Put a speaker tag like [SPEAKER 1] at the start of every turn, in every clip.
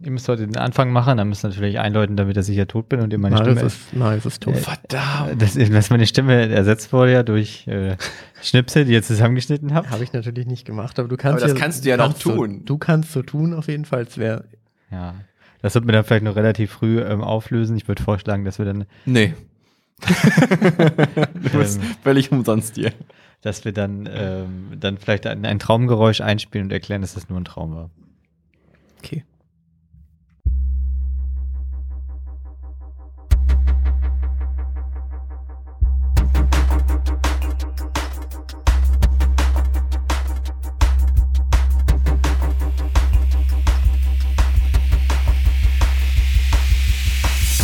[SPEAKER 1] Ihr müsst heute den Anfang machen, dann müsst ihr natürlich einläuten, damit ich sicher tot bin und ihr meine
[SPEAKER 2] nein,
[SPEAKER 1] Stimme.
[SPEAKER 2] das ist, nein, das ist tot.
[SPEAKER 1] äh,
[SPEAKER 3] Verdammt.
[SPEAKER 1] das, dass meine Stimme ersetzt wurde ja durch äh, Schnipsel, die ihr zusammengeschnitten habt.
[SPEAKER 2] Habe ich natürlich nicht gemacht, aber du kannst
[SPEAKER 3] Aber das kannst du ja noch
[SPEAKER 2] So,
[SPEAKER 3] tun.
[SPEAKER 2] du kannst so tun, auf jeden Fall. Es wäre
[SPEAKER 1] Ja. Das wird mir dann vielleicht noch relativ früh ähm, auflösen. Ich würde vorschlagen, dass wir dann,
[SPEAKER 3] Nee. du bist
[SPEAKER 1] Ähm.
[SPEAKER 3] völlig umsonst hier.
[SPEAKER 1] dass wir dann, ähm, dann vielleicht ein, ein Traumgeräusch einspielen und erklären, dass das nur ein Traum war.
[SPEAKER 2] okay.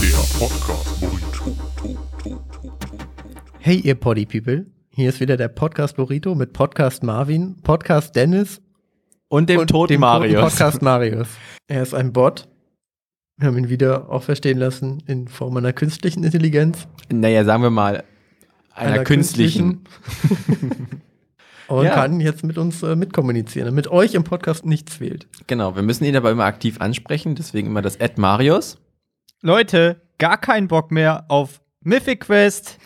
[SPEAKER 4] Der Podcast Burrito.
[SPEAKER 2] Hey, ihr Poddy People. Hier ist wieder der Podcast Burrito mit Podcast Marvin, Podcast Dennis
[SPEAKER 3] Und dem
[SPEAKER 2] und
[SPEAKER 3] toten
[SPEAKER 2] dem
[SPEAKER 3] Marius.
[SPEAKER 2] Podcast Marius. Er ist ein Bot. Wir haben ihn wieder auch verstehen lassen in Form einer künstlichen Intelligenz.
[SPEAKER 3] Naja, sagen wir mal, einer, künstlichen.
[SPEAKER 2] künstlichen. und
[SPEAKER 3] Ja.
[SPEAKER 2] kann jetzt mit uns äh, mitkommunizieren, damit euch im Podcast nichts fehlt.
[SPEAKER 3] Genau, wir müssen ihn aber immer aktiv ansprechen, deswegen immer das Ad Marius.
[SPEAKER 1] Leute, gar keinen Bock mehr auf Mythic Quest.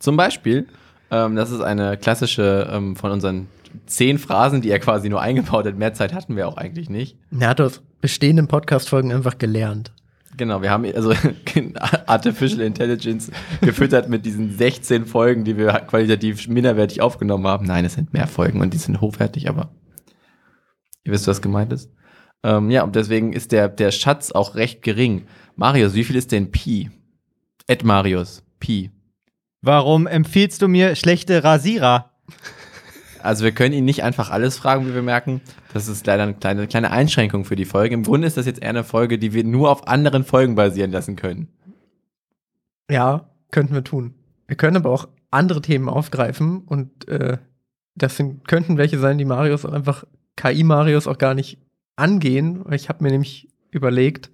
[SPEAKER 3] Zum Beispiel, ähm, das ist eine klassische ähm, von unseren zehn Phrasen, die er quasi nur eingebaut hat. Mehr Zeit hatten wir auch eigentlich nicht.
[SPEAKER 2] Er hat aus bestehenden Podcast-Folgen einfach gelernt.
[SPEAKER 3] Genau, wir haben also Artificial Intelligence gefüttert mit diesen 16 Folgen, die wir qualitativ minderwertig aufgenommen haben. Nein, es sind mehr Folgen und die sind hochwertig, aber ihr wisst, was gemeint ist. Ähm, ja, und deswegen ist der, der Schatz auch recht gering. Marius, wie viel ist denn Pi? Ed Marius, Pi.
[SPEAKER 1] Warum empfiehlst du mir schlechte Rasierer?
[SPEAKER 3] Also wir können ihn nicht einfach alles fragen, wie wir merken. Das ist leider eine kleine, kleine Einschränkung für die Folge. Im Grunde ist das jetzt eher eine Folge, die wir nur auf anderen Folgen basieren lassen können.
[SPEAKER 2] Ja, könnten wir tun. Wir können aber auch andere Themen aufgreifen und äh, das sind, könnten welche sein, die Marius auch einfach, KI-Marius auch gar nicht angehen. Ich habe mir nämlich überlegt,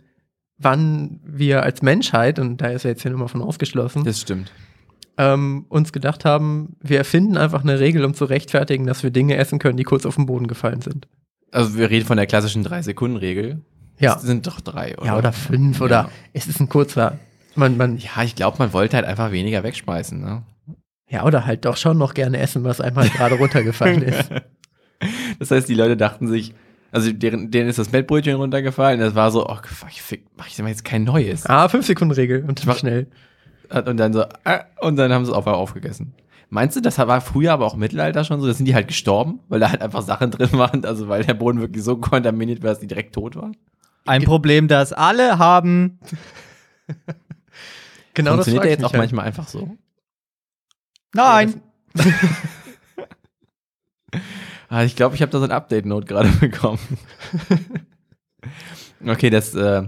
[SPEAKER 2] wann wir als Menschheit, und da ist er jetzt hier nochmal von ausgeschlossen,
[SPEAKER 3] Das stimmt.
[SPEAKER 2] ähm, uns gedacht haben, wir erfinden einfach eine Regel, um zu rechtfertigen, dass wir Dinge essen können, die kurz auf den Boden gefallen sind.
[SPEAKER 3] Also wir reden von der klassischen 3-Sekunden-Regel.
[SPEAKER 2] Ja.
[SPEAKER 3] Es sind doch drei, oder?
[SPEAKER 2] Ja, oder fünf oder es ist ein kurzer. Man, man,
[SPEAKER 3] Ja, ich glaube, man wollte halt einfach weniger wegschmeißen, ne?
[SPEAKER 2] ja, oder halt doch schon noch gerne essen, was einmal gerade runtergefallen ist.
[SPEAKER 3] Das heißt, die Leute dachten sich, also deren, denen ist das Mettbrötchen runtergefallen. Das war so, oh, fuck, ich fick, mach ich mach jetzt kein neues.
[SPEAKER 2] Ah, 5-Sekunden-Regel und
[SPEAKER 3] Mach-
[SPEAKER 2] schnell.
[SPEAKER 3] Und dann so, äh, und dann haben sie es auf einmal aufgegessen. Meinst du, das war früher aber auch im Mittelalter schon so? Da sind die halt gestorben, weil da halt einfach Sachen drin waren, also weil der Boden wirklich so kontaminiert war, dass die direkt tot waren?
[SPEAKER 1] Ein Problem, das alle haben.
[SPEAKER 2] Genau frag
[SPEAKER 3] Funktioniert der
[SPEAKER 2] ich
[SPEAKER 3] jetzt
[SPEAKER 2] mich
[SPEAKER 3] auch
[SPEAKER 2] halt.
[SPEAKER 3] manchmal einfach so?
[SPEAKER 1] Nein.
[SPEAKER 3] Ah, ich glaube, ich habe da so ein Update-Note gerade bekommen. okay, das äh,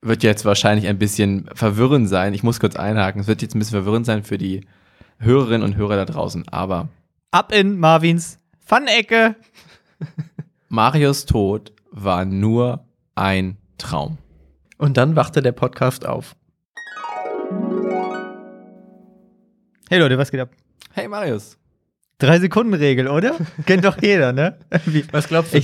[SPEAKER 3] wird jetzt wahrscheinlich ein bisschen verwirrend sein. Ich muss kurz einhaken. Es wird jetzt ein bisschen verwirrend sein für die Hörerinnen und Hörer da draußen. Aber
[SPEAKER 1] Ab in Marvins Pfannecke.
[SPEAKER 3] Marios Tod war nur ein Traum.
[SPEAKER 2] Und dann wachte der Podcast auf.
[SPEAKER 1] Hey Leute, was geht ab?
[SPEAKER 3] Hey Marius.
[SPEAKER 1] Drei Sekunden Regel, oder? Kennt doch jeder, ne? Wie,
[SPEAKER 2] Was glaubst du?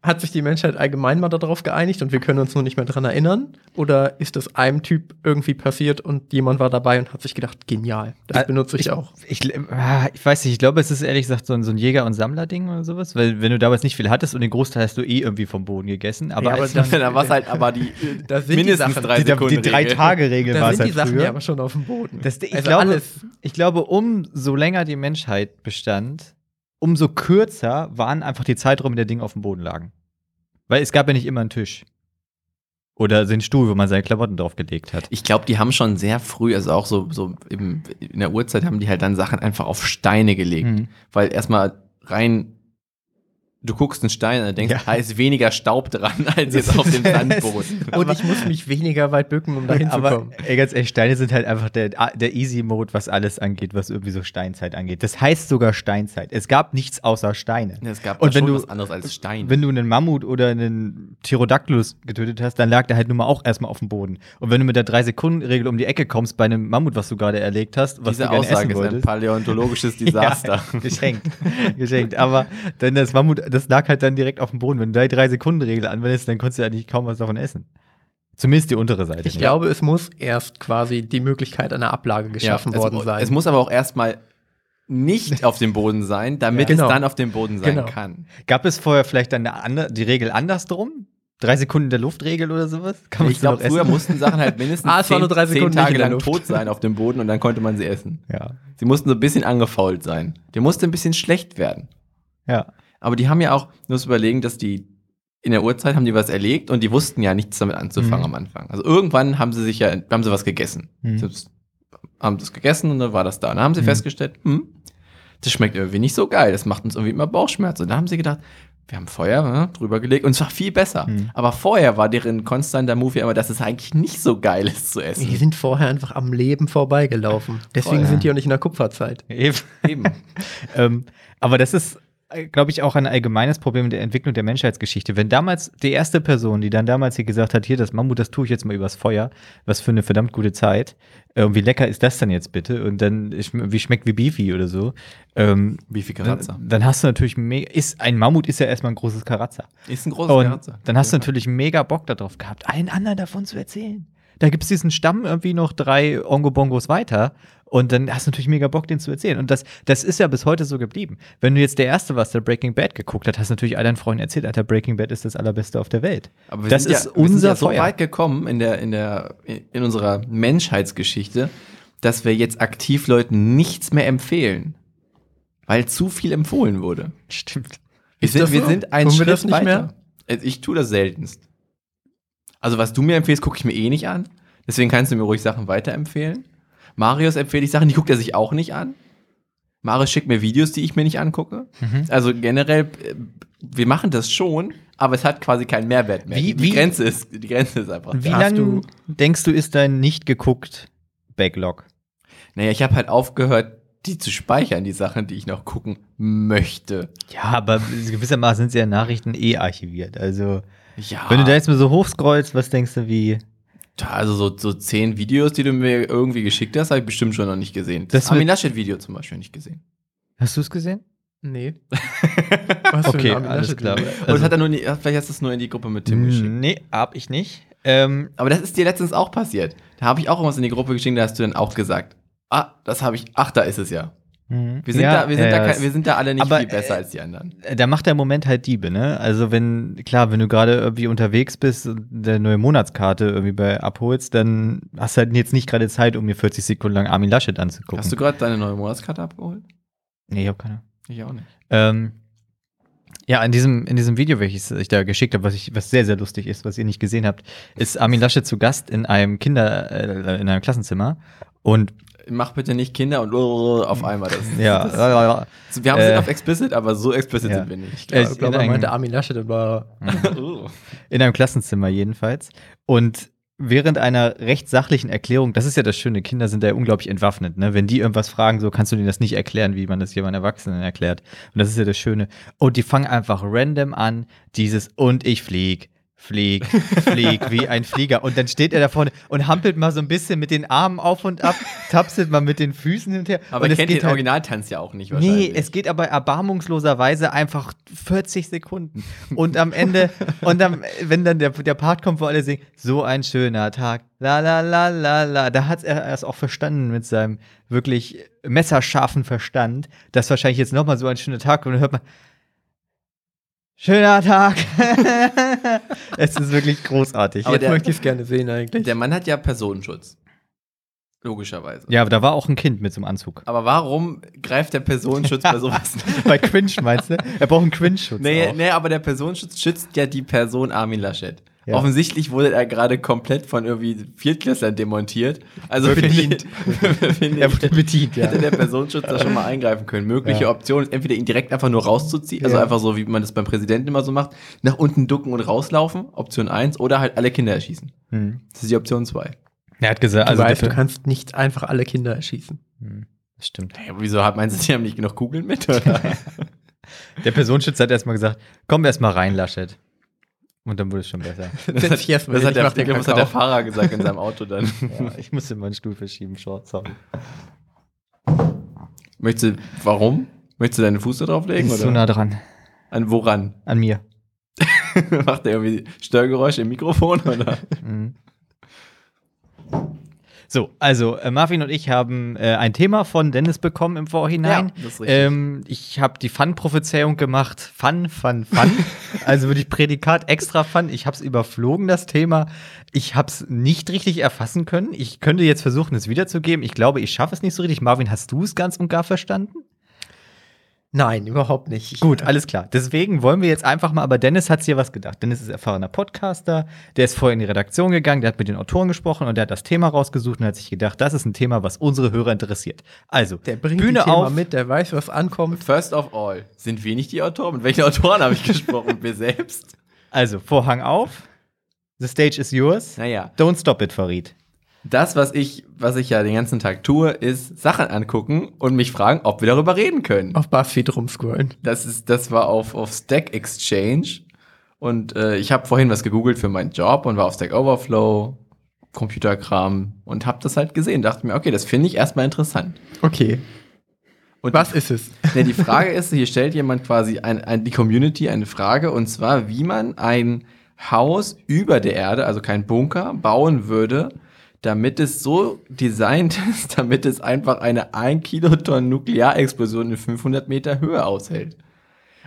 [SPEAKER 2] hat sich die Menschheit allgemein mal darauf geeinigt und wir können uns nur nicht mehr dran erinnern? Oder ist das einem Typ irgendwie passiert und jemand war dabei und hat sich gedacht, genial, das
[SPEAKER 1] Äh,
[SPEAKER 2] benutze ich, auch.
[SPEAKER 1] Ich, ah, ich weiß nicht, ich glaube, es ist ehrlich gesagt so ein, so ein Jäger- und Sammler-Ding oder sowas, weil wenn du damals nicht viel hattest und den Großteil hast du eh irgendwie vom Boden gegessen, aber,
[SPEAKER 2] Ja, aber
[SPEAKER 1] als-
[SPEAKER 2] das-
[SPEAKER 3] Da war es halt aber die
[SPEAKER 2] Da sind die Sachen.
[SPEAKER 1] die, die
[SPEAKER 3] Regel.
[SPEAKER 1] Drei-Tage-Regel war
[SPEAKER 2] Da
[SPEAKER 1] es
[SPEAKER 2] sind die
[SPEAKER 1] halt
[SPEAKER 2] Sachen
[SPEAKER 1] früher.
[SPEAKER 2] ja aber schon auf dem Boden.
[SPEAKER 1] Das, ich,
[SPEAKER 2] Also
[SPEAKER 1] glaube,
[SPEAKER 2] alles.
[SPEAKER 1] ich glaube, umso länger die Menschheit bestand, umso kürzer waren einfach die Zeiträume, in der Dinge auf dem Boden lagen. Weil es gab ja nicht immer einen Tisch. Oder so einen Stuhl, wo man seine Klamotten draufgelegt hat.
[SPEAKER 3] Ich glaube, die haben schon sehr früh, also auch so, so im, in der Urzeit, haben die halt dann Sachen einfach auf Steine gelegt.
[SPEAKER 1] Mhm.
[SPEAKER 3] Weil erstmal rein, du guckst einen Stein und dann denkst,
[SPEAKER 1] Ja.
[SPEAKER 3] da ist weniger Staub dran als jetzt auf dem Sandboden.
[SPEAKER 2] und ich muss mich weniger weit bücken, um da
[SPEAKER 1] Aber
[SPEAKER 2] hinzukommen.
[SPEAKER 1] ey, ganz ehrlich, Steine sind halt einfach der, der Easy-Mode, was alles angeht, was irgendwie so Steinzeit angeht. Das heißt sogar Steinzeit. Es gab nichts außer Steine.
[SPEAKER 3] Es gab
[SPEAKER 1] Und
[SPEAKER 3] da
[SPEAKER 1] wenn
[SPEAKER 3] schon
[SPEAKER 1] du-
[SPEAKER 3] was anderes als Stein.
[SPEAKER 1] Wenn du einen Mammut oder einen Pterodactylus getötet hast, dann lag der halt nun mal auch erstmal auf dem Boden. Und wenn du mit der 3-Sekunden-Regel um die Ecke kommst bei einem Mammut, was du gerade erlegt hast, was
[SPEAKER 3] Diese
[SPEAKER 1] du gerne
[SPEAKER 3] Aussage
[SPEAKER 1] essen
[SPEAKER 3] ist ein
[SPEAKER 1] wolltest.
[SPEAKER 3] paläontologisches Desaster.
[SPEAKER 1] Ja, geschenkt. geschenkt. Aber dann das Mammut das lag halt dann direkt auf dem Boden. Wenn du da die Drei-Sekunden-Regel anwendest, dann konntest du eigentlich kaum was davon essen. Zumindest die untere Seite.
[SPEAKER 2] Ich
[SPEAKER 1] nicht.
[SPEAKER 2] glaube, es muss erst quasi die Möglichkeit einer Ablage geschaffen
[SPEAKER 3] es,
[SPEAKER 2] worden sein.
[SPEAKER 3] Es muss aber auch erstmal nicht auf dem Boden sein, damit
[SPEAKER 2] Ja. Genau.
[SPEAKER 3] es dann auf dem Boden sein
[SPEAKER 2] Genau.
[SPEAKER 3] kann.
[SPEAKER 1] Gab es vorher vielleicht dann eine andere, die Regel andersdrum? Drei Sekunden in der Luftregel oder sowas? Kann
[SPEAKER 3] Ich
[SPEAKER 1] sie
[SPEAKER 3] glaube,
[SPEAKER 1] noch
[SPEAKER 3] früher
[SPEAKER 1] essen?
[SPEAKER 3] mussten Sachen halt mindestens
[SPEAKER 2] Ah, es war nur drei Sekunden nicht
[SPEAKER 3] zehn Tage
[SPEAKER 2] in der
[SPEAKER 3] lang
[SPEAKER 2] Luft.
[SPEAKER 3] tot sein auf dem Boden und dann konnte man sie essen.
[SPEAKER 1] Ja,
[SPEAKER 3] Sie mussten so ein bisschen angefault sein. Der musste ein bisschen schlecht werden.
[SPEAKER 1] ja.
[SPEAKER 3] Aber die haben ja auch, nur zu überlegen, dass die in der Urzeit haben die was erlegt und die wussten ja nichts damit anzufangen
[SPEAKER 1] Mhm.
[SPEAKER 3] am Anfang. Also irgendwann haben sie sich ja, haben sie was gegessen.
[SPEAKER 1] Mhm.
[SPEAKER 3] Sie haben's- haben das gegessen und dann war das da. Und dann haben sie
[SPEAKER 1] Mhm.
[SPEAKER 3] festgestellt, hm, das schmeckt irgendwie nicht so geil. Das macht uns irgendwie immer Bauchschmerzen. Und dann haben sie gedacht, wir haben Feuer ne, drüber gelegt und es war viel besser.
[SPEAKER 1] Mhm.
[SPEAKER 3] Aber vorher war deren konstanter Move ja immer, dass es eigentlich nicht so geil ist zu essen.
[SPEAKER 2] die sind vorher einfach am Leben vorbeigelaufen. Deswegen
[SPEAKER 3] Voll, ja.
[SPEAKER 2] sind die auch nicht in der Kupferzeit.
[SPEAKER 1] Eben.
[SPEAKER 3] Eben.
[SPEAKER 1] Ähm, aber das ist, glaube ich, auch ein allgemeines Problem der Entwicklung der Menschheitsgeschichte. Wenn damals die erste Person, die dann damals hier gesagt hat, hier das Mammut, das tue ich jetzt mal übers Feuer, was für eine verdammt gute Zeit. Äh, und wie lecker ist das denn jetzt bitte? Und dann schm wie schmeckt wie Beefy oder so. Ähm,
[SPEAKER 3] Wie viel Karatzer?
[SPEAKER 1] dann, dann hast du natürlich me- ist ein Mammut ist ja erstmal ein großes Karatzer.
[SPEAKER 3] Ist ein großes
[SPEAKER 1] Und
[SPEAKER 3] Karatzer.
[SPEAKER 1] dann hast du natürlich mega Bock darauf gehabt, allen anderen davon zu erzählen. Da gibt es diesen Stamm irgendwie noch drei Ongo-Bongos weiter. Und dann hast du natürlich mega Bock, den zu erzählen. Und das, das ist ja bis heute so geblieben. Wenn du jetzt der Erste warst, der Breaking Bad geguckt hat, hast du natürlich all deinen Freunden erzählt, Alter, Breaking Bad ist das Allerbeste auf der Welt.
[SPEAKER 3] Aber wir
[SPEAKER 1] das
[SPEAKER 3] sind
[SPEAKER 1] ist
[SPEAKER 3] ja, wir sind
[SPEAKER 1] unser
[SPEAKER 3] ja so
[SPEAKER 1] Feuer.
[SPEAKER 3] weit gekommen in der in der in unserer Menschheitsgeschichte, dass wir jetzt aktiv Leuten nichts mehr empfehlen, weil zu viel empfohlen wurde.
[SPEAKER 1] Stimmt.
[SPEAKER 3] Wir
[SPEAKER 2] Ist
[SPEAKER 3] sind,
[SPEAKER 2] das
[SPEAKER 3] wir
[SPEAKER 2] so?
[SPEAKER 3] sind ein
[SPEAKER 2] Tun
[SPEAKER 3] Schritt
[SPEAKER 2] wir das nicht
[SPEAKER 3] weiter.
[SPEAKER 2] mehr?
[SPEAKER 3] Also Ich tue das seltenst. Also was du mir empfehlst, gucke ich mir eh nicht an. Deswegen kannst du mir ruhig Sachen weiterempfehlen. Marius empfehle ich Sachen, die guckt er sich auch nicht an. Marius schickt mir Videos, die ich mir nicht angucke.
[SPEAKER 2] Mhm.
[SPEAKER 3] Also generell, äh, wir machen das schon, aber es hat quasi keinen Mehrwert mehr.
[SPEAKER 1] Wie-
[SPEAKER 3] die, die,
[SPEAKER 1] wie-
[SPEAKER 3] Grenze ist, die Grenze ist einfach
[SPEAKER 1] Wie
[SPEAKER 3] da.
[SPEAKER 2] Hast
[SPEAKER 1] lange denkst du, ist dein nicht geguckt Backlog?
[SPEAKER 3] Naja, ich habe halt aufgehört, die zu speichern, die Sachen, die ich noch gucken möchte.
[SPEAKER 1] Ja, aber gewissermaßen sind ja Nachrichten eh archiviert. Also,
[SPEAKER 3] Ja,
[SPEAKER 1] wenn du da jetzt mal so hochscrollst, was denkst du, wie.
[SPEAKER 3] Tja, Also so, so zehn Videos, die du mir irgendwie geschickt hast, habe ich bestimmt schon noch nicht gesehen.
[SPEAKER 1] Das
[SPEAKER 3] Das Armin
[SPEAKER 1] mit-
[SPEAKER 3] Laschet-Video zum Beispiel nicht gesehen.
[SPEAKER 1] Hast du es gesehen?
[SPEAKER 2] Nee. Was für
[SPEAKER 1] Okay,
[SPEAKER 2] ein Armin
[SPEAKER 1] alles
[SPEAKER 2] Laschet-
[SPEAKER 1] klar. Äh, Also,
[SPEAKER 3] Oder das hat er nur in die, vielleicht hast du es nur in die Gruppe mit
[SPEAKER 1] Mhm.
[SPEAKER 3] Tim geschickt.
[SPEAKER 1] Nee, hab ich nicht. Ähm,
[SPEAKER 3] Aber das ist dir letztens auch passiert. Da habe ich auch irgendwas in die Gruppe geschickt, da hast du dann auch gesagt, ah, das habe ich, ach, da ist es ja. Wir sind,
[SPEAKER 1] Mhm. ja,
[SPEAKER 3] da, wir, sind
[SPEAKER 1] ja,
[SPEAKER 3] da
[SPEAKER 1] ja,
[SPEAKER 3] kein, wir sind da alle nicht
[SPEAKER 1] aber,
[SPEAKER 3] viel besser
[SPEAKER 1] äh,
[SPEAKER 3] als die anderen.
[SPEAKER 1] da macht der Moment halt Diebe, ne? Also wenn, klar, wenn du gerade irgendwie unterwegs bist und deine neue Monatskarte irgendwie bei abholst, dann hast du halt jetzt nicht gerade Zeit, um mir 40 Sekunden lang Armin Laschet anzugucken.
[SPEAKER 3] Hast du gerade deine neue Monatskarte abgeholt?
[SPEAKER 1] nee, ich hab keine.
[SPEAKER 3] Ich auch nicht.
[SPEAKER 1] Ähm, ja, in diesem, in diesem Video, welches ich da geschickt habe, was, ich, was sehr, sehr lustig ist, was ihr nicht gesehen habt, ist Armin Laschet zu Gast in einem Kinder, äh, in einem Klassenzimmer. Und
[SPEAKER 3] Mach bitte nicht Kinder und auf einmal das.
[SPEAKER 1] ja,
[SPEAKER 3] das,
[SPEAKER 1] äh,
[SPEAKER 3] wir haben sind
[SPEAKER 1] äh,
[SPEAKER 3] auf explicit, aber so explicit
[SPEAKER 1] ja.
[SPEAKER 3] sind wir nicht.
[SPEAKER 1] Äh,
[SPEAKER 2] Ich glaube, er
[SPEAKER 1] in
[SPEAKER 2] meinte
[SPEAKER 1] einem-
[SPEAKER 2] Armin Laschet, aber
[SPEAKER 3] Oh.
[SPEAKER 1] In einem Klassenzimmer jedenfalls. Und während einer recht sachlichen Erklärung, das ist ja das Schöne, Kinder sind da ja unglaublich entwaffnet. Ne? Wenn die irgendwas fragen, so kannst du denen das nicht erklären, wie man das jemandem Erwachsenen erklärt. Und das ist ja das Schöne. Und die fangen einfach random an, dieses und ich flieg. Flieg, flieg, wie ein Flieger. Und dann steht er da vorne und hampelt mal so ein bisschen mit den Armen auf und ab, tapselt mal mit den Füßen hinterher.
[SPEAKER 3] Aber
[SPEAKER 1] und
[SPEAKER 3] ich kennt den
[SPEAKER 1] halt-
[SPEAKER 3] Originaltanz ja auch nicht
[SPEAKER 1] Nee,
[SPEAKER 3] wahrscheinlich.
[SPEAKER 1] es geht aber erbarmungsloserweise einfach 40 Sekunden. Und am Ende, und am, wenn dann der, der Part kommt, wo alle singen, so ein schöner Tag, la la la la la, da hat er es auch verstanden mit seinem wirklich messerscharfen Verstand, dass wahrscheinlich jetzt nochmal so ein schöner Tag kommt und dann hört man, schöner Tag. es ist wirklich großartig.
[SPEAKER 3] Aber
[SPEAKER 2] jetzt
[SPEAKER 3] der-
[SPEAKER 2] möchte ich es gerne sehen eigentlich.
[SPEAKER 3] Der Mann hat ja Personenschutz. Logischerweise.
[SPEAKER 1] ja, aber da war auch ein Kind mit so einem Anzug.
[SPEAKER 3] Aber warum greift der Personenschutz bei sowas?
[SPEAKER 1] Bei Quinch meinst du? Er braucht einen Quinch-Schutz.
[SPEAKER 3] nee,
[SPEAKER 1] auch.
[SPEAKER 3] nee, aber der Personenschutz schützt ja die Person Armin Laschet.
[SPEAKER 1] Ja.
[SPEAKER 3] Offensichtlich wurde er gerade komplett von irgendwie Viertklässlern demontiert. Also
[SPEAKER 1] Wirklich?
[SPEAKER 3] verdient. Finde
[SPEAKER 1] Er
[SPEAKER 3] ich,
[SPEAKER 1] wurde bedient, ja.
[SPEAKER 3] Hätte der Personenschutz da schon mal eingreifen können. Mögliche
[SPEAKER 1] Ja.
[SPEAKER 3] Option ist entweder ihn direkt einfach nur rauszuziehen, also
[SPEAKER 1] Ja.
[SPEAKER 3] einfach so, wie man das beim Präsidenten immer so macht, nach unten ducken und rauslaufen, Option 1, oder halt alle Kinder erschießen.
[SPEAKER 1] Hm.
[SPEAKER 3] Das ist die Option 2.
[SPEAKER 1] Er hat gesagt,
[SPEAKER 2] du
[SPEAKER 1] also
[SPEAKER 2] weißt, du
[SPEAKER 1] dafür-
[SPEAKER 2] kannst nicht einfach alle Kinder erschießen.
[SPEAKER 1] Hm, das stimmt.
[SPEAKER 3] Hey, wieso hat meinst du, die haben nicht genug Kugeln mit? Oder?
[SPEAKER 1] Der Personenschützer hat erstmal gesagt, komm erstmal rein, Laschet. Und dann wurde es schon besser.
[SPEAKER 2] Setz dich erst mal
[SPEAKER 3] das
[SPEAKER 2] hin,
[SPEAKER 3] hat,
[SPEAKER 2] ich
[SPEAKER 3] der,
[SPEAKER 2] mach dir
[SPEAKER 3] das hat der
[SPEAKER 2] Kakao.
[SPEAKER 3] Fahrer gesagt in seinem Auto dann.
[SPEAKER 1] ja, ich musste meinen Stuhl verschieben, Short, sorry.
[SPEAKER 3] Möchtest du, warum? Möchtest du deinen Fuß da drauflegen?
[SPEAKER 1] Ist so
[SPEAKER 3] Oder?
[SPEAKER 1] nah dran.
[SPEAKER 3] An woran?
[SPEAKER 1] An mir.
[SPEAKER 3] Macht er irgendwie Störgeräusche im Mikrofon oder?
[SPEAKER 1] Mhm. So, also äh, Marvin und ich haben äh, ein Thema von Dennis bekommen im Vorhinein.
[SPEAKER 3] Ja, das ist richtig.
[SPEAKER 1] ähm, ich habe die Fun-Prophezeiung gemacht. Fun, Fun, Fun. also würde ich Prädikat extra Fun. Ich habe es überflogen, das Thema. Ich habe es nicht richtig erfassen können. Ich könnte jetzt versuchen, es wiederzugeben. Ich glaube, ich schaffe es nicht so richtig. Marvin, hast du es ganz und gar verstanden?
[SPEAKER 2] Nein, überhaupt nicht. Ich-
[SPEAKER 1] Gut, alles klar. Deswegen wollen wir jetzt einfach mal, aber Dennis hat hier was gedacht. Dennis ist erfahrener Podcaster, der ist vorher in die Redaktion gegangen, der hat mit den Autoren gesprochen und der hat das Thema rausgesucht und hat sich gedacht, das ist ein Thema, was unsere Hörer interessiert. Also,
[SPEAKER 2] Der bringt
[SPEAKER 1] Bühne
[SPEAKER 2] die Thema
[SPEAKER 1] auf.
[SPEAKER 2] mit, der weiß, was ankommt.
[SPEAKER 3] First of all, sind wir nicht die Autoren? Mit welchen Autoren habe ich gesprochen? Mit mir selbst?
[SPEAKER 1] Also, Vorhang auf. The stage is yours.
[SPEAKER 3] Naja,
[SPEAKER 1] Don't stop it, Farid.
[SPEAKER 3] das, was ich, was ich ja den ganzen Tag tue, ist Sachen angucken und mich fragen, ob wir darüber reden können.
[SPEAKER 2] Auf Buzzfeed rumscrollen.
[SPEAKER 3] Das, ist, das war auf, auf Stack Exchange. Und äh, ich habe vorhin was gegoogelt für meinen Job und war auf Stack Overflow, Computerkram und habe das halt gesehen. Dachte mir, okay, das finde ich erstmal interessant.
[SPEAKER 2] Okay,
[SPEAKER 3] Und
[SPEAKER 2] was ist es?
[SPEAKER 3] Ne, die Frage ist, hier stellt jemand quasi ein, ein, die Community eine Frage, und zwar, wie man ein Haus über der Erde, also kein Bunker, bauen würde, damit es so designt ist, damit es einfach eine 1 Kiloton Nuklearexplosion in 500 Meter Höhe aushält.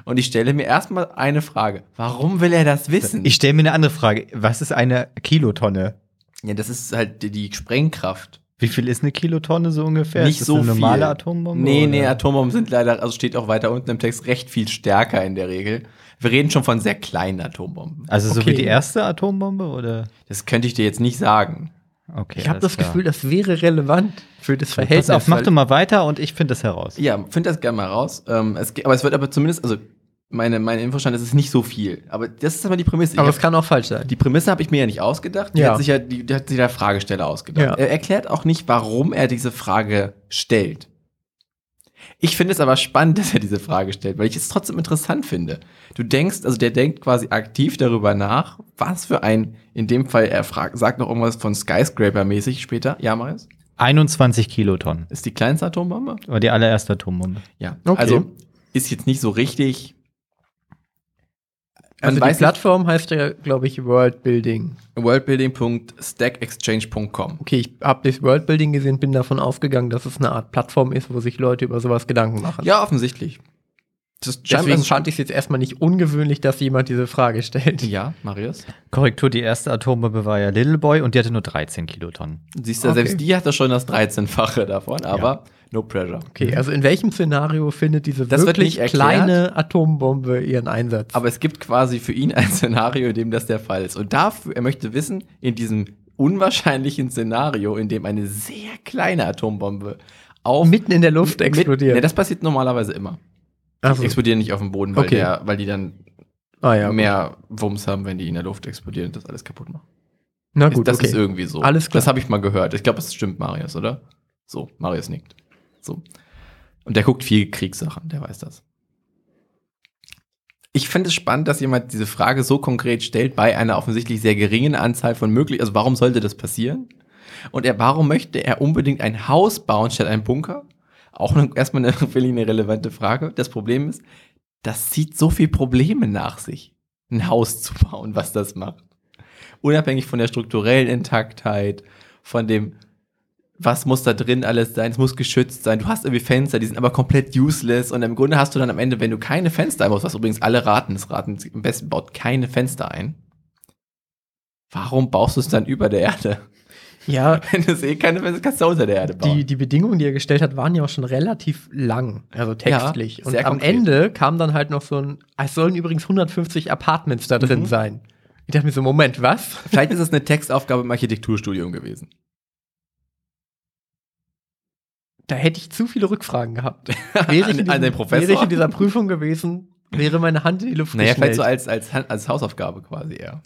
[SPEAKER 3] Und ich stelle mir erstmal eine Frage. Warum will er das wissen?
[SPEAKER 1] Ich stelle mir eine andere Frage. Was ist eine Kilotonne?
[SPEAKER 3] ja, das ist halt die, die Sprengkraft.
[SPEAKER 1] Wie viel ist eine Kilotonne so ungefähr? ist
[SPEAKER 3] Nicht
[SPEAKER 1] das
[SPEAKER 3] so
[SPEAKER 1] eine normale
[SPEAKER 3] viel.
[SPEAKER 1] Atombombe?
[SPEAKER 3] Nee,
[SPEAKER 1] oder?
[SPEAKER 3] nee, Atombomben sind leider, also steht auch weiter unten im Text, recht viel stärker in der Regel. Wir reden schon von sehr kleinen Atombomben.
[SPEAKER 1] Also so
[SPEAKER 2] Okay.
[SPEAKER 1] wie die erste Atombombe oder?
[SPEAKER 3] Das könnte ich dir jetzt nicht sagen.
[SPEAKER 1] Okay.
[SPEAKER 2] Ich habe
[SPEAKER 1] alles
[SPEAKER 2] das
[SPEAKER 1] klar. Oh,
[SPEAKER 2] Gefühl, das wäre relevant für das Verhältnis.
[SPEAKER 1] Pass auf, mach
[SPEAKER 2] weil-
[SPEAKER 1] du mal weiter und ich finde das heraus.
[SPEAKER 3] Ja, find das gerne mal raus. Ähm, es, ge- aber es wird aber zumindest, also meine, meine Infostand ist es ist nicht so viel. Aber das ist aber die Prämisse. Ich
[SPEAKER 2] Aber
[SPEAKER 3] hab,
[SPEAKER 2] es kann auch falsch sein.
[SPEAKER 3] die Prämisse habe ich mir ja nicht ausgedacht. Die
[SPEAKER 2] Ja.
[SPEAKER 3] hat sich ja die, die hat sich der Fragesteller ausgedacht.
[SPEAKER 2] Ja.
[SPEAKER 3] Er erklärt auch nicht, warum er diese Frage stellt. Ich finde es aber spannend, dass er diese Frage stellt, weil ich es trotzdem interessant finde. Du denkst, also der denkt quasi aktiv darüber nach, was für ein, in dem Fall, er fragt, sagt noch irgendwas von Skyscraper-mäßig später. Ja, Marius?
[SPEAKER 1] 21 Kilotonnen.
[SPEAKER 3] Ist die kleinste Atombombe?
[SPEAKER 1] War die allererste Atombombe.
[SPEAKER 3] Ja,
[SPEAKER 2] Okay.
[SPEAKER 3] also ist jetzt nicht so richtig. Man
[SPEAKER 2] Also die
[SPEAKER 3] weiß
[SPEAKER 2] Plattform heißt ja, glaube ich, Worldbuilding.
[SPEAKER 3] nicht, worldbuilding.stackexchange.com.
[SPEAKER 2] Okay, ich habe das Worldbuilding gesehen, bin davon ausgegangen, dass es eine Art Plattform ist, wo sich Leute über sowas Gedanken machen.
[SPEAKER 3] Ja, offensichtlich. Das also
[SPEAKER 2] Deswegen fand ich es jetzt erstmal nicht ungewöhnlich, dass jemand diese Frage stellt.
[SPEAKER 3] Ja, Marius.
[SPEAKER 1] Korrektur, die erste Atombombe war ja Little Boy und die hatte nur 13 Kilotonnen.
[SPEAKER 3] Siehst du,
[SPEAKER 2] Okay.
[SPEAKER 3] selbst die hatte schon das 13-fache davon, aber no pressure.
[SPEAKER 2] Okay, also in welchem Szenario findet diese
[SPEAKER 3] Das wird
[SPEAKER 2] wirklich
[SPEAKER 3] nicht erklärt.
[SPEAKER 2] kleine Atombombe ihren Einsatz?
[SPEAKER 3] Aber es gibt quasi für ihn ein Szenario, in dem das der Fall ist. Und dafür, er möchte wissen, in diesem unwahrscheinlichen Szenario, in dem eine sehr kleine Atombombe auf
[SPEAKER 2] mitten in der Luft
[SPEAKER 3] mit-
[SPEAKER 2] explodiert.
[SPEAKER 3] Ne, das passiert normalerweise immer.
[SPEAKER 2] Ach
[SPEAKER 3] Die
[SPEAKER 2] so.
[SPEAKER 3] explodieren nicht auf dem Boden, weil,
[SPEAKER 2] Okay.
[SPEAKER 3] der, weil die dann
[SPEAKER 2] ah ja, mehr.
[SPEAKER 3] mehr Wumms haben, wenn die in der Luft explodieren und das alles kaputt machen.
[SPEAKER 2] Na gut,
[SPEAKER 3] das
[SPEAKER 2] okay.
[SPEAKER 3] ist irgendwie so.
[SPEAKER 2] Alles klar.
[SPEAKER 3] Das habe ich mal gehört. Ich glaube, das stimmt Marius, oder? So, Marius nickt. So. Und der guckt viel Kriegssachen, der weiß das. Ich finde es spannend, dass jemand diese Frage so konkret stellt bei einer offensichtlich sehr geringen Anzahl von möglich. Also warum sollte das passieren? Und er, warum möchte er unbedingt ein Haus bauen statt einen Bunker? Auch eine- erstmal eine, finde ich, eine relevante Frage. Das Problem ist, das zieht so viel Probleme nach sich, ein Haus zu bauen, was das macht. Unabhängig von der strukturellen Intaktheit, von dem, was muss da drin alles sein, es muss geschützt sein. Du hast irgendwie Fenster, die sind aber komplett useless und im Grunde hast du dann am Ende, wenn du keine Fenster einbaust, was übrigens alle raten, es raten, am besten baut keine Fenster ein. Warum baust du es dann über der Erde?
[SPEAKER 2] ja,
[SPEAKER 3] Wenn du es eh keine Fenster kannst du unter der Erde bauen.
[SPEAKER 2] die, die Bedingungen, die er gestellt hat, waren ja auch schon relativ lang, also textlich.
[SPEAKER 3] Ja,
[SPEAKER 2] und
[SPEAKER 3] sehr
[SPEAKER 2] am
[SPEAKER 3] konkret.
[SPEAKER 2] Ende kam dann halt noch so ein, es sollen übrigens 150 Apartments da drin sein. Ich dachte mir so, Moment, was?
[SPEAKER 3] Vielleicht ist es eine Textaufgabe im Architekturstudium gewesen.
[SPEAKER 2] Da hätte ich zu viele Rückfragen gehabt.
[SPEAKER 3] An- an den Professor?
[SPEAKER 2] wäre ich in dieser Prüfung gewesen, wäre meine Hand in die Luft
[SPEAKER 3] Naja, vielleicht
[SPEAKER 2] geschnellt.
[SPEAKER 3] so als, als, als Hausaufgabe quasi eher.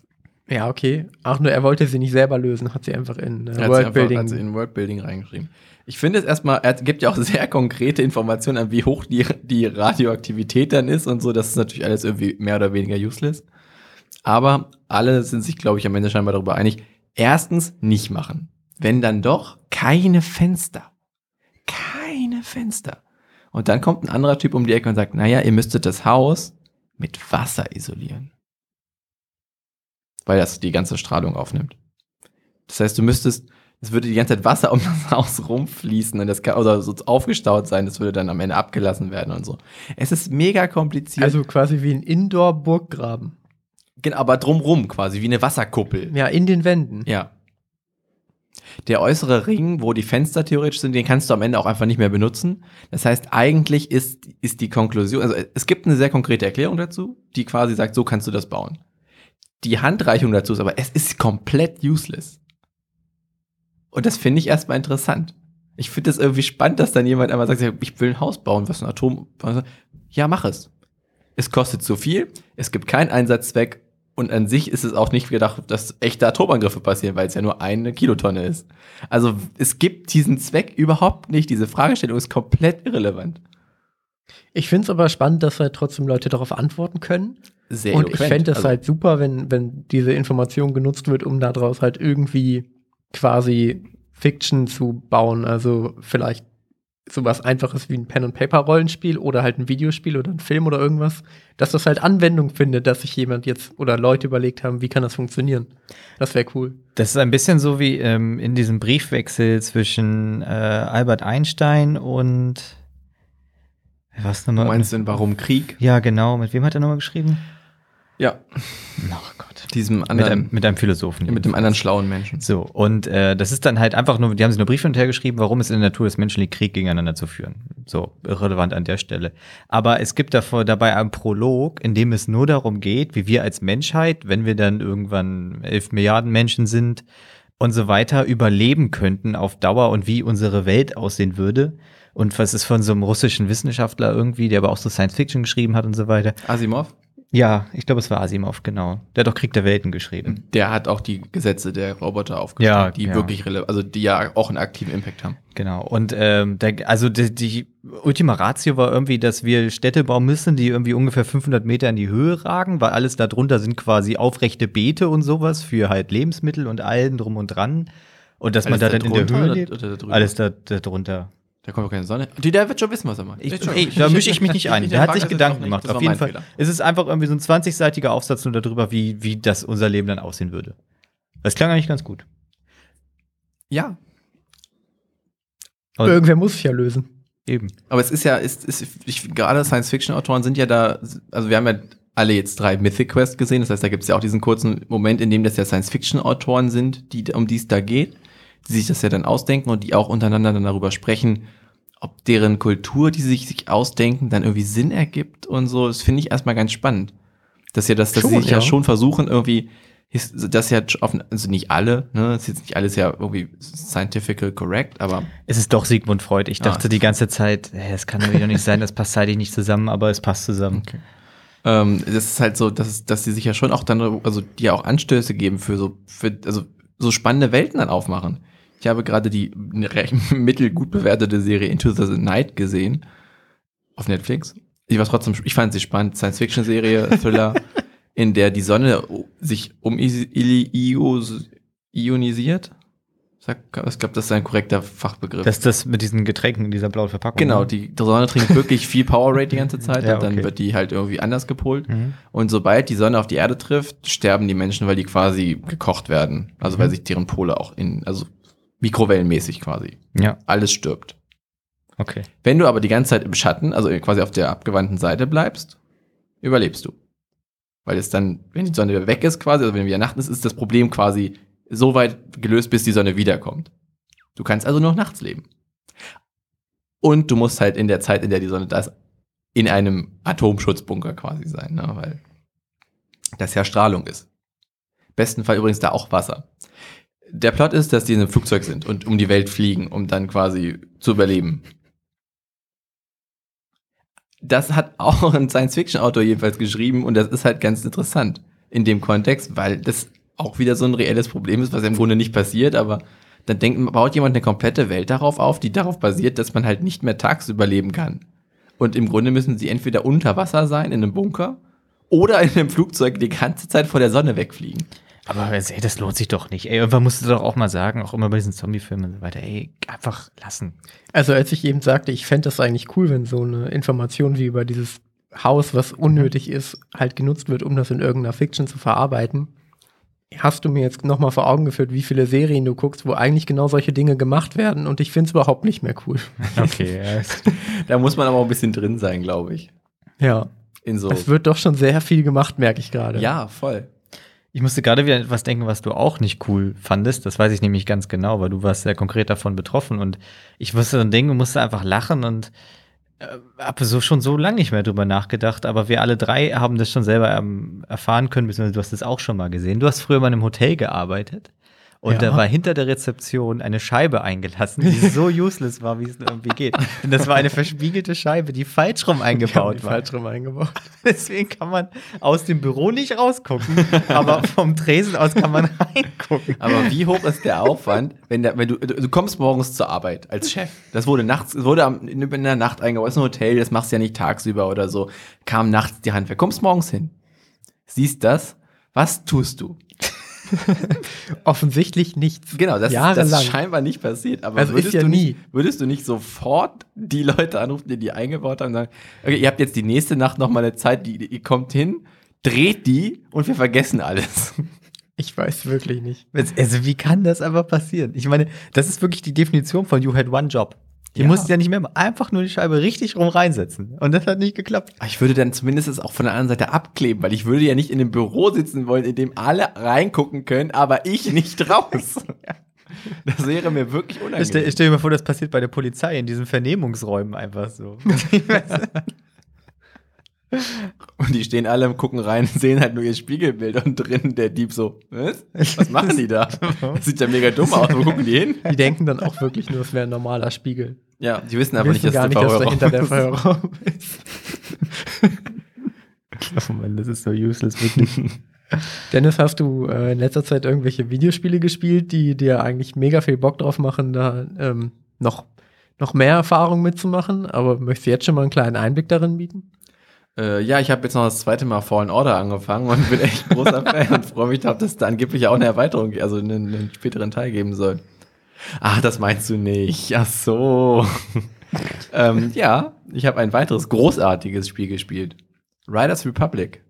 [SPEAKER 2] ja, okay. Ach nur, er wollte sie nicht selber lösen, hat sie einfach in äh,
[SPEAKER 3] Er hat sie einfach-
[SPEAKER 2] Worldbuilding.
[SPEAKER 3] Hat sie in Worldbuilding reingeschrieben. Ich finde es erstmal, er gibt ja auch sehr konkrete Informationen an, wie hoch die, die Radioaktivität dann ist und so. Das ist natürlich alles irgendwie mehr oder weniger useless. Aber alle sind sich, glaube ich, am Ende scheinbar darüber einig. Erstens nicht machen. Wenn dann doch, keine Fenster. Keine Fenster. Und dann kommt ein anderer Typ um die Ecke und sagt, naja, ihr müsstet das Haus mit Wasser isolieren. Weil das die ganze Strahlung aufnimmt. Das heißt, du müsstest, es würde die ganze Zeit Wasser um das Haus rumfließen und das kann, oder so aufgestaut sein, das würde dann am Ende abgelassen werden und so. Es ist mega kompliziert.
[SPEAKER 2] Also quasi wie ein Indoor-Burggraben.
[SPEAKER 3] Genau, aber drumrum quasi, wie eine Wasserkuppel.
[SPEAKER 2] Ja, in den Wänden.
[SPEAKER 3] Ja. Der äußere Ring, wo die Fenster theoretisch sind, den kannst du am Ende auch einfach nicht mehr benutzen. Das heißt, eigentlich ist, ist die Konklusion, also es gibt eine sehr konkrete Erklärung dazu, die quasi sagt, so kannst du das bauen. Die Handreichung dazu ist aber, es ist komplett useless. Und das finde ich erstmal interessant. Ich finde das irgendwie spannend, dass dann jemand einmal sagt, ja, ich will ein Haus bauen, was ein Atom. Ja, mach es. Es kostet zu viel, es gibt keinen Einsatzzweck und an sich ist es auch nicht gedacht, dass echte Atomangriffe passieren, weil es ja nur eine Kilotonne ist. Also es gibt diesen Zweck überhaupt nicht. Diese Fragestellung ist komplett irrelevant.
[SPEAKER 2] Ich finde es aber spannend, dass halt trotzdem Leute darauf antworten können.
[SPEAKER 3] Sehr
[SPEAKER 2] und ich
[SPEAKER 3] eloquent.
[SPEAKER 2] fände es
[SPEAKER 3] Also,
[SPEAKER 2] halt super, wenn, wenn diese Information genutzt wird, um daraus halt irgendwie quasi Fiction zu bauen. Also vielleicht sowas einfaches wie ein Pen-and-Paper-Rollenspiel oder halt ein Videospiel oder ein Film oder irgendwas, dass das halt Anwendung findet, dass sich jemand jetzt oder Leute überlegt haben, wie kann das funktionieren. Das wäre cool.
[SPEAKER 1] Das ist ein bisschen so wie ähm, in diesem Briefwechsel zwischen äh, Albert Einstein und was
[SPEAKER 3] Du
[SPEAKER 1] nochmal?
[SPEAKER 3] meinst denn, warum Krieg?
[SPEAKER 1] Ja, genau. Mit wem hat er nochmal geschrieben?
[SPEAKER 3] Ja.
[SPEAKER 1] Oh Gott.
[SPEAKER 3] Diesem
[SPEAKER 1] Mit einem,
[SPEAKER 3] anderen,
[SPEAKER 1] mit einem Philosophen.
[SPEAKER 3] mit, dem anderen schlauen Menschen.
[SPEAKER 1] So, und äh, das ist dann halt einfach nur, die haben sich nur Briefe und hergeschrieben, warum es in der Natur des Menschen liegt, Krieg gegeneinander zu führen. So, irrelevant an der Stelle. Aber es gibt davor, dabei einen Prolog, in dem es nur darum geht, wie wir als Menschheit, wenn wir dann irgendwann elf Milliarden Menschen sind und so weiter, überleben könnten auf Dauer und wie unsere Welt aussehen würde. Und was ist von so einem russischen Wissenschaftler irgendwie, der aber auch so Science Fiction geschrieben hat und so weiter.
[SPEAKER 3] Asimov,
[SPEAKER 1] Ja, ich glaube, es war Asimov, genau. Der hat doch Krieg der Welten geschrieben.
[SPEAKER 3] der hat auch die Gesetze der Roboter aufgestellt,
[SPEAKER 1] Ja,
[SPEAKER 3] die
[SPEAKER 1] ja.
[SPEAKER 3] wirklich relevant, also die ja auch einen aktiven Impact haben.
[SPEAKER 1] Genau. Und ähm, der, also die, die Ultima Ratio war irgendwie, dass wir Städte bauen müssen, die irgendwie ungefähr 500 Meter in die Höhe ragen, weil alles darunter sind quasi aufrechte Beete und sowas für halt Lebensmittel und allen drum und dran. Und dass man da
[SPEAKER 3] Alles
[SPEAKER 1] dann in der
[SPEAKER 3] darunter
[SPEAKER 1] Höhe
[SPEAKER 3] oder-
[SPEAKER 1] lebt.
[SPEAKER 3] oder darüber?
[SPEAKER 1] Alles da, da drunter.
[SPEAKER 3] Da kommt doch keine Sonne. Die, der wird schon wissen, was er macht.
[SPEAKER 1] Ich,
[SPEAKER 3] Der schon-
[SPEAKER 1] ey, da mische ich mich nicht ein. Der hat
[SPEAKER 3] frage
[SPEAKER 1] sich
[SPEAKER 3] das jetzt auch
[SPEAKER 1] Gedanken
[SPEAKER 3] nicht.
[SPEAKER 1] gemacht.
[SPEAKER 3] Das war
[SPEAKER 1] Auf jeden
[SPEAKER 3] mein
[SPEAKER 1] Fall.
[SPEAKER 3] Fehler.
[SPEAKER 1] Es ist einfach irgendwie so ein 20-seitiger Aufsatz nur darüber, wie, wie das unser Leben dann aussehen würde. Das klang eigentlich ganz gut.
[SPEAKER 3] Ja,
[SPEAKER 1] Und-
[SPEAKER 2] Irgendwer muss es ja lösen.
[SPEAKER 1] Eben.
[SPEAKER 3] Aber es ist ja, ist, ist, ich, gerade Science-Fiction-Autoren sind ja da, also wir haben ja alle jetzt drei Mythic Quest gesehen, das heißt, da gibt es ja auch diesen kurzen Moment, in dem das ja Science-Fiction-Autoren sind, die, um die es da geht, die sich das ja dann ausdenken und die auch untereinander dann darüber sprechen, ob deren Kultur, die sich, sich ausdenken, dann irgendwie Sinn ergibt und so. Das finde ich erstmal ganz spannend. Dass ja das, dass sie
[SPEAKER 2] Schon,
[SPEAKER 3] sich ja.
[SPEAKER 2] ja.
[SPEAKER 3] schon versuchen, irgendwie, his- das ja auf, also nicht alle, ne, das ist jetzt nicht alles ja irgendwie scientifical correct, aber
[SPEAKER 1] Es ist doch Sigmund Freud. Ich
[SPEAKER 3] Ah.
[SPEAKER 1] dachte die ganze Zeit, hä, es kann doch wieder nicht sein, das passt zeitlich nicht zusammen, aber es passt zusammen.
[SPEAKER 3] Okay. Ähm, das ist halt so, dass, dass die sich ja schon auch dann, also die ja auch Anstöße geben für so, für, also so spannende Welten dann aufmachen. Ich habe gerade die recht mittelgut bewertete Serie Into the Night gesehen auf Netflix. Ich war trotzdem, ich fand sie spannend, Science-Fiction-Serie, Thriller, in der die Sonne o- sich um ionisiert. Sag, ich glaube, das ist ein korrekter Fachbegriff.
[SPEAKER 1] Das ist das mit diesen Getränken in dieser blauen Verpackung.
[SPEAKER 3] Genau,
[SPEAKER 1] ne?
[SPEAKER 3] die Sonne trinkt wirklich viel Powerade die ganze Zeit
[SPEAKER 1] Ja,
[SPEAKER 3] und dann
[SPEAKER 1] okay.
[SPEAKER 3] wird die halt irgendwie anders gepolt.
[SPEAKER 1] Mhm.
[SPEAKER 3] Und sobald die Sonne auf die Erde trifft, sterben die Menschen, weil die quasi gekocht werden. Also weil sich deren Pole auch in, also mikrowellenmäßig quasi.
[SPEAKER 1] Ja,
[SPEAKER 3] Alles stirbt.
[SPEAKER 1] okay.
[SPEAKER 3] Wenn du aber die ganze Zeit im Schatten, also quasi auf der abgewandten Seite bleibst, überlebst du. Weil es dann, wenn die Sonne wieder weg ist quasi, also wenn wieder Nacht ist, ist das Problem quasi so weit gelöst, bis die Sonne wiederkommt. Du kannst also nur noch nachts leben. Und du musst halt in der Zeit, in der die Sonne da ist, in einem Atomschutzbunker quasi sein, ne? weil das ja Strahlung ist. Besten Fall übrigens da auch Wasser. Der Plot ist, dass die in einem Flugzeug sind und um die Welt fliegen, um dann quasi zu überleben. Das hat auch ein Science-Fiction-Autor jedenfalls geschrieben und das ist halt ganz interessant in dem Kontext, weil das auch wieder so ein reelles Problem ist, was im Grunde nicht passiert, aber dann denkt, baut jemand eine komplette Welt darauf auf, die darauf basiert, dass man halt nicht mehr tagsüber leben kann. Und im Grunde müssen sie entweder unter Wasser sein, in einem Bunker, oder in einem Flugzeug die ganze Zeit vor der Sonne wegfliegen.
[SPEAKER 1] Aber ey, das lohnt sich doch nicht. Ey, irgendwann musst du doch auch mal sagen, auch immer bei diesen Zombie-Filmen und so weiter, ey, einfach lassen.
[SPEAKER 2] Also als ich eben sagte, ich fände das eigentlich cool, wenn so eine Information wie über dieses Haus, was
[SPEAKER 3] Mhm.
[SPEAKER 2] unnötig ist, halt genutzt wird, um das in irgendeiner Fiction zu verarbeiten. Hast du mir jetzt nochmal vor Augen geführt, wie viele Serien du guckst, wo eigentlich genau solche Dinge gemacht werden und ich finde es überhaupt nicht mehr cool.
[SPEAKER 1] Okay, ja, ist-
[SPEAKER 3] Da muss man aber auch ein bisschen drin sein, glaube ich.
[SPEAKER 2] Ja.
[SPEAKER 3] In so.
[SPEAKER 2] Es wird doch schon sehr viel gemacht, merke ich gerade.
[SPEAKER 3] Ja, voll.
[SPEAKER 1] Ich musste gerade wieder an etwas denken, was du auch nicht cool fandest. Das weiß ich nämlich ganz genau, weil du warst sehr konkret davon betroffen. Und ich musste dann denken, musste einfach lachen und äh, habe so schon so lange nicht mehr drüber nachgedacht. Aber wir alle drei haben das schon selber ähm, erfahren können, beziehungsweise du hast es auch schon mal gesehen. Du hast früher mal in einem Hotel gearbeitet. Und
[SPEAKER 2] Ja.
[SPEAKER 1] da war hinter der Rezeption eine Scheibe eingelassen, die so useless war, wie es nur irgendwie geht. Denn das war eine verspiegelte Scheibe, die falsch rum
[SPEAKER 2] Die haben
[SPEAKER 1] eingebaut
[SPEAKER 2] die
[SPEAKER 1] war.
[SPEAKER 2] falsch rum eingebaut.
[SPEAKER 1] Deswegen kann man aus dem Büro nicht rausgucken, aber vom Tresen aus kann man reingucken.
[SPEAKER 3] Aber wie hoch ist der Aufwand, wenn, der, wenn du, du, du kommst morgens zur Arbeit als Chef? Das wurde nachts, es wurde am, in in der Nacht eingebaut. Das ist ein Hotel, das machst du ja nicht tagsüber oder so. Kam nachts die Handwerker. Kommst morgens hin, siehst das, was tust du?
[SPEAKER 2] Offensichtlich nichts.
[SPEAKER 3] Genau, das, das
[SPEAKER 2] Jahrelang.
[SPEAKER 3] ist scheinbar nicht passiert. Aber
[SPEAKER 2] Also ist
[SPEAKER 3] würdest,
[SPEAKER 2] ja
[SPEAKER 3] du nicht,
[SPEAKER 2] nie.
[SPEAKER 3] würdest du nicht sofort die Leute anrufen, die die eingebaut haben, und sagen, okay, ihr habt jetzt die nächste Nacht noch mal eine Zeit, die, ihr kommt hin, dreht die und wir vergessen alles.
[SPEAKER 2] Ich weiß wirklich nicht.
[SPEAKER 1] Also, wie kann das aber passieren? Ich meine, das ist wirklich die Definition von You had one job. Die
[SPEAKER 3] Ja.
[SPEAKER 1] musst du ja nicht mehr machen. einfach nur die Scheibe richtig rum reinsetzen. Und das hat nicht geklappt.
[SPEAKER 3] Aber Ich würde dann zumindest es auch von der anderen Seite abkleben, weil ich würde ja nicht in einem Büro sitzen wollen, in dem alle reingucken können, aber ich nicht raus. Das wäre mir wirklich
[SPEAKER 1] Ich stell,
[SPEAKER 3] unangenehm.
[SPEAKER 1] ich stell dir mal vor, das passiert bei der Polizei in diesen Vernehmungsräumen einfach so.
[SPEAKER 3] Und die stehen alle und gucken rein, sehen halt nur ihr Spiegelbild und drinnen der Dieb so, was? Was machen die da? Das sieht ja mega dumm aus, wo gucken die hin?
[SPEAKER 2] Die denken dann auch wirklich nur, es wäre ein normaler Spiegel.
[SPEAKER 3] Ja, die wissen aber
[SPEAKER 2] Wissen
[SPEAKER 3] nicht,
[SPEAKER 2] gar
[SPEAKER 3] dass der
[SPEAKER 2] nicht, dass dahinter
[SPEAKER 3] Verhörer
[SPEAKER 2] der Verhörraum ist.
[SPEAKER 1] oh Mann, das ist so useless, wirklich.
[SPEAKER 2] Dennis, hast du äh, in letzter Zeit irgendwelche Videospiele gespielt, die dir eigentlich mega viel Bock drauf machen, da ähm, noch, noch mehr Erfahrung mitzumachen? Aber möchtest du jetzt schon mal einen kleinen Einblick darin bieten?
[SPEAKER 3] Äh, ja, ich habe jetzt noch das zweite Mal Fallen Order angefangen und bin echt großer Fan und freue mich darauf, dass es da angeblich auch eine Erweiterung, also einen, einen späteren Teil geben soll. Ach, das meinst du nicht. Ach so. ähm, ja, ich habe ein weiteres großartiges Spiel gespielt. Riders Republic.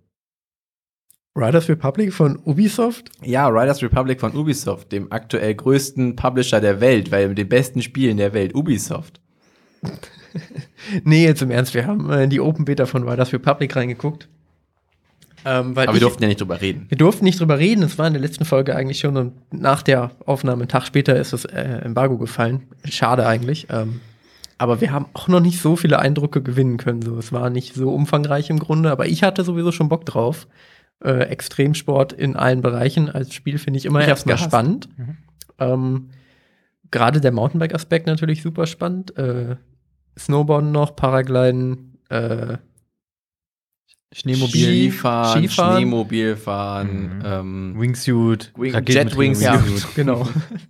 [SPEAKER 2] Riders Republic von Ubisoft?
[SPEAKER 3] Ja, Riders Republic von Ubisoft, dem aktuell größten Publisher der Welt, weil mit den besten Spielen der Welt, Ubisoft.
[SPEAKER 2] Nee, jetzt im Ernst, wir haben äh, in die Open Beta von Riders Republic reingeguckt. Ähm, weil
[SPEAKER 3] Aber
[SPEAKER 2] ich,
[SPEAKER 3] wir durften ja nicht drüber reden.
[SPEAKER 2] wir durften nicht drüber reden, es war in der letzten Folge eigentlich schon und nach der Aufnahme, einen Tag später, ist das äh, Embargo gefallen. Schade eigentlich. Ähm, aber wir haben auch noch nicht so viele Eindrücke gewinnen können. So. Es war nicht so umfangreich im Grunde, aber ich hatte sowieso schon Bock drauf. Äh, Extremsport in allen Bereichen als Spiel finde ich immer
[SPEAKER 3] Ich hab's
[SPEAKER 2] erstmal
[SPEAKER 3] gehasst.
[SPEAKER 2] spannend.
[SPEAKER 1] Mhm.
[SPEAKER 2] Ähm, Gerade der Mountainbike-Aspekt natürlich super spannend. Äh, Snowboarden noch, Paragliden, äh,
[SPEAKER 1] Schneemobil,
[SPEAKER 3] Skifahren,
[SPEAKER 2] Skifahren.
[SPEAKER 3] Schneemobilfahren,
[SPEAKER 1] Mhm.
[SPEAKER 3] ähm,
[SPEAKER 1] Wingsuit,
[SPEAKER 3] Wing-
[SPEAKER 1] Raketen
[SPEAKER 3] Jet
[SPEAKER 1] mit
[SPEAKER 3] Wingsuit.
[SPEAKER 2] ja,
[SPEAKER 1] Wingsuit.
[SPEAKER 2] genau.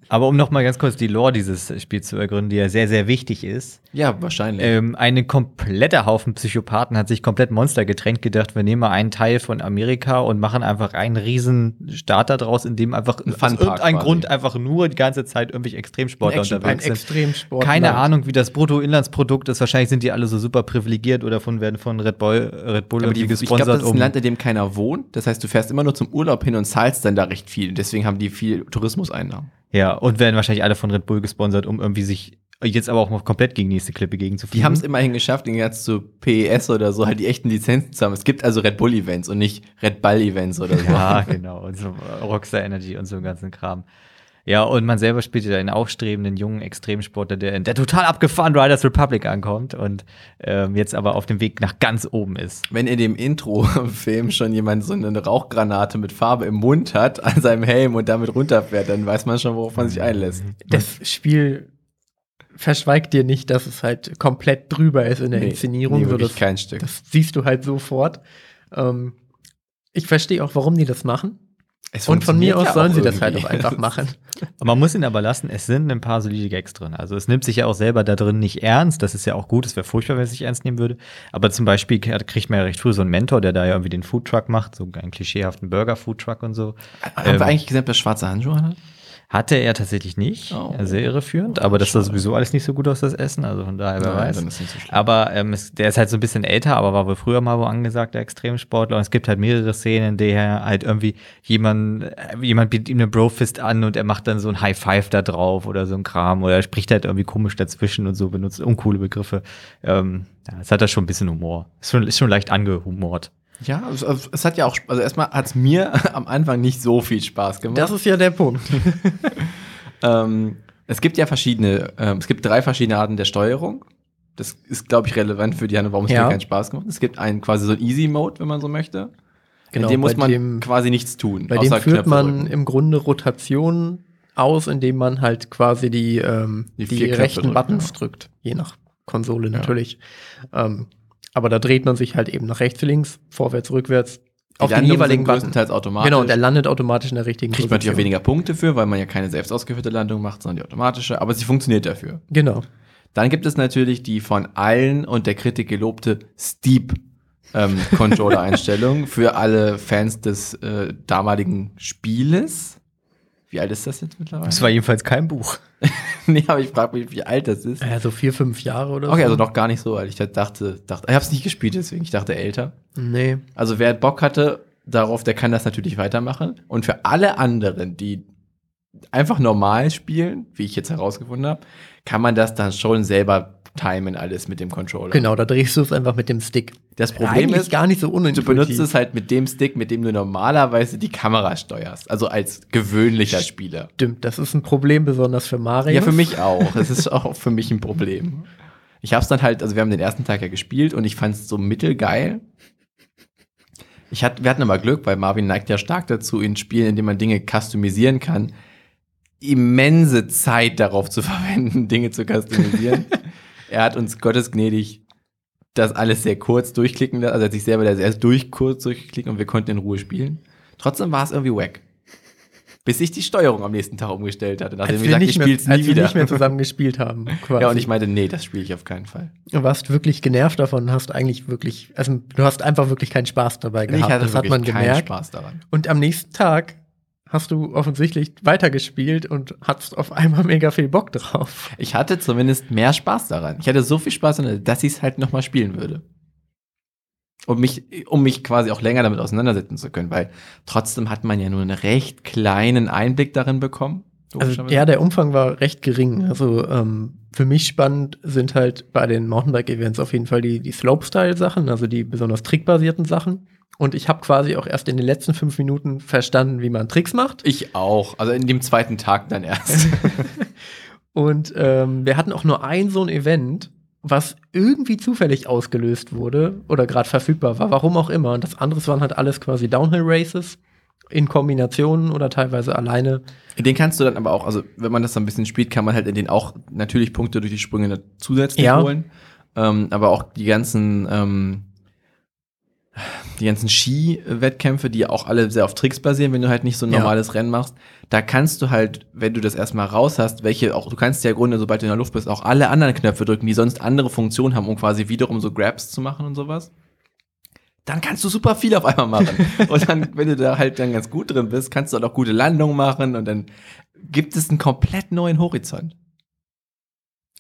[SPEAKER 1] Aber um nochmal ganz kurz die Lore dieses Spiels zu ergründen, die ja sehr, sehr wichtig ist.
[SPEAKER 3] ja, wahrscheinlich.
[SPEAKER 1] Ähm, ein kompletter Haufen Psychopathen hat sich komplett Monster getränkt gedacht, wir nehmen mal einen Teil von Amerika und machen einfach einen riesen Staat daraus, in dem einfach
[SPEAKER 3] Ein
[SPEAKER 1] aus
[SPEAKER 3] Funpark
[SPEAKER 1] irgendeinem
[SPEAKER 3] quasi.
[SPEAKER 1] Grund einfach nur die ganze Zeit irgendwelche Extremsportler
[SPEAKER 2] Action-
[SPEAKER 1] unterwegs sind.
[SPEAKER 2] Extremsport.
[SPEAKER 1] Keine
[SPEAKER 2] Land.
[SPEAKER 1] Ahnung, wie das Bruttoinlandsprodukt ist. Wahrscheinlich sind die alle so super privilegiert oder von, werden von Red Bull, Red Bull
[SPEAKER 3] Aber
[SPEAKER 1] irgendwie
[SPEAKER 3] die, ich glaube,
[SPEAKER 1] gesponsert.
[SPEAKER 3] das ist ein
[SPEAKER 1] um-
[SPEAKER 3] Land, in dem keiner wohnt. Das heißt, du fährst immer nur zum Urlaub hin und zahlst dann da recht viel. Und deswegen haben die viel Tourismuseinnahmen.
[SPEAKER 1] ja, und werden wahrscheinlich alle von Red Bull gesponsert, um irgendwie sich jetzt aber auch mal komplett gegen die nächste Klippe gegenzufliegen.
[SPEAKER 3] Die
[SPEAKER 2] Mhm.
[SPEAKER 3] haben es immerhin geschafft, im Gegensatz zu PES oder so, halt die echten Lizenzen zu haben. Es gibt also Red Bull-Events und nicht Red Bull-Events oder so.
[SPEAKER 1] Ja, genau. Und so Rockstar Energy und so einen ganzen Kram. Ja, und man selber spielt ja einen aufstrebenden jungen Extremsportler, der in der total abgefahren Riders Republic ankommt und ähm, jetzt aber auf dem Weg nach ganz oben ist.
[SPEAKER 3] Wenn in dem Intro-Film schon jemand so eine Rauchgranate mit Farbe im Mund hat, an seinem Helm und damit runterfährt, dann weiß man schon, worauf man
[SPEAKER 2] Mhm.
[SPEAKER 3] sich einlässt.
[SPEAKER 2] das Spiel verschweigt dir nicht, dass es halt komplett drüber ist in der
[SPEAKER 3] Nee,
[SPEAKER 2] Inszenierung.
[SPEAKER 3] nee,
[SPEAKER 2] so
[SPEAKER 3] wirklich
[SPEAKER 2] das,
[SPEAKER 3] kein Stück.
[SPEAKER 2] das siehst du halt sofort. Ähm, ich verstehe auch, warum die das machen.
[SPEAKER 3] Es
[SPEAKER 2] Und von mir
[SPEAKER 3] funktioniert
[SPEAKER 2] aus
[SPEAKER 3] ja
[SPEAKER 2] sollen
[SPEAKER 3] auch
[SPEAKER 2] sie das halt
[SPEAKER 3] irgendwie. Ähm.
[SPEAKER 2] auch einfach machen.
[SPEAKER 1] Man muss ihn aber lassen, es sind ein paar solide Gags drin. Also es nimmt sich ja auch selber da drin nicht ernst. Das ist ja auch gut, es wäre furchtbar, wenn es sich ernst nehmen würde. Aber zum Beispiel kriegt man ja recht früh so einen Mentor, der da ja irgendwie den Foodtruck macht, so einen klischeehaften Burger-Foodtruck und so.
[SPEAKER 3] Haben
[SPEAKER 1] Ähm,
[SPEAKER 3] wir eigentlich gesagt, dass schwarze Handschuhe hat?
[SPEAKER 1] Hatte er tatsächlich nicht.
[SPEAKER 3] Oh.
[SPEAKER 1] Sehr irreführend. Aber das sah
[SPEAKER 3] Schade.
[SPEAKER 1] sowieso alles nicht so gut aus, das Essen. Also von daher, wer
[SPEAKER 3] Nein,
[SPEAKER 1] weiß.
[SPEAKER 3] dann ist nicht so schlimm.
[SPEAKER 1] Aber ähm, es, der ist halt so ein bisschen älter, aber war wohl früher mal wo angesagter Extremsportler. Und es gibt halt mehrere Szenen, in der halt irgendwie jemand, äh, jemand bietet ihm eine Brofist an und er macht dann so ein High Five da drauf oder so ein Kram. Oder er spricht halt irgendwie komisch dazwischen und so, benutzt uncoole Begriffe. Ähm, ja, es hat da schon ein bisschen Humor. Ist schon, ist schon leicht angehumort.
[SPEAKER 3] Ja, es, es hat ja auch, also erstmal hat es mir am Anfang nicht so viel Spaß gemacht.
[SPEAKER 2] Das ist ja der Punkt.
[SPEAKER 3] Ähm, es gibt ja verschiedene, ähm, es gibt drei verschiedene Arten der Steuerung. Das ist, glaube ich, relevant für die Hanne, warum es
[SPEAKER 2] Ja.
[SPEAKER 3] mir keinen Spaß gemacht hat. Es gibt einen quasi so einen Easy-Mode, wenn man so möchte.
[SPEAKER 2] Genau,
[SPEAKER 3] in dem muss
[SPEAKER 2] bei
[SPEAKER 3] man
[SPEAKER 2] dem-
[SPEAKER 3] quasi nichts tun.
[SPEAKER 2] Bei dem führt
[SPEAKER 3] Knöpfe
[SPEAKER 2] man
[SPEAKER 3] drücken.
[SPEAKER 2] im Grunde Rotation aus, indem man halt quasi die, ähm,
[SPEAKER 3] Die
[SPEAKER 2] die,
[SPEAKER 3] vier Knöpfe
[SPEAKER 2] rechten
[SPEAKER 3] drückt,
[SPEAKER 2] Buttons
[SPEAKER 3] ja.
[SPEAKER 2] drückt, je nach Konsole natürlich. Ähm, aber da dreht man sich halt eben nach rechts, links, vorwärts, rückwärts auf den
[SPEAKER 3] Landungen
[SPEAKER 2] jeweiligen
[SPEAKER 3] sind
[SPEAKER 2] Button.
[SPEAKER 3] größtenteils automatisch.
[SPEAKER 2] Genau, und der landet automatisch in der richtigen
[SPEAKER 3] kriegt man natürlich auch weniger Punkte für, weil man ja keine selbst ausgeführte Landung macht, sondern die automatische. Aber sie funktioniert dafür.
[SPEAKER 2] Genau.
[SPEAKER 3] Dann gibt es natürlich die von allen und der Kritik gelobte Steep ähm, Controller-Einstellung für alle Fans des äh, damaligen Spieles. Wie alt ist das jetzt mittlerweile?
[SPEAKER 1] Es war jedenfalls kein Buch.
[SPEAKER 3] nee, aber ich frage mich, wie alt das ist.
[SPEAKER 2] Also vier, fünf Jahre oder
[SPEAKER 3] Okay,
[SPEAKER 2] so.
[SPEAKER 3] also noch gar nicht so alt. Ich dachte, dachte ich habe es nicht gespielt, deswegen ich dachte älter.
[SPEAKER 2] Nee.
[SPEAKER 3] Also wer Bock hatte darauf, der kann das natürlich weitermachen. Und für alle anderen, die einfach normal spielen, wie ich jetzt herausgefunden habe, kann man das dann schon selber timen alles mit dem Controller.
[SPEAKER 2] Genau, da drehst du es einfach mit dem Stick.
[SPEAKER 3] Das Problem
[SPEAKER 2] Äh, Eigentlich
[SPEAKER 3] ist,
[SPEAKER 2] gar nicht so
[SPEAKER 3] du
[SPEAKER 2] unintuitiv.
[SPEAKER 3] benutzt es halt mit dem Stick, mit dem du normalerweise die Kamera steuerst. Also als gewöhnlicher Spieler.
[SPEAKER 2] Stimmt, das ist ein Problem besonders für Mario.
[SPEAKER 3] Ja, für mich auch. Es ist auch für mich ein Problem. Ich hab's dann halt, also wir haben den ersten Tag ja gespielt und ich fand's so mittelgeil. Ich hat, wir hatten aber Glück, weil Marvin neigt ja stark dazu, in Spielen, in denen man Dinge customisieren kann, immense Zeit darauf zu verwenden, Dinge zu customisieren. er hat uns gottesgnädig das alles sehr kurz durchklicken lassen, also er hat sich selber das erst durch, kurz durchklicken und wir konnten in Ruhe spielen. Trotzdem war es irgendwie wack. Bis ich die Steuerung am nächsten Tag umgestellt hatte. Nachdem
[SPEAKER 2] als
[SPEAKER 3] ich
[SPEAKER 2] wir,
[SPEAKER 3] Also gesagt,
[SPEAKER 2] nicht
[SPEAKER 3] ich
[SPEAKER 2] mehr,
[SPEAKER 3] spiel's nie
[SPEAKER 2] als wir
[SPEAKER 3] wieder.
[SPEAKER 2] nicht mehr zusammen gespielt haben. Quasi.
[SPEAKER 3] Ja, und ich meinte, nee, das spiele ich auf keinen Fall.
[SPEAKER 2] Du warst wirklich genervt davon, und hast eigentlich wirklich, also du hast einfach wirklich keinen Spaß dabei gehabt. das hat
[SPEAKER 3] wirklich
[SPEAKER 2] man
[SPEAKER 3] keinen
[SPEAKER 2] gemerkt.
[SPEAKER 3] Spaß daran.
[SPEAKER 2] Und am nächsten Tag hast du offensichtlich weitergespielt und hattest auf einmal mega viel Bock drauf.
[SPEAKER 3] Ich hatte zumindest mehr Spaß daran. Ich hatte so viel Spaß daran, dass ich es halt nochmal spielen würde. Um mich, um mich quasi auch länger damit auseinandersetzen zu können, weil trotzdem hat man ja nur einen recht kleinen Einblick darin bekommen.
[SPEAKER 2] Also
[SPEAKER 3] logischerweise.
[SPEAKER 2] ja, der Umfang war recht gering. Also ähm, für mich spannend sind halt bei den Mountainbike-Events auf jeden Fall die, die Slopestyle-Sachen, also die besonders trickbasierten Sachen. Und ich habe quasi auch erst in den letzten fünf Minuten verstanden, wie man Tricks macht.
[SPEAKER 3] ich auch. Also in dem zweiten Tag dann erst.
[SPEAKER 2] Und ähm, wir hatten auch nur ein so ein Event, was irgendwie zufällig ausgelöst wurde oder gerade verfügbar war, warum auch immer. Und das andere waren halt alles quasi Downhill-Races in Kombinationen oder teilweise alleine.
[SPEAKER 3] den kannst du dann aber auch, also wenn man das dann ein bisschen spielt, kann man halt in den auch natürlich Punkte durch die Sprünge zusätzlich
[SPEAKER 2] Ja.
[SPEAKER 3] holen. Ähm, aber auch die ganzen, ähm, die ganzen Ski-Wettkämpfe, die auch alle sehr auf Tricks basieren, wenn du halt nicht so ein
[SPEAKER 2] Ja.
[SPEAKER 3] normales Rennen machst, da kannst du halt, wenn du das erstmal raus hast, welche auch, du kannst ja im Grunde, sobald du in der Luft bist, auch alle anderen Knöpfe drücken, die sonst andere Funktionen haben, um quasi wiederum so Grabs zu machen und sowas. Dann kannst du super viel auf einmal machen. und dann, wenn du da halt dann ganz gut drin bist, kannst du halt auch gute Landungen machen und dann gibt es einen komplett neuen Horizont.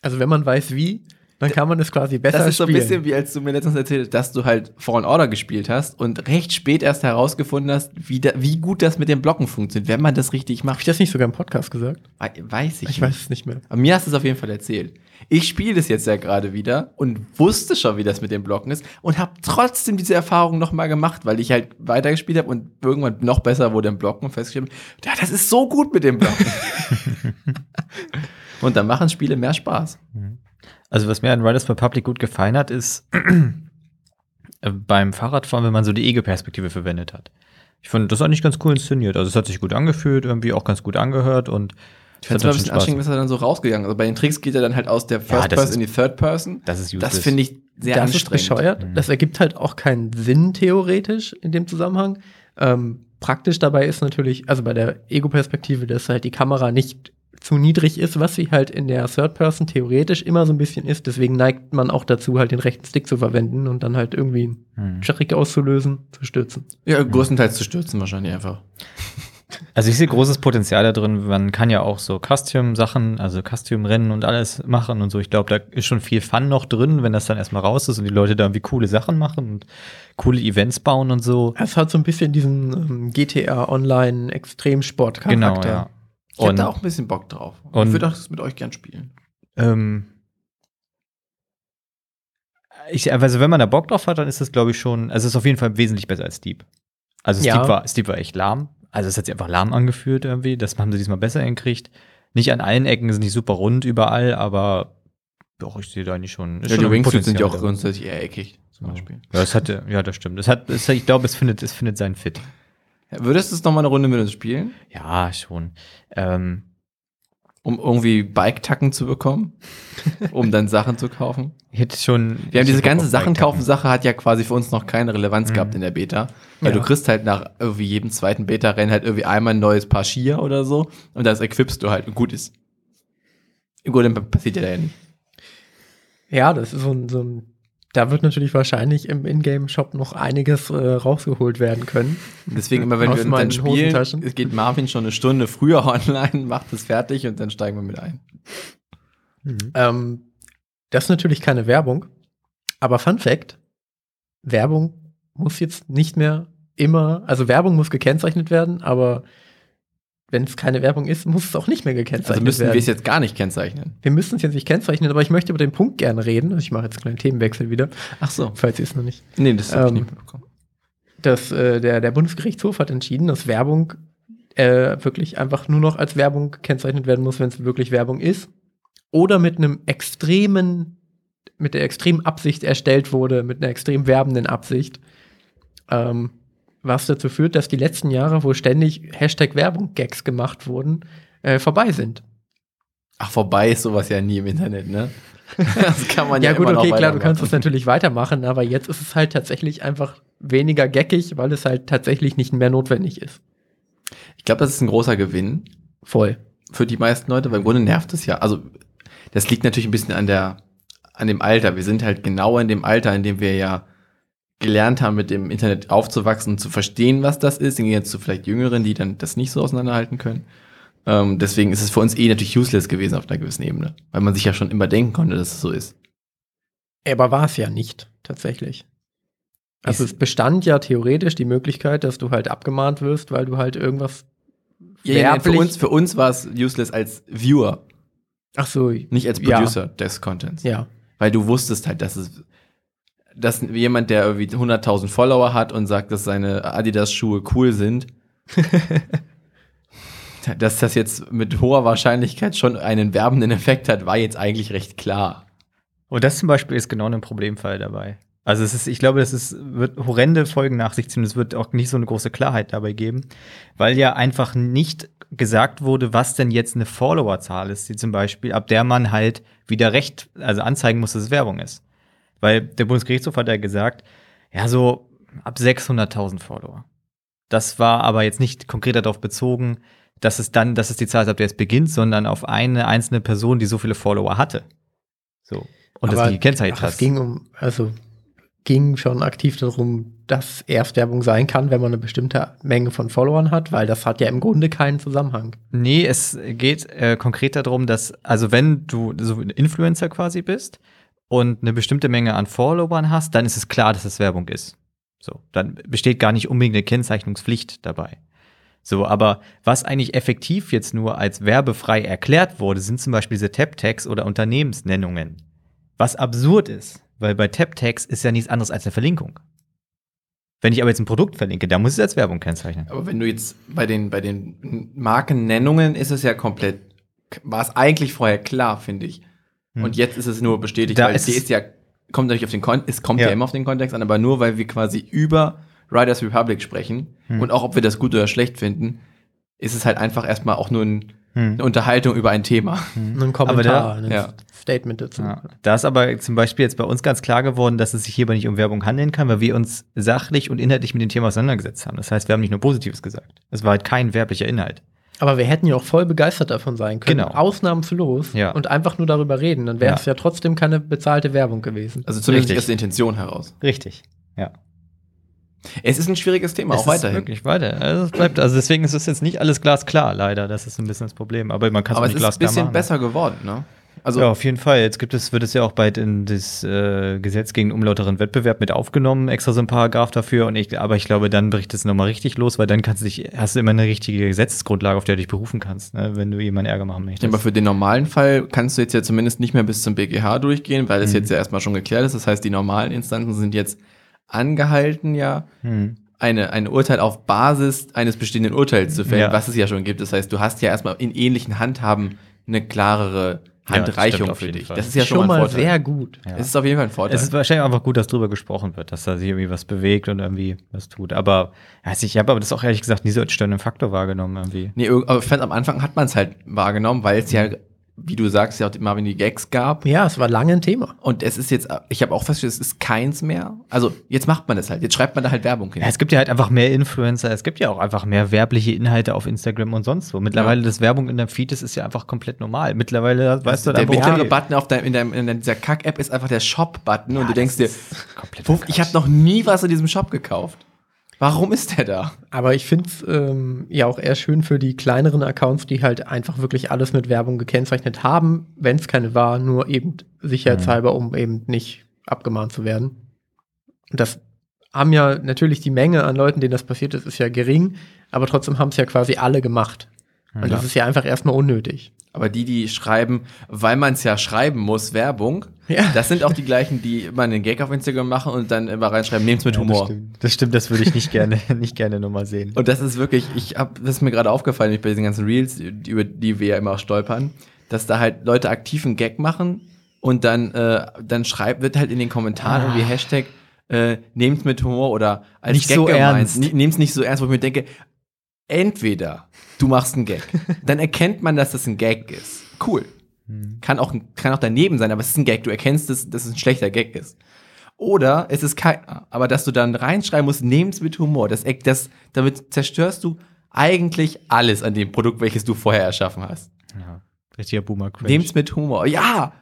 [SPEAKER 2] Also wenn man weiß wie, dann kann man es quasi besser
[SPEAKER 3] Das ist so ein
[SPEAKER 2] spielen.
[SPEAKER 3] bisschen wie als du mir letztens erzählt hast, dass du halt Fallen Order gespielt hast und recht spät erst herausgefunden hast, wie, da, wie gut das mit dem Blocken funktioniert, wenn man das richtig
[SPEAKER 2] Hab ich
[SPEAKER 3] macht.
[SPEAKER 2] das nicht sogar im Podcast gesagt?
[SPEAKER 3] Wei- Weiß ich,
[SPEAKER 2] Ich
[SPEAKER 3] nicht.
[SPEAKER 2] weiß es nicht mehr.
[SPEAKER 3] Aber mir hast du es auf jeden Fall erzählt. Ich spiele das jetzt ja gerade wieder und wusste schon, wie das mit dem Blocken ist und habe trotzdem diese Erfahrung nochmal gemacht, weil ich halt weitergespielt habe und irgendwann noch besser wurde im Blocken und festgestellt habe, ja, das ist so gut mit dem Blocken. und dann machen Spiele mehr Spaß.
[SPEAKER 1] Also was mir an Riders Republic gut gefallen hat, ist äh, beim Fahrradfahren, wenn man so die Ego-Perspektive verwendet hat. Ich fand das eigentlich ganz cool inszeniert. Also es hat sich gut angefühlt, irgendwie auch ganz gut angehört und
[SPEAKER 3] Ich
[SPEAKER 1] hat
[SPEAKER 3] fand es mal
[SPEAKER 1] schon
[SPEAKER 3] ein bisschen
[SPEAKER 1] Spaß
[SPEAKER 3] anstrengend, dass er dann so rausgegangen ist. Also bei den Tricks geht er dann halt aus der First
[SPEAKER 1] das
[SPEAKER 3] Person
[SPEAKER 1] ist-
[SPEAKER 3] in die Third Person.
[SPEAKER 1] Das ist useless.
[SPEAKER 3] Das finde ich sehr
[SPEAKER 2] das ist
[SPEAKER 3] anstrengend.
[SPEAKER 2] bescheuert.
[SPEAKER 1] Mhm.
[SPEAKER 2] Das ergibt halt auch keinen Sinn theoretisch in dem Zusammenhang. Ähm, praktisch dabei ist natürlich, also bei der Ego-Perspektive, dass halt die Kamera nicht zu niedrig ist, was sie halt in der Third Person theoretisch immer so ein bisschen ist. Deswegen neigt man auch dazu, halt den rechten Stick zu verwenden und dann halt irgendwie einen
[SPEAKER 1] Hm.
[SPEAKER 2] Trick auszulösen, zu stürzen.
[SPEAKER 3] Ja, größtenteils zu stürzen wahrscheinlich einfach.
[SPEAKER 1] Also ich sehe großes Potenzial da drin. Man kann ja auch so Custom-Sachen, also Custom-Rennen und alles machen und so. Ich glaube, da ist schon viel Fun noch drin, wenn das dann erstmal raus ist und die Leute da irgendwie coole Sachen machen und coole Events bauen und so.
[SPEAKER 2] Es hat so ein bisschen diesen ähm, GTA Online
[SPEAKER 1] Genau,
[SPEAKER 2] Extremsport-Charakter.
[SPEAKER 1] ja.
[SPEAKER 3] Ich hab
[SPEAKER 1] Und
[SPEAKER 3] da auch ein bisschen Bock drauf.
[SPEAKER 1] und-
[SPEAKER 3] ich würde das mit euch gern spielen.
[SPEAKER 1] ähm, ich, also wenn man da Bock drauf hat, dann ist das, glaube ich, schon, also es ist auf jeden Fall wesentlich besser als Steep. Also Steep,
[SPEAKER 2] Ja.
[SPEAKER 1] war, Steep war echt lahm. Also es hat sich einfach lahm angefühlt irgendwie. Das haben sie diesmal besser hingekriegt. Nicht an allen Ecken, ist nicht super rund überall, aber doch, ich sehe da nicht schon. ist
[SPEAKER 3] Ja,
[SPEAKER 1] schon
[SPEAKER 3] die Wingsuits sind ja
[SPEAKER 1] Potenzial
[SPEAKER 3] auch
[SPEAKER 1] da.
[SPEAKER 3] grundsätzlich eher eckig, zum Beispiel.
[SPEAKER 1] Ja, es hatte, ja, das stimmt. Es hat, es, ich glaube, es findet, es findet seinen Fit.
[SPEAKER 3] Ja, Würdest du es nochmal eine Runde mit uns spielen,
[SPEAKER 1] Ja, schon. Ähm,
[SPEAKER 3] um irgendwie Bike-Tacken zu bekommen? um dann Sachen zu kaufen?
[SPEAKER 1] ich hätte schon.
[SPEAKER 3] Wir haben diese
[SPEAKER 1] Bock
[SPEAKER 3] ganze
[SPEAKER 1] auf
[SPEAKER 3] Sachen
[SPEAKER 1] Bikepacken.
[SPEAKER 3] kaufen Sache hat ja quasi für uns noch keine Relevanz
[SPEAKER 1] Mhm.
[SPEAKER 3] gehabt in der Beta. Weil
[SPEAKER 2] Ja.
[SPEAKER 3] du kriegst halt nach irgendwie jedem zweiten Beta-Rennen halt irgendwie einmal ein neues Paar Skier oder so und das equipst du halt und gut ist. Gut, dann passiert ja da ja nicht.
[SPEAKER 2] Ja, das ist so ein, so ein da wird natürlich wahrscheinlich im Ingame-Shop noch einiges äh, rausgeholt werden können.
[SPEAKER 3] Deswegen immer, wenn
[SPEAKER 2] Aus
[SPEAKER 3] wir uns
[SPEAKER 2] meinen
[SPEAKER 3] dann spielen,
[SPEAKER 2] Hosentaschen.
[SPEAKER 3] es geht Marvin schon eine Stunde früher online, macht es fertig und dann steigen wir mit ein.
[SPEAKER 2] Ähm, das ist natürlich keine Werbung, aber Fun Fact: Werbung muss jetzt nicht mehr immer, also Werbung muss gekennzeichnet werden, aber wenn es keine Werbung ist, muss es auch nicht mehr gekennzeichnet
[SPEAKER 3] Also müssen
[SPEAKER 2] werden.
[SPEAKER 3] wir es jetzt gar nicht kennzeichnen.
[SPEAKER 2] wir müssen es jetzt nicht kennzeichnen, aber ich möchte über den Punkt gerne reden. Also ich mache jetzt einen kleinen Themenwechsel wieder,
[SPEAKER 3] Ach so.
[SPEAKER 2] falls ihr es noch nicht
[SPEAKER 3] Nee, das habe ich
[SPEAKER 2] Ähm,
[SPEAKER 3] nicht mitbekommen.
[SPEAKER 2] dass äh, der, der Bundesgerichtshof hat entschieden, dass Werbung äh, wirklich einfach nur noch als Werbung gekennzeichnet werden muss, wenn es wirklich Werbung ist. Oder mit einem extremen, mit der extremen Absicht erstellt wurde, mit einer extrem werbenden Absicht. Ähm, was dazu führt, dass die letzten Jahre, wo ständig Hashtag Werbung-Gags gemacht wurden, äh, vorbei sind.
[SPEAKER 3] Ach, vorbei ist sowas ja nie im Internet, ne? Das kann man ja,
[SPEAKER 2] Ja, gut,
[SPEAKER 3] immer noch
[SPEAKER 2] okay, klar, du
[SPEAKER 3] weitermachen.
[SPEAKER 2] kannst es natürlich weitermachen, aber jetzt ist es halt tatsächlich einfach weniger geckig, weil es halt tatsächlich nicht mehr notwendig ist.
[SPEAKER 3] Ich glaube, das ist ein großer Gewinn.
[SPEAKER 2] Voll.
[SPEAKER 3] für die meisten Leute, weil im Grunde nervt es ja. Also das liegt natürlich ein bisschen an der, an dem Alter. Wir sind halt genau in dem Alter, in dem wir ja gelernt haben, mit dem Internet aufzuwachsen und zu verstehen, was das ist, im Gegensatz zu vielleicht Jüngeren, die dann das nicht so auseinanderhalten können. Ähm, deswegen ist es für uns eh natürlich useless gewesen auf einer gewissen Ebene, weil man sich ja schon immer denken konnte, dass es so ist.
[SPEAKER 2] Aber war es ja nicht, tatsächlich. Also
[SPEAKER 3] Ist-
[SPEAKER 2] es bestand ja theoretisch die Möglichkeit, dass du halt abgemahnt wirst, weil du halt irgendwas.
[SPEAKER 3] für
[SPEAKER 2] Werblich-
[SPEAKER 3] uns, für uns war es useless als Viewer,
[SPEAKER 2] Ach so,
[SPEAKER 3] nicht als
[SPEAKER 2] Ja.
[SPEAKER 3] Producer des Contents.
[SPEAKER 2] ja.
[SPEAKER 3] Weil du wusstest halt, dass es dass jemand, der irgendwie 100.000 Follower hat und sagt, dass seine Adidas-Schuhe cool sind, dass das jetzt mit hoher Wahrscheinlichkeit schon einen werbenden Effekt hat, war jetzt eigentlich recht klar.
[SPEAKER 1] Und Oh, das zum Beispiel ist genau ein Problemfall dabei. Also es ist, ich glaube, das ist, wird horrende Folgen nach sich ziehen. Es wird auch nicht so eine große Klarheit dabei geben, weil ja einfach nicht gesagt wurde, was denn jetzt eine Followerzahl ist, die zum Beispiel, ab der man halt wieder recht, also anzeigen muss, dass es Werbung ist. Weil der Bundesgerichtshof hat ja gesagt, ja, so ab 600.000 Follower. Das war aber jetzt nicht konkret darauf bezogen, dass es dann, dass es die Zahl ist, ab der es beginnt, sondern auf eine einzelne Person, die so viele Follower hatte. So. Und das
[SPEAKER 2] Aber-
[SPEAKER 1] die gekennzeichnet
[SPEAKER 2] Ach, es
[SPEAKER 1] hast.
[SPEAKER 2] ging um, also ging schon aktiv darum, dass Erstwerbung sein kann, wenn man eine bestimmte Menge von Followern hat, weil das hat ja im Grunde keinen Zusammenhang.
[SPEAKER 1] Nee, es geht äh, konkret darum, dass, also wenn du so ein Influencer quasi bist und eine bestimmte Menge an Followern hast, dann ist es klar, dass es Werbung ist. So, dann besteht gar nicht unbedingt eine Kennzeichnungspflicht dabei. So, aber was eigentlich effektiv jetzt nur als werbefrei erklärt wurde, sind zum Beispiel diese Tab-Tags oder Unternehmensnennungen. Was absurd ist, weil bei Tab-Tags ist ja nichts anderes als eine Verlinkung. Wenn ich aber jetzt ein Produkt verlinke, dann muss ich es als Werbung kennzeichnen.
[SPEAKER 3] Aber wenn du jetzt bei den, bei den Markennennungen ist es ja komplett, war es eigentlich vorher klar, finde ich.
[SPEAKER 1] Hm.
[SPEAKER 3] Und jetzt ist es nur bestätigt,
[SPEAKER 1] Da
[SPEAKER 3] weil
[SPEAKER 1] ist
[SPEAKER 3] die
[SPEAKER 1] es-
[SPEAKER 3] ist ja, kommt natürlich auf den Kon es kommt ja.
[SPEAKER 1] Ja.
[SPEAKER 3] immer auf den Kontext an, aber nur weil wir quasi über Riders Republic sprechen
[SPEAKER 1] Hm.
[SPEAKER 3] und auch ob wir das gut oder schlecht finden, ist es halt einfach erstmal auch nur ein,
[SPEAKER 1] Hm.
[SPEAKER 3] eine Unterhaltung über ein Thema.
[SPEAKER 1] Mhm.
[SPEAKER 2] Ein Kommentar, ein
[SPEAKER 3] ja.
[SPEAKER 2] Statement dazu.
[SPEAKER 1] Ja. Da ist aber zum Beispiel jetzt bei uns ganz klar geworden, dass es sich hierbei nicht um Werbung handeln kann, weil wir uns sachlich und inhaltlich mit dem Thema auseinandergesetzt haben. Das heißt, wir haben nicht nur Positives gesagt. Es war halt kein werblicher Inhalt.
[SPEAKER 2] Aber wir hätten ja auch voll begeistert davon sein können,
[SPEAKER 1] Genau.
[SPEAKER 2] ausnahmslos
[SPEAKER 1] Ja.
[SPEAKER 2] und einfach nur darüber reden, dann wäre
[SPEAKER 1] Ja.
[SPEAKER 2] es ja trotzdem keine bezahlte Werbung gewesen.
[SPEAKER 3] Also zumindest
[SPEAKER 1] Richtig.
[SPEAKER 3] aus der Intention heraus.
[SPEAKER 1] Richtig. Ja.
[SPEAKER 3] Es ist ein schwieriges Thema, auch
[SPEAKER 1] Es ist
[SPEAKER 3] weiterhin.
[SPEAKER 1] Wirklich weiter. Also, es bleibt, also deswegen ist es jetzt nicht alles glasklar, leider. Das ist ein bisschen das Problem. Aber man kann es
[SPEAKER 3] Aber
[SPEAKER 1] auch
[SPEAKER 3] es
[SPEAKER 1] nicht
[SPEAKER 3] ist ein
[SPEAKER 1] glasklar
[SPEAKER 3] bisschen
[SPEAKER 1] machen.
[SPEAKER 3] besser geworden, ne? Also,
[SPEAKER 1] ja, auf jeden Fall. Jetzt gibt es, wird es ja auch bald in das äh, Gesetz gegen unlauteren Wettbewerb mit aufgenommen, extra so ein Paragraph dafür. Und ich, aber ich glaube, dann bricht es nochmal richtig los, weil dann kannst du dich, hast du immer eine richtige Gesetzesgrundlage, auf der du dich berufen kannst, ne, wenn du jemanden Ärger machen möchtest.
[SPEAKER 3] aber für den normalen Fall kannst du jetzt ja zumindest nicht mehr bis zum BGH durchgehen, weil es
[SPEAKER 1] Mhm.
[SPEAKER 3] jetzt ja erstmal schon geklärt ist. Das heißt, die normalen Instanzen sind jetzt angehalten, ja,
[SPEAKER 1] hm.
[SPEAKER 3] eine, ein Urteil auf Basis eines bestehenden Urteils zu fällen,
[SPEAKER 1] Ja.
[SPEAKER 3] was es ja schon gibt. Das heißt, du hast ja erstmal in ähnlichen Handhaben eine klarere
[SPEAKER 1] Ja, das stimmt
[SPEAKER 3] Handreichung
[SPEAKER 1] auf
[SPEAKER 3] für
[SPEAKER 1] jeden
[SPEAKER 3] dich.
[SPEAKER 1] Fall.
[SPEAKER 3] Das ist ja schon, mal ein Vorteil.
[SPEAKER 2] sehr gut.
[SPEAKER 1] Ja.
[SPEAKER 3] Es ist auf jeden Fall ein Vorteil.
[SPEAKER 1] Es ist wahrscheinlich einfach gut, dass drüber gesprochen wird, dass da sich irgendwie was bewegt und irgendwie was tut. Aber also ich habe aber das auch ehrlich gesagt nie so als störenden Faktor wahrgenommen irgendwie.
[SPEAKER 3] Nee, irg- aber ich fand, am Anfang hat man es halt wahrgenommen, weil es
[SPEAKER 1] Mhm.
[SPEAKER 3] ja, wie du sagst, ja auch immer wenn die Gags gab.
[SPEAKER 2] Ja, es war lange ein Thema.
[SPEAKER 3] Und es ist jetzt, ich habe auch festgestellt, es ist keins mehr. Also jetzt macht man das halt. Jetzt schreibt man da halt Werbung hin.
[SPEAKER 1] Ja, es gibt ja halt einfach mehr Influencer, es gibt ja auch einfach mehr werbliche Inhalte auf Instagram und sonst wo. Mittlerweile das Werbung in deinem Feed, das ist ja einfach komplett normal. Mittlerweile weißt du
[SPEAKER 3] der
[SPEAKER 1] einfach,
[SPEAKER 3] mittlere
[SPEAKER 1] okay,
[SPEAKER 3] Button auf deinem, in, deinem, in dieser Kack-App ist einfach der Shop-Button und du denkst dir,
[SPEAKER 1] Ah, komplett
[SPEAKER 3] Puff, ich habe noch nie was in diesem Shop gekauft. Warum ist der da?
[SPEAKER 2] Aber ich finde es ähm, ja auch eher schön für die kleineren Accounts, die halt einfach wirklich alles mit Werbung gekennzeichnet haben, wenn es keine war, nur eben sicherheitshalber, um eben nicht abgemahnt zu werden. Und das haben ja natürlich die Menge an Leuten, denen das passiert ist, ist ja gering, aber trotzdem haben es ja quasi alle gemacht. Und das ist ja einfach erstmal unnötig.
[SPEAKER 3] Aber die, die schreiben, weil man es ja schreiben muss, Werbung,
[SPEAKER 2] Ja.
[SPEAKER 3] das sind auch die gleichen, die immer einen Gag auf Instagram machen und dann immer reinschreiben, nehm's mit
[SPEAKER 1] Ja, Das
[SPEAKER 3] Humor.
[SPEAKER 1] stimmt, das, stimmt, das würde ich nicht gerne, nicht gerne nochmal sehen.
[SPEAKER 3] Und das ist wirklich, ich hab, das ist mir gerade aufgefallen, nämlich bei diesen ganzen Reels, die- über die wir ja immer stolpern, dass da halt Leute aktiv einen Gag machen und dann, äh, dann schreibt, wird halt in den Kommentaren irgendwie Hashtag, äh, nehmt mit Humor oder als
[SPEAKER 1] Nicht so ernst.
[SPEAKER 3] Ne- Nehmt's nicht so ernst, wo ich mir denke, entweder du machst einen Gag, dann erkennt man, dass das ein Gag ist. Cool.
[SPEAKER 1] Hm.
[SPEAKER 3] Kann auch, ein- kann auch daneben sein, aber es ist ein Gag. Du erkennst, dass, dass es ein schlechter Gag ist. Oder es ist keiner. Aber dass du dann reinschreiben musst, nehm's mit Humor. Das, Eck- das, damit zerstörst du eigentlich alles an dem Produkt, welches du vorher erschaffen hast.
[SPEAKER 1] ja, richtiger boomer -Cringe.
[SPEAKER 3] Nehm's mit Humor. Ja!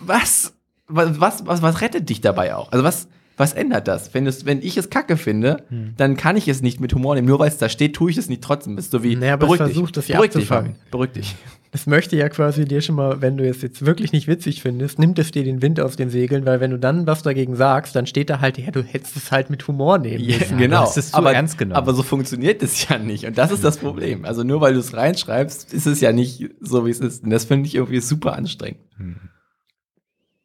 [SPEAKER 3] Was? Was, was, was, was rettet dich dabei auch? Also was, was ändert das? Wenn, es, wenn ich es kacke finde,
[SPEAKER 2] Hm.
[SPEAKER 3] dann kann ich es nicht mit Humor nehmen. Nur weil es da steht, tue ich es nicht trotzdem. Bist du wie,
[SPEAKER 2] Naja, aber es versucht, das ja
[SPEAKER 3] beruhig dich,
[SPEAKER 2] abzufangen.
[SPEAKER 3] Fabian. beruhig dich.
[SPEAKER 2] Das möchte ja quasi dir schon mal, wenn du es jetzt wirklich nicht witzig findest, nimmt es dir den Wind aus den Segeln, weil wenn du dann was dagegen sagst, dann steht da halt, ja, du hättest es halt mit Humor nehmen
[SPEAKER 3] Ja,
[SPEAKER 2] müssen.
[SPEAKER 3] genau.
[SPEAKER 1] du hast es zu
[SPEAKER 3] aber,
[SPEAKER 1] ernst genommen.
[SPEAKER 3] aber so funktioniert es ja nicht. Und das ist das Problem. Also nur weil du es reinschreibst, ist es ja nicht so, wie es ist. Und das finde ich irgendwie super anstrengend.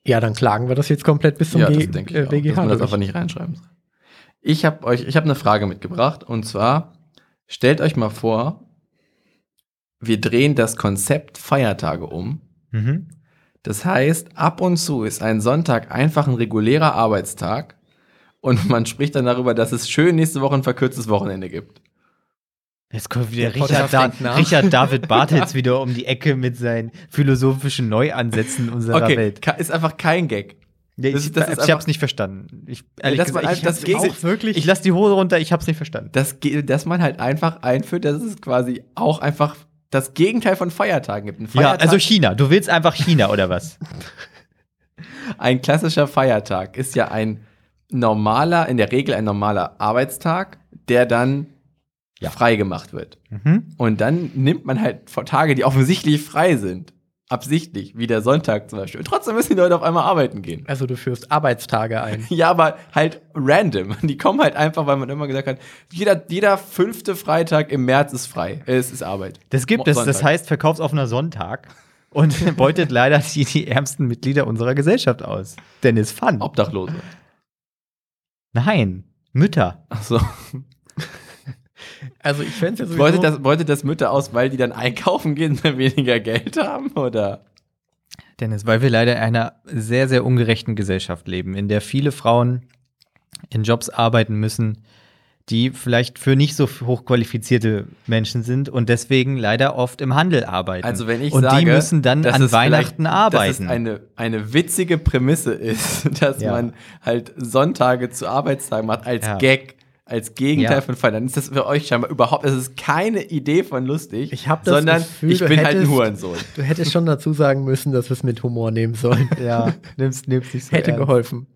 [SPEAKER 2] Ja, dann klagen wir das jetzt komplett bis zum
[SPEAKER 3] ja,
[SPEAKER 2] G
[SPEAKER 3] das denke ich
[SPEAKER 2] äh,
[SPEAKER 3] auch, dass
[SPEAKER 2] BGH.
[SPEAKER 3] man das
[SPEAKER 2] durch.
[SPEAKER 3] einfach nicht reinschreiben soll. Ich habe euch, ich habe eine Frage mitgebracht und zwar stellt euch mal vor, wir drehen das Konzept Feiertage um.
[SPEAKER 1] Mhm.
[SPEAKER 3] Das heißt, ab und zu ist ein Sonntag einfach ein regulärer Arbeitstag und man spricht dann darüber, dass es schön nächste Woche ein verkürztes Wochenende gibt.
[SPEAKER 1] Jetzt kommt wieder
[SPEAKER 2] Der Podcast
[SPEAKER 1] Richard, da
[SPEAKER 2] denkt
[SPEAKER 3] ne?
[SPEAKER 2] nach.
[SPEAKER 1] Richard David Bartels wieder um die Ecke mit seinen philosophischen Neuansätzen unserer
[SPEAKER 3] Okay,
[SPEAKER 1] Welt.
[SPEAKER 3] ka- ist einfach kein Gag.
[SPEAKER 1] Ja,
[SPEAKER 3] das
[SPEAKER 1] ich
[SPEAKER 3] ist- das
[SPEAKER 1] ich,
[SPEAKER 3] ist
[SPEAKER 1] ich
[SPEAKER 3] einfach-
[SPEAKER 1] hab's nicht verstanden. Ich, ehrlich
[SPEAKER 3] dass man
[SPEAKER 1] gesagt, ich,
[SPEAKER 3] halt das
[SPEAKER 1] hab's
[SPEAKER 3] Gegenteil-
[SPEAKER 1] auch wirklich, ich lass die Hose runter, ich hab's nicht verstanden.
[SPEAKER 3] Das, ge- dass man halt einfach einführt, dass es quasi auch einfach das Gegenteil von Feiertagen gibt. Ein,
[SPEAKER 1] Ja,
[SPEAKER 3] Feiertag,
[SPEAKER 1] also China. Du willst einfach China oder was?
[SPEAKER 3] ein klassischer Feiertag ist ja ein normaler, in der Regel ein normaler Arbeitstag, der dann
[SPEAKER 1] Ja.
[SPEAKER 3] frei gemacht wird.
[SPEAKER 1] Mhm.
[SPEAKER 3] Und dann nimmt man halt vor Tage, die offensichtlich frei sind, absichtlich, wie der Sonntag zum Beispiel. Und trotzdem müssen die Leute auf einmal arbeiten gehen.
[SPEAKER 2] Also du führst Arbeitstage ein.
[SPEAKER 3] Ja, aber halt random. Die kommen halt einfach, weil man immer gesagt hat, jeder, jeder fünfte Freitag im März ist frei. Es ist Arbeit.
[SPEAKER 1] Das gibt es. Das
[SPEAKER 3] Sonntag.
[SPEAKER 1] heißt verkaufsoffener Sonntag und beutet leider die, die ärmsten Mitglieder unserer Gesellschaft aus. Dennis Fun.
[SPEAKER 3] Obdachlose.
[SPEAKER 1] Nein, Mütter.
[SPEAKER 3] Ach so.
[SPEAKER 2] Also ich fände es ja
[SPEAKER 3] Wollte
[SPEAKER 2] sowieso,
[SPEAKER 3] das, wollte das Mütter aus, weil die dann einkaufen gehen und weniger Geld haben? Oder?
[SPEAKER 1] Dennis, weil wir leider in einer sehr, sehr ungerechten Gesellschaft leben, in der viele Frauen in Jobs arbeiten müssen, die vielleicht für nicht so hochqualifizierte Menschen sind und deswegen leider oft im Handel arbeiten.
[SPEAKER 3] Also, wenn ich
[SPEAKER 1] und
[SPEAKER 3] sage,
[SPEAKER 1] die müssen dann
[SPEAKER 3] dass
[SPEAKER 1] an
[SPEAKER 3] es vielleicht-
[SPEAKER 1] Weihnachten
[SPEAKER 3] Dass
[SPEAKER 1] arbeiten.
[SPEAKER 3] es eine, eine witzige Prämisse ist, dass
[SPEAKER 1] Ja.
[SPEAKER 3] man halt Sonntage zu Arbeitstagen macht als
[SPEAKER 1] Ja.
[SPEAKER 3] Gag. Als Gegenteil
[SPEAKER 1] Ja.
[SPEAKER 3] von Feiern. Dann ist das für euch scheinbar überhaupt, es ist keine Idee von lustig,
[SPEAKER 2] Ich hab das
[SPEAKER 3] sondern
[SPEAKER 2] Gefühl,
[SPEAKER 3] ich
[SPEAKER 2] du
[SPEAKER 3] bin halt ein
[SPEAKER 2] hättest-
[SPEAKER 3] Hurensohn.
[SPEAKER 2] du hättest schon dazu sagen müssen, dass wir es mit Humor nehmen sollen.
[SPEAKER 1] ja, nimmst, nimmst nicht so
[SPEAKER 2] Hätte
[SPEAKER 1] ernst.
[SPEAKER 2] geholfen.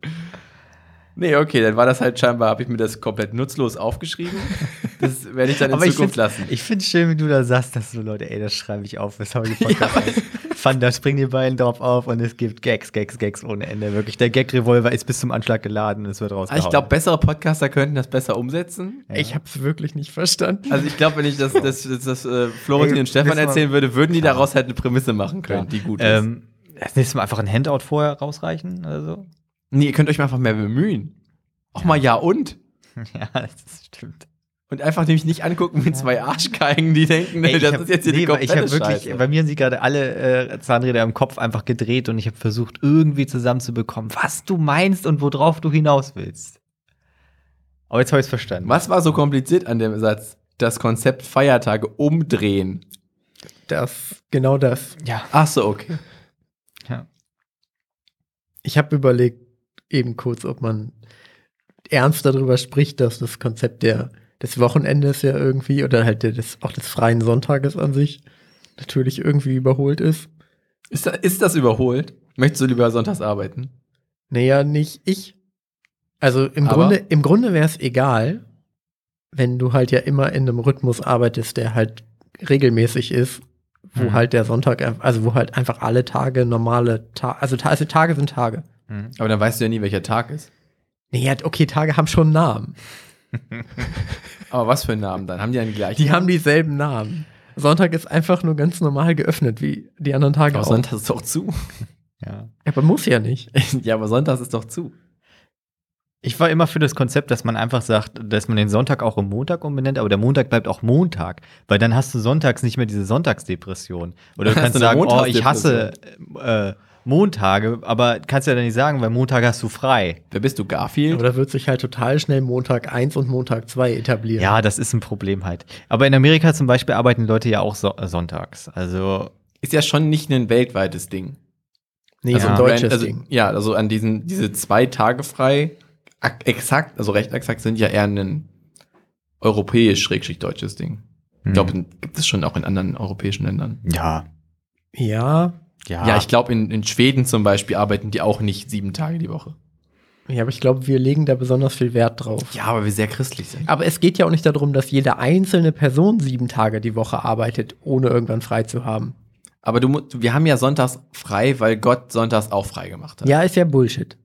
[SPEAKER 3] Nee, okay, dann war das halt scheinbar, habe ich mir das komplett nutzlos aufgeschrieben. Das werde ich dann in
[SPEAKER 1] Aber ich
[SPEAKER 3] Zukunft
[SPEAKER 1] find's-
[SPEAKER 3] lassen.
[SPEAKER 1] Ich finde schön, wie du da sagst, dass so Leute, ey, das schreibe ich auf, das habe ich Podcast heißt. Fun, da springen die beiden drauf auf und es gibt Gags, Gags, Gags ohne Ende. Wirklich, der Gag-Revolver ist bis zum Anschlag geladen und es wird
[SPEAKER 3] Aber
[SPEAKER 1] rausgehauen.
[SPEAKER 3] Ah, ich glaube, bessere Podcaster könnten das besser umsetzen.
[SPEAKER 1] Ja.
[SPEAKER 2] Ich hab's wirklich nicht verstanden.
[SPEAKER 3] Also ich glaube, wenn ich das, das, das, das äh, Florentin
[SPEAKER 2] Ey,
[SPEAKER 3] und Stefan
[SPEAKER 2] wissen wir-
[SPEAKER 3] erzählen würde, würden die daraus halt eine Prämisse machen können, die gut ist.
[SPEAKER 1] ähm, das nächste Mal einfach ein Handout vorher rausreichen oder so.
[SPEAKER 3] nee, ihr könnt euch mal einfach mehr bemühen. Auch mal ja und.
[SPEAKER 1] ja, das stimmt.
[SPEAKER 3] Und einfach nämlich nicht angucken mit zwei Arschgeigen, die denken, nee,
[SPEAKER 1] Ey, ich
[SPEAKER 3] das
[SPEAKER 1] hab-
[SPEAKER 3] ist jetzt hier die
[SPEAKER 1] nee, weil ich
[SPEAKER 3] komplette
[SPEAKER 1] hab wirklich,
[SPEAKER 3] Scheiße.
[SPEAKER 1] Bei mir haben sie gerade alle äh, Zahnräder im Kopf einfach gedreht und ich habe versucht, irgendwie zusammenzubekommen, was du meinst und worauf du hinaus willst. Aber jetzt habe ich es verstanden.
[SPEAKER 3] Was war so kompliziert an dem Satz? Das Konzept Feiertage umdrehen.
[SPEAKER 2] Das, genau das.
[SPEAKER 1] Ja.
[SPEAKER 3] Ach so, okay.
[SPEAKER 2] Ich habe überlegt, eben kurz, ob man ernst darüber spricht, dass das Konzept der, des Wochenendes ja irgendwie oder halt der, des, auch des freien Sonntages an sich natürlich irgendwie überholt ist.
[SPEAKER 3] Ist, da, ist das überholt? Möchtest du lieber sonntags arbeiten?
[SPEAKER 2] Naja, nicht ich. Also im
[SPEAKER 3] Aber-
[SPEAKER 2] Grunde, im Grunde wäre es egal, wenn du halt ja immer in einem Rhythmus arbeitest, der halt regelmäßig ist, wo
[SPEAKER 1] Mhm.
[SPEAKER 2] halt der Sonntag, ein- also wo halt einfach alle Tage normale Tage, also, Ta also Tage sind Tage.
[SPEAKER 1] Hm.
[SPEAKER 3] Aber dann weißt du ja nie, welcher Tag ist.
[SPEAKER 2] Naja, okay, Tage haben schon Namen.
[SPEAKER 3] Aber was für einen Namen dann? Haben die einen gleichen?
[SPEAKER 2] Die haben dieselben Namen. Sonntag ist einfach nur ganz normal geöffnet, wie die anderen Tage
[SPEAKER 3] aber
[SPEAKER 2] auch.
[SPEAKER 3] sonntags ist doch zu.
[SPEAKER 1] ja.
[SPEAKER 2] Aber muss ja nicht.
[SPEAKER 3] ja, aber sonntags ist doch zu.
[SPEAKER 1] Ich war immer für das Konzept, dass man einfach sagt, dass man den Sonntag auch im Montag umbenennt, aber der Montag bleibt auch Montag, weil dann hast du sonntags nicht mehr diese Sonntagsdepression. Oder du
[SPEAKER 3] Dann hast
[SPEAKER 1] kannst
[SPEAKER 3] du
[SPEAKER 1] sagen,
[SPEAKER 3] eine
[SPEAKER 1] oh, ich hasse
[SPEAKER 3] Montagsdepression.
[SPEAKER 1] äh, Montage, aber kannst ja dann nicht sagen, weil Montag hast du frei.
[SPEAKER 3] Wer bist du, Garfield?
[SPEAKER 2] Aber da wird sich halt total schnell Montag 1 und Montag 2 etablieren.
[SPEAKER 1] Ja, das ist ein Problem halt. Aber in Amerika zum Beispiel arbeiten Leute ja auch so äh, sonntags. Also
[SPEAKER 3] ist ja schon nicht ein weltweites Ding.
[SPEAKER 2] nee,
[SPEAKER 1] Also
[SPEAKER 2] so
[SPEAKER 1] Ja.
[SPEAKER 2] ein deutsches
[SPEAKER 3] also,
[SPEAKER 2] Ding.
[SPEAKER 3] Ja, also an diesen diese zwei Tage frei, ak- exakt, also recht exakt sind ja eher ein europäisch schrägstrich deutsches Ding. Ich glaube,
[SPEAKER 1] hm.
[SPEAKER 3] gibt es schon auch in anderen europäischen Ländern.
[SPEAKER 1] ja,
[SPEAKER 2] Ja,
[SPEAKER 1] ja.
[SPEAKER 3] Ja, ich glaube, in, in Schweden zum Beispiel arbeiten die auch nicht sieben Tage die Woche.
[SPEAKER 2] ja, aber ich glaube, wir legen da besonders viel Wert drauf.
[SPEAKER 3] Ja, aber wir sehr christlich sind.
[SPEAKER 2] Aber es geht ja auch nicht darum, dass jede einzelne Person sieben Tage die Woche arbeitet, ohne irgendwann frei zu haben.
[SPEAKER 3] Aber du, mu- wir haben ja sonntags frei, weil Gott sonntags auch frei gemacht hat.
[SPEAKER 2] Ja, ist ja Bullshit.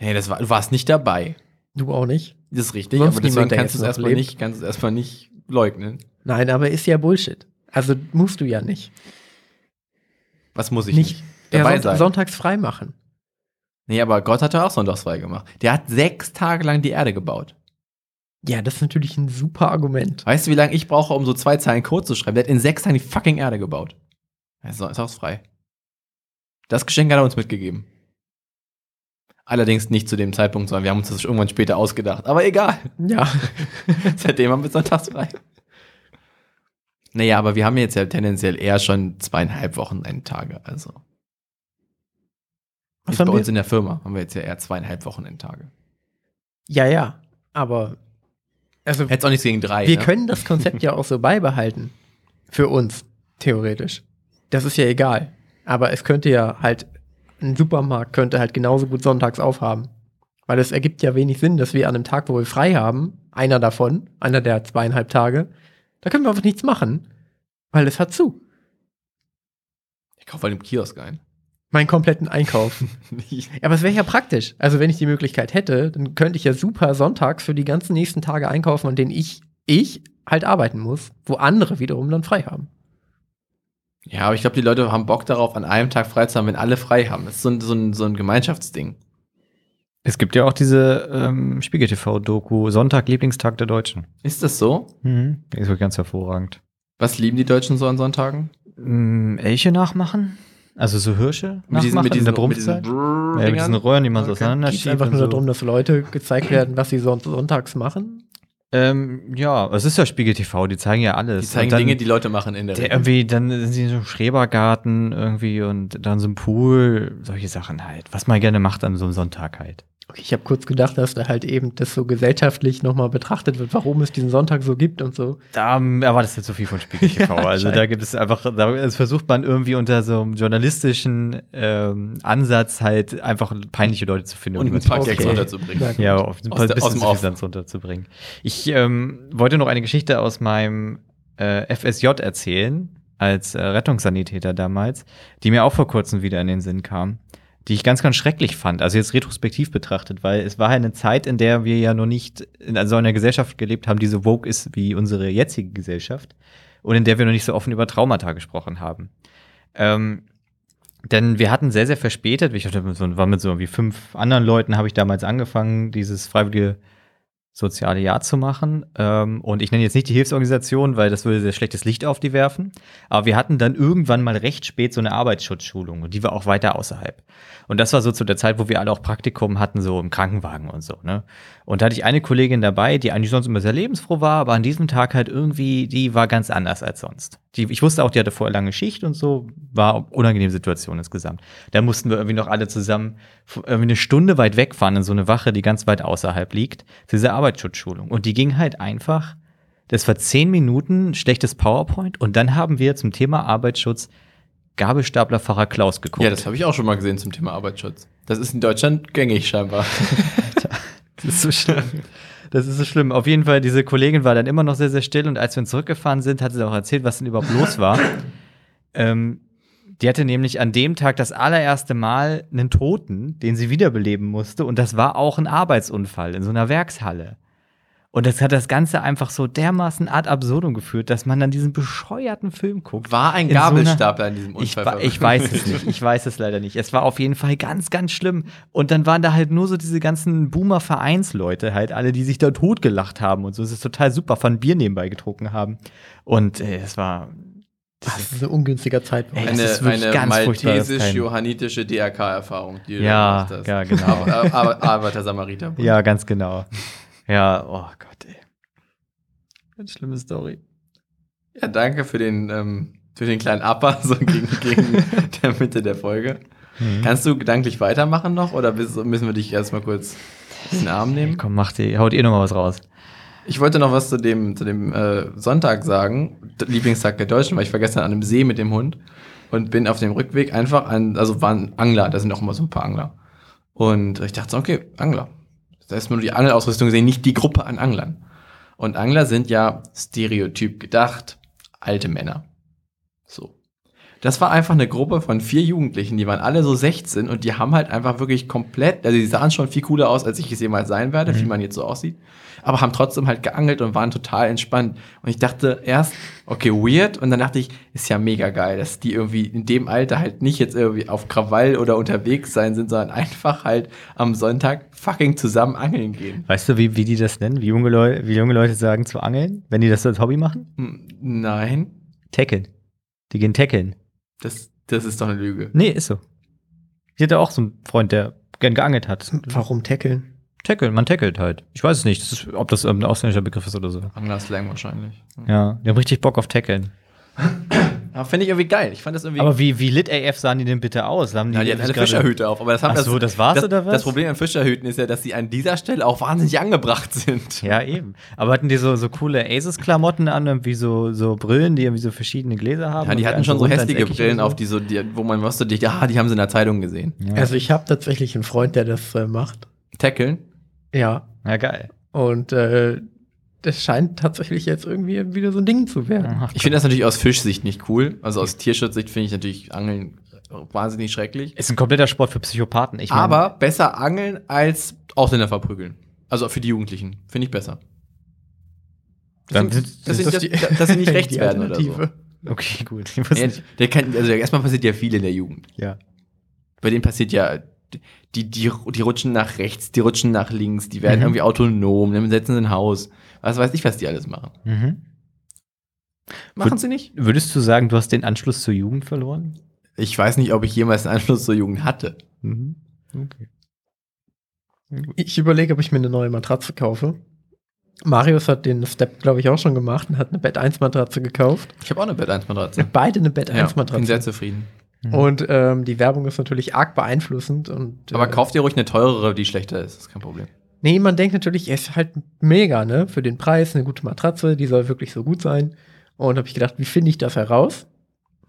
[SPEAKER 3] Nee, das war, du warst nicht dabei.
[SPEAKER 2] Du auch nicht?
[SPEAKER 3] Das ist richtig,
[SPEAKER 2] Sonst
[SPEAKER 3] aber deswegen
[SPEAKER 2] niemand, der
[SPEAKER 3] kannst du
[SPEAKER 2] jetzt
[SPEAKER 3] es
[SPEAKER 2] noch
[SPEAKER 3] erstmal
[SPEAKER 2] lebt.
[SPEAKER 3] nicht, kannst du es erstmal nicht leugnen.
[SPEAKER 2] Nein, aber ist ja Bullshit. Also musst du ja nicht.
[SPEAKER 3] Was muss ich
[SPEAKER 2] Nicht.
[SPEAKER 3] nicht, dabei
[SPEAKER 2] ja,
[SPEAKER 3] sein?
[SPEAKER 2] Sonntags frei machen.
[SPEAKER 3] Nee, aber Gott hat ja auch sonntags frei gemacht. Der hat sechs Tage lang die Erde gebaut.
[SPEAKER 2] Ja, das ist natürlich ein super Argument.
[SPEAKER 3] Weißt du, wie lange ich brauche, um so zwei Zeilen Code zu schreiben? Der hat in sechs Tagen die fucking Erde gebaut. Er ist sonntags frei. Das Geschenk hat er uns mitgegeben. Allerdings nicht zu dem Zeitpunkt, sondern wir haben uns das irgendwann später ausgedacht. Aber egal.
[SPEAKER 2] Ja.
[SPEAKER 3] Seitdem haben wir sonntags frei. Naja, aber wir haben jetzt ja tendenziell eher schon zweieinhalb Wochenendtage. Also
[SPEAKER 2] Was
[SPEAKER 3] Jetzt
[SPEAKER 2] haben
[SPEAKER 3] bei
[SPEAKER 2] wir?
[SPEAKER 3] uns in der Firma haben wir jetzt ja eher zweieinhalb Wochenendtage.
[SPEAKER 2] Ja, ja. Aber also,
[SPEAKER 3] Hätt's auch nichts gegen drei.
[SPEAKER 2] wir
[SPEAKER 3] ne?
[SPEAKER 2] können das Konzept ja auch so beibehalten. Für uns, theoretisch. Das ist ja egal. Aber es könnte ja halt, ein Supermarkt könnte halt genauso gut sonntags aufhaben. Weil es ergibt ja wenig Sinn, dass wir an einem Tag, wo wir frei haben, einer davon, einer der zweieinhalb Tage, da können wir einfach nichts machen. Weil es hat zu.
[SPEAKER 3] Ich kaufe halt im Kiosk ein.
[SPEAKER 2] Meinen kompletten Einkauf. Ja, Aber es wäre ja praktisch. Also wenn ich die Möglichkeit hätte, dann könnte ich ja super sonntags für die ganzen nächsten Tage einkaufen, an denen ich, ich halt arbeiten muss, wo andere wiederum dann frei haben.
[SPEAKER 3] Ja, aber ich glaube, die Leute haben Bock darauf, an einem Tag frei zu haben, wenn alle frei haben. Das ist so ein, so ein, so ein Gemeinschaftsding.
[SPEAKER 1] es gibt ja auch diese ähm, Spiegel-TV-Doku, Sonntag, Lieblingstag der Deutschen.
[SPEAKER 3] Ist das so?
[SPEAKER 1] Mhm. Die Ist wirklich ganz hervorragend.
[SPEAKER 3] Was lieben die Deutschen so an Sonntagen?
[SPEAKER 1] Mm, Elche nachmachen? Also so Hirsche nachmachen in der Brummzeit?
[SPEAKER 3] Brrrr-
[SPEAKER 1] ja, mit diesen
[SPEAKER 3] Dingern?
[SPEAKER 1] Röhren, die man so
[SPEAKER 3] Okay.
[SPEAKER 2] Es geht
[SPEAKER 1] auseinanderschiebt.
[SPEAKER 2] einfach
[SPEAKER 1] und
[SPEAKER 2] nur
[SPEAKER 1] so.
[SPEAKER 2] darum, dass Leute gezeigt werden, was sie sonst sonntags machen.
[SPEAKER 1] Ähm, ja, es ist ja Spiegel TV, die zeigen ja alles.
[SPEAKER 3] Die zeigen
[SPEAKER 1] Und dann,
[SPEAKER 3] Dinge, die Leute machen in der
[SPEAKER 1] der,
[SPEAKER 3] Regel.
[SPEAKER 1] irgendwie, dann sind sie in so einem Schrebergarten irgendwie und dann so ein Pool, solche Sachen halt. Was man gerne macht an so einem Sonntag halt.
[SPEAKER 2] Okay, ich habe kurz gedacht, dass da halt eben das so gesellschaftlich nochmal betrachtet wird, warum es diesen Sonntag so gibt und so.
[SPEAKER 1] Da ähm, erwartest du zu viel von Spiegel TV.
[SPEAKER 2] Ja,
[SPEAKER 1] also da
[SPEAKER 2] anscheinend.
[SPEAKER 1] gibt es einfach, da es versucht man irgendwie unter so einem journalistischen ähm, Ansatz halt einfach peinliche Leute zu finden. um
[SPEAKER 3] Und
[SPEAKER 1] über
[SPEAKER 3] ein
[SPEAKER 1] zu
[SPEAKER 3] paar
[SPEAKER 2] Okay.
[SPEAKER 1] sprechen.
[SPEAKER 2] Ja,
[SPEAKER 3] Gags unterzubringen.
[SPEAKER 2] gut.
[SPEAKER 1] Ja, genau. auf ein
[SPEAKER 3] Aus
[SPEAKER 1] paar
[SPEAKER 3] der- aus
[SPEAKER 1] bisschen
[SPEAKER 3] dem Off.
[SPEAKER 1] Suffisanz runterzubringen. Ich ähm, wollte noch eine Geschichte aus meinem äh, FSJ erzählen, als äh, Rettungssanitäter damals, die mir auch vor kurzem wieder in den Sinn kam, die ich ganz, ganz schrecklich fand, also jetzt retrospektiv betrachtet, weil es war ja eine Zeit, in der wir ja noch nicht in so einer Gesellschaft gelebt haben, die so woke ist wie unsere jetzige Gesellschaft und in der wir noch nicht so offen über Traumata gesprochen haben. Ähm, denn wir hatten sehr, sehr verspätet, ich hatte mit so, war mit so irgendwie fünf anderen Leuten, habe ich damals angefangen, dieses freiwillige soziale Jahr zu machen. Ähm, und ich nenne jetzt nicht die Hilfsorganisation, weil das würde sehr schlechtes Licht auf die werfen. Aber wir hatten dann irgendwann mal recht spät so eine Arbeitsschutzschulung und die war auch weiter außerhalb. Und das war so zu der Zeit, wo wir alle auch Praktikum hatten, so im Krankenwagen und so. Ne? Und da hatte ich eine Kollegin dabei, die eigentlich sonst immer sehr lebensfroh war, aber an diesem Tag halt irgendwie, die war ganz anders als sonst. Die, ich wusste auch, die hatte vorher lange Schicht und so, war unangenehme Situation insgesamt. Da mussten wir irgendwie noch alle zusammen f- irgendwie eine Stunde weit wegfahren in so eine Wache, die ganz weit außerhalb liegt, zu dieser Arbeitsschutzschulung. Und die ging halt einfach, das war zehn Minuten schlechtes PowerPoint und dann haben wir zum Thema Arbeitsschutz Gabelstaplerfahrer Klaus geguckt.
[SPEAKER 3] Ja, das habe ich auch schon mal gesehen zum Thema Arbeitsschutz. Das ist in Deutschland gängig scheinbar.
[SPEAKER 1] Das ist so schlimm. Das ist so schlimm. Auf jeden Fall, diese Kollegin war dann immer noch sehr, sehr still und als wir zurückgefahren sind, hat sie auch erzählt, was denn überhaupt los war. ähm, die hatte nämlich an dem Tag das allererste Mal einen Toten, den sie wiederbeleben musste und das war auch ein Arbeitsunfall in so einer Werkshalle. Und das hat das Ganze einfach so dermaßen ad absurdum geführt, dass man dann diesen bescheuerten Film guckt.
[SPEAKER 3] War ein
[SPEAKER 1] In so einer-
[SPEAKER 3] Gabelstapler in diesem
[SPEAKER 1] Ich,
[SPEAKER 3] Unfall.
[SPEAKER 1] wa- ich weiß es nicht. Ich weiß es leider nicht. Es war auf jeden Fall ganz, ganz schlimm. Und dann waren da halt nur so diese ganzen Boomer-Vereinsleute, halt alle, die sich da totgelacht haben und so. Es ist total super, von Bier nebenbei getrunken haben. Und äh, es war.
[SPEAKER 2] Das ist ein ungünstiger Zeitpunkt.
[SPEAKER 1] Ey, das
[SPEAKER 3] Eine,
[SPEAKER 1] ist wirklich
[SPEAKER 3] eine
[SPEAKER 1] ganz furchtbar, das kann-
[SPEAKER 3] maltesisch-johannitische DRK-Erfahrung. die du
[SPEAKER 1] Ja,
[SPEAKER 3] gemacht hast.
[SPEAKER 1] ja, genau.
[SPEAKER 3] Aber, aber, aber der Samariter.
[SPEAKER 1] Ja, ganz genau. Ja, oh Gott, ey. Ganz schlimme Story.
[SPEAKER 3] Ja, danke für den, ähm, für den kleinen Upper, so gegen, gegen der Mitte der Folge. Kannst du gedanklich weitermachen noch oder bist, müssen wir dich erstmal kurz in den Arm nehmen?
[SPEAKER 1] Komm, macht ihr, haut ihr nochmal was raus.
[SPEAKER 3] Ich wollte noch was zu dem, zu dem äh, Sonntag sagen, D- Lieblingstag der Deutschen, weil ich war gestern an einem See mit dem Hund und bin auf dem Rückweg einfach an, also waren Angler, da sind auch immer so ein paar Angler. Und ich dachte so, okay, Angler. Da ist nur die Angelausrüstung sehen, nicht die Gruppe an Anglern. Und Angler sind ja stereotyp gedacht, alte Männer. So. Das war einfach eine Gruppe von vier Jugendlichen, die waren alle so 16 und die haben halt einfach wirklich komplett, also die sahen schon viel cooler aus, als ich es jemals sein werde, wie man jetzt so aussieht, aber haben trotzdem halt geangelt und waren total entspannt. Und ich dachte erst, okay, weird, und dann dachte ich, ist ja mega geil, dass die irgendwie in dem Alter halt nicht jetzt irgendwie auf Krawall oder unterwegs sein sind, sondern einfach halt am Sonntag fucking zusammen angeln gehen.
[SPEAKER 1] Weißt du, wie, wie die das nennen? Wie junge, Leu wie junge Leute sagen zu angeln, wenn die das so als Hobby machen?
[SPEAKER 3] Hm, Nein,
[SPEAKER 1] Tackeln. Die gehen tackeln.
[SPEAKER 3] das, das ist doch eine Lüge.
[SPEAKER 1] Nee, ist so. Ich hatte auch so einen Freund, der gern geangelt hat.
[SPEAKER 2] Warum tackeln?
[SPEAKER 1] Tackeln, man tackelt halt. Ich weiß es nicht, das ist, ob das ähm, ein ausländischer Begriff ist oder so.
[SPEAKER 3] Angler-Slang wahrscheinlich.
[SPEAKER 1] Ja, die haben richtig Bock auf Tackeln.
[SPEAKER 3] Aber finde ich irgendwie geil. Ich fand das irgendwie
[SPEAKER 1] Aber wie, wie lit AF sahen die denn bitte aus? Haben
[SPEAKER 3] Na, die hatten alle
[SPEAKER 1] gerade-
[SPEAKER 3] Fischerhüte auf, aber das haben
[SPEAKER 1] Ach so, das war's oder was?
[SPEAKER 3] Das Problem an Fischerhüten ist ja, dass sie an dieser Stelle auch wahnsinnig angebracht sind.
[SPEAKER 1] Ja, eben. Aber hatten die so, so coole Aces-Klamotten an, irgendwie so, so Brillen, die irgendwie so verschiedene Gläser haben?
[SPEAKER 3] Ja, die
[SPEAKER 1] und
[SPEAKER 3] hatten
[SPEAKER 1] einen
[SPEAKER 3] schon so
[SPEAKER 1] rund, einen
[SPEAKER 3] hässliche
[SPEAKER 1] eckig
[SPEAKER 3] Brillen
[SPEAKER 1] oder so?
[SPEAKER 3] auf, die so, die, wo man wusste, die, ah, die haben sie in der Zeitung gesehen.
[SPEAKER 1] Ja.
[SPEAKER 2] Also ich habe tatsächlich einen Freund, der das äh, macht.
[SPEAKER 3] Tackeln.
[SPEAKER 2] Ja.
[SPEAKER 1] ja, geil.
[SPEAKER 2] Und äh, das scheint tatsächlich jetzt irgendwie wieder so ein Ding zu werden.
[SPEAKER 1] Ach,
[SPEAKER 3] Ich finde das natürlich aus Fischsicht nicht cool. Also aus Tierschutzsicht finde ich natürlich Angeln wahnsinnig schrecklich.
[SPEAKER 1] ist ein kompletter Sport für Psychopathen. Ich mein-
[SPEAKER 3] aber besser angeln als Ausländer verprügeln. Also für die Jugendlichen. Finde ich besser.
[SPEAKER 1] Dann-
[SPEAKER 3] Dass sie- dass sie
[SPEAKER 2] Das
[SPEAKER 3] dass
[SPEAKER 2] ist
[SPEAKER 3] sie-
[SPEAKER 2] die-
[SPEAKER 3] dass sie nicht rechts
[SPEAKER 2] die
[SPEAKER 3] werden oder so.
[SPEAKER 2] Alternative.
[SPEAKER 1] Okay, gut. Ich wusste
[SPEAKER 3] Ja,
[SPEAKER 1] nicht.
[SPEAKER 3] der kann, also erstmal passiert ja viel in der Jugend.
[SPEAKER 1] Ja.
[SPEAKER 3] bei denen passiert ja, die, die, die rutschen nach rechts, die rutschen nach links, die werden
[SPEAKER 1] Mhm.
[SPEAKER 3] irgendwie autonom, dann setzen sie ein Haus. Was weiß ich, was die alles machen.
[SPEAKER 1] Mhm.
[SPEAKER 3] Machen sie nicht?
[SPEAKER 1] Würdest du sagen, du hast den Anschluss zur Jugend verloren?
[SPEAKER 3] Ich weiß nicht, ob ich jemals einen Anschluss zur Jugend hatte.
[SPEAKER 1] Mhm. Okay.
[SPEAKER 2] Ich überlege, ob ich mir eine neue Matratze kaufe. Marius hat den Step, glaube ich, auch schon gemacht und hat eine Bett 1 Matratze gekauft.
[SPEAKER 3] Ich habe auch eine Bett 1 Matratze.
[SPEAKER 2] Beide eine Bett 1
[SPEAKER 3] bin
[SPEAKER 2] Matratze.
[SPEAKER 3] sehr zufrieden.
[SPEAKER 1] Mhm.
[SPEAKER 2] Und ähm, die Werbung ist natürlich arg beeinflussend. Und,
[SPEAKER 3] Aber
[SPEAKER 2] äh,
[SPEAKER 3] kauft ihr ruhig eine teurere, die schlechter ist. Ist kein Problem.
[SPEAKER 2] Nee, man denkt natürlich, er ist halt mega, ne? Für den Preis, eine gute Matratze, die soll wirklich so gut sein. Und habe ich gedacht, wie finde ich das heraus?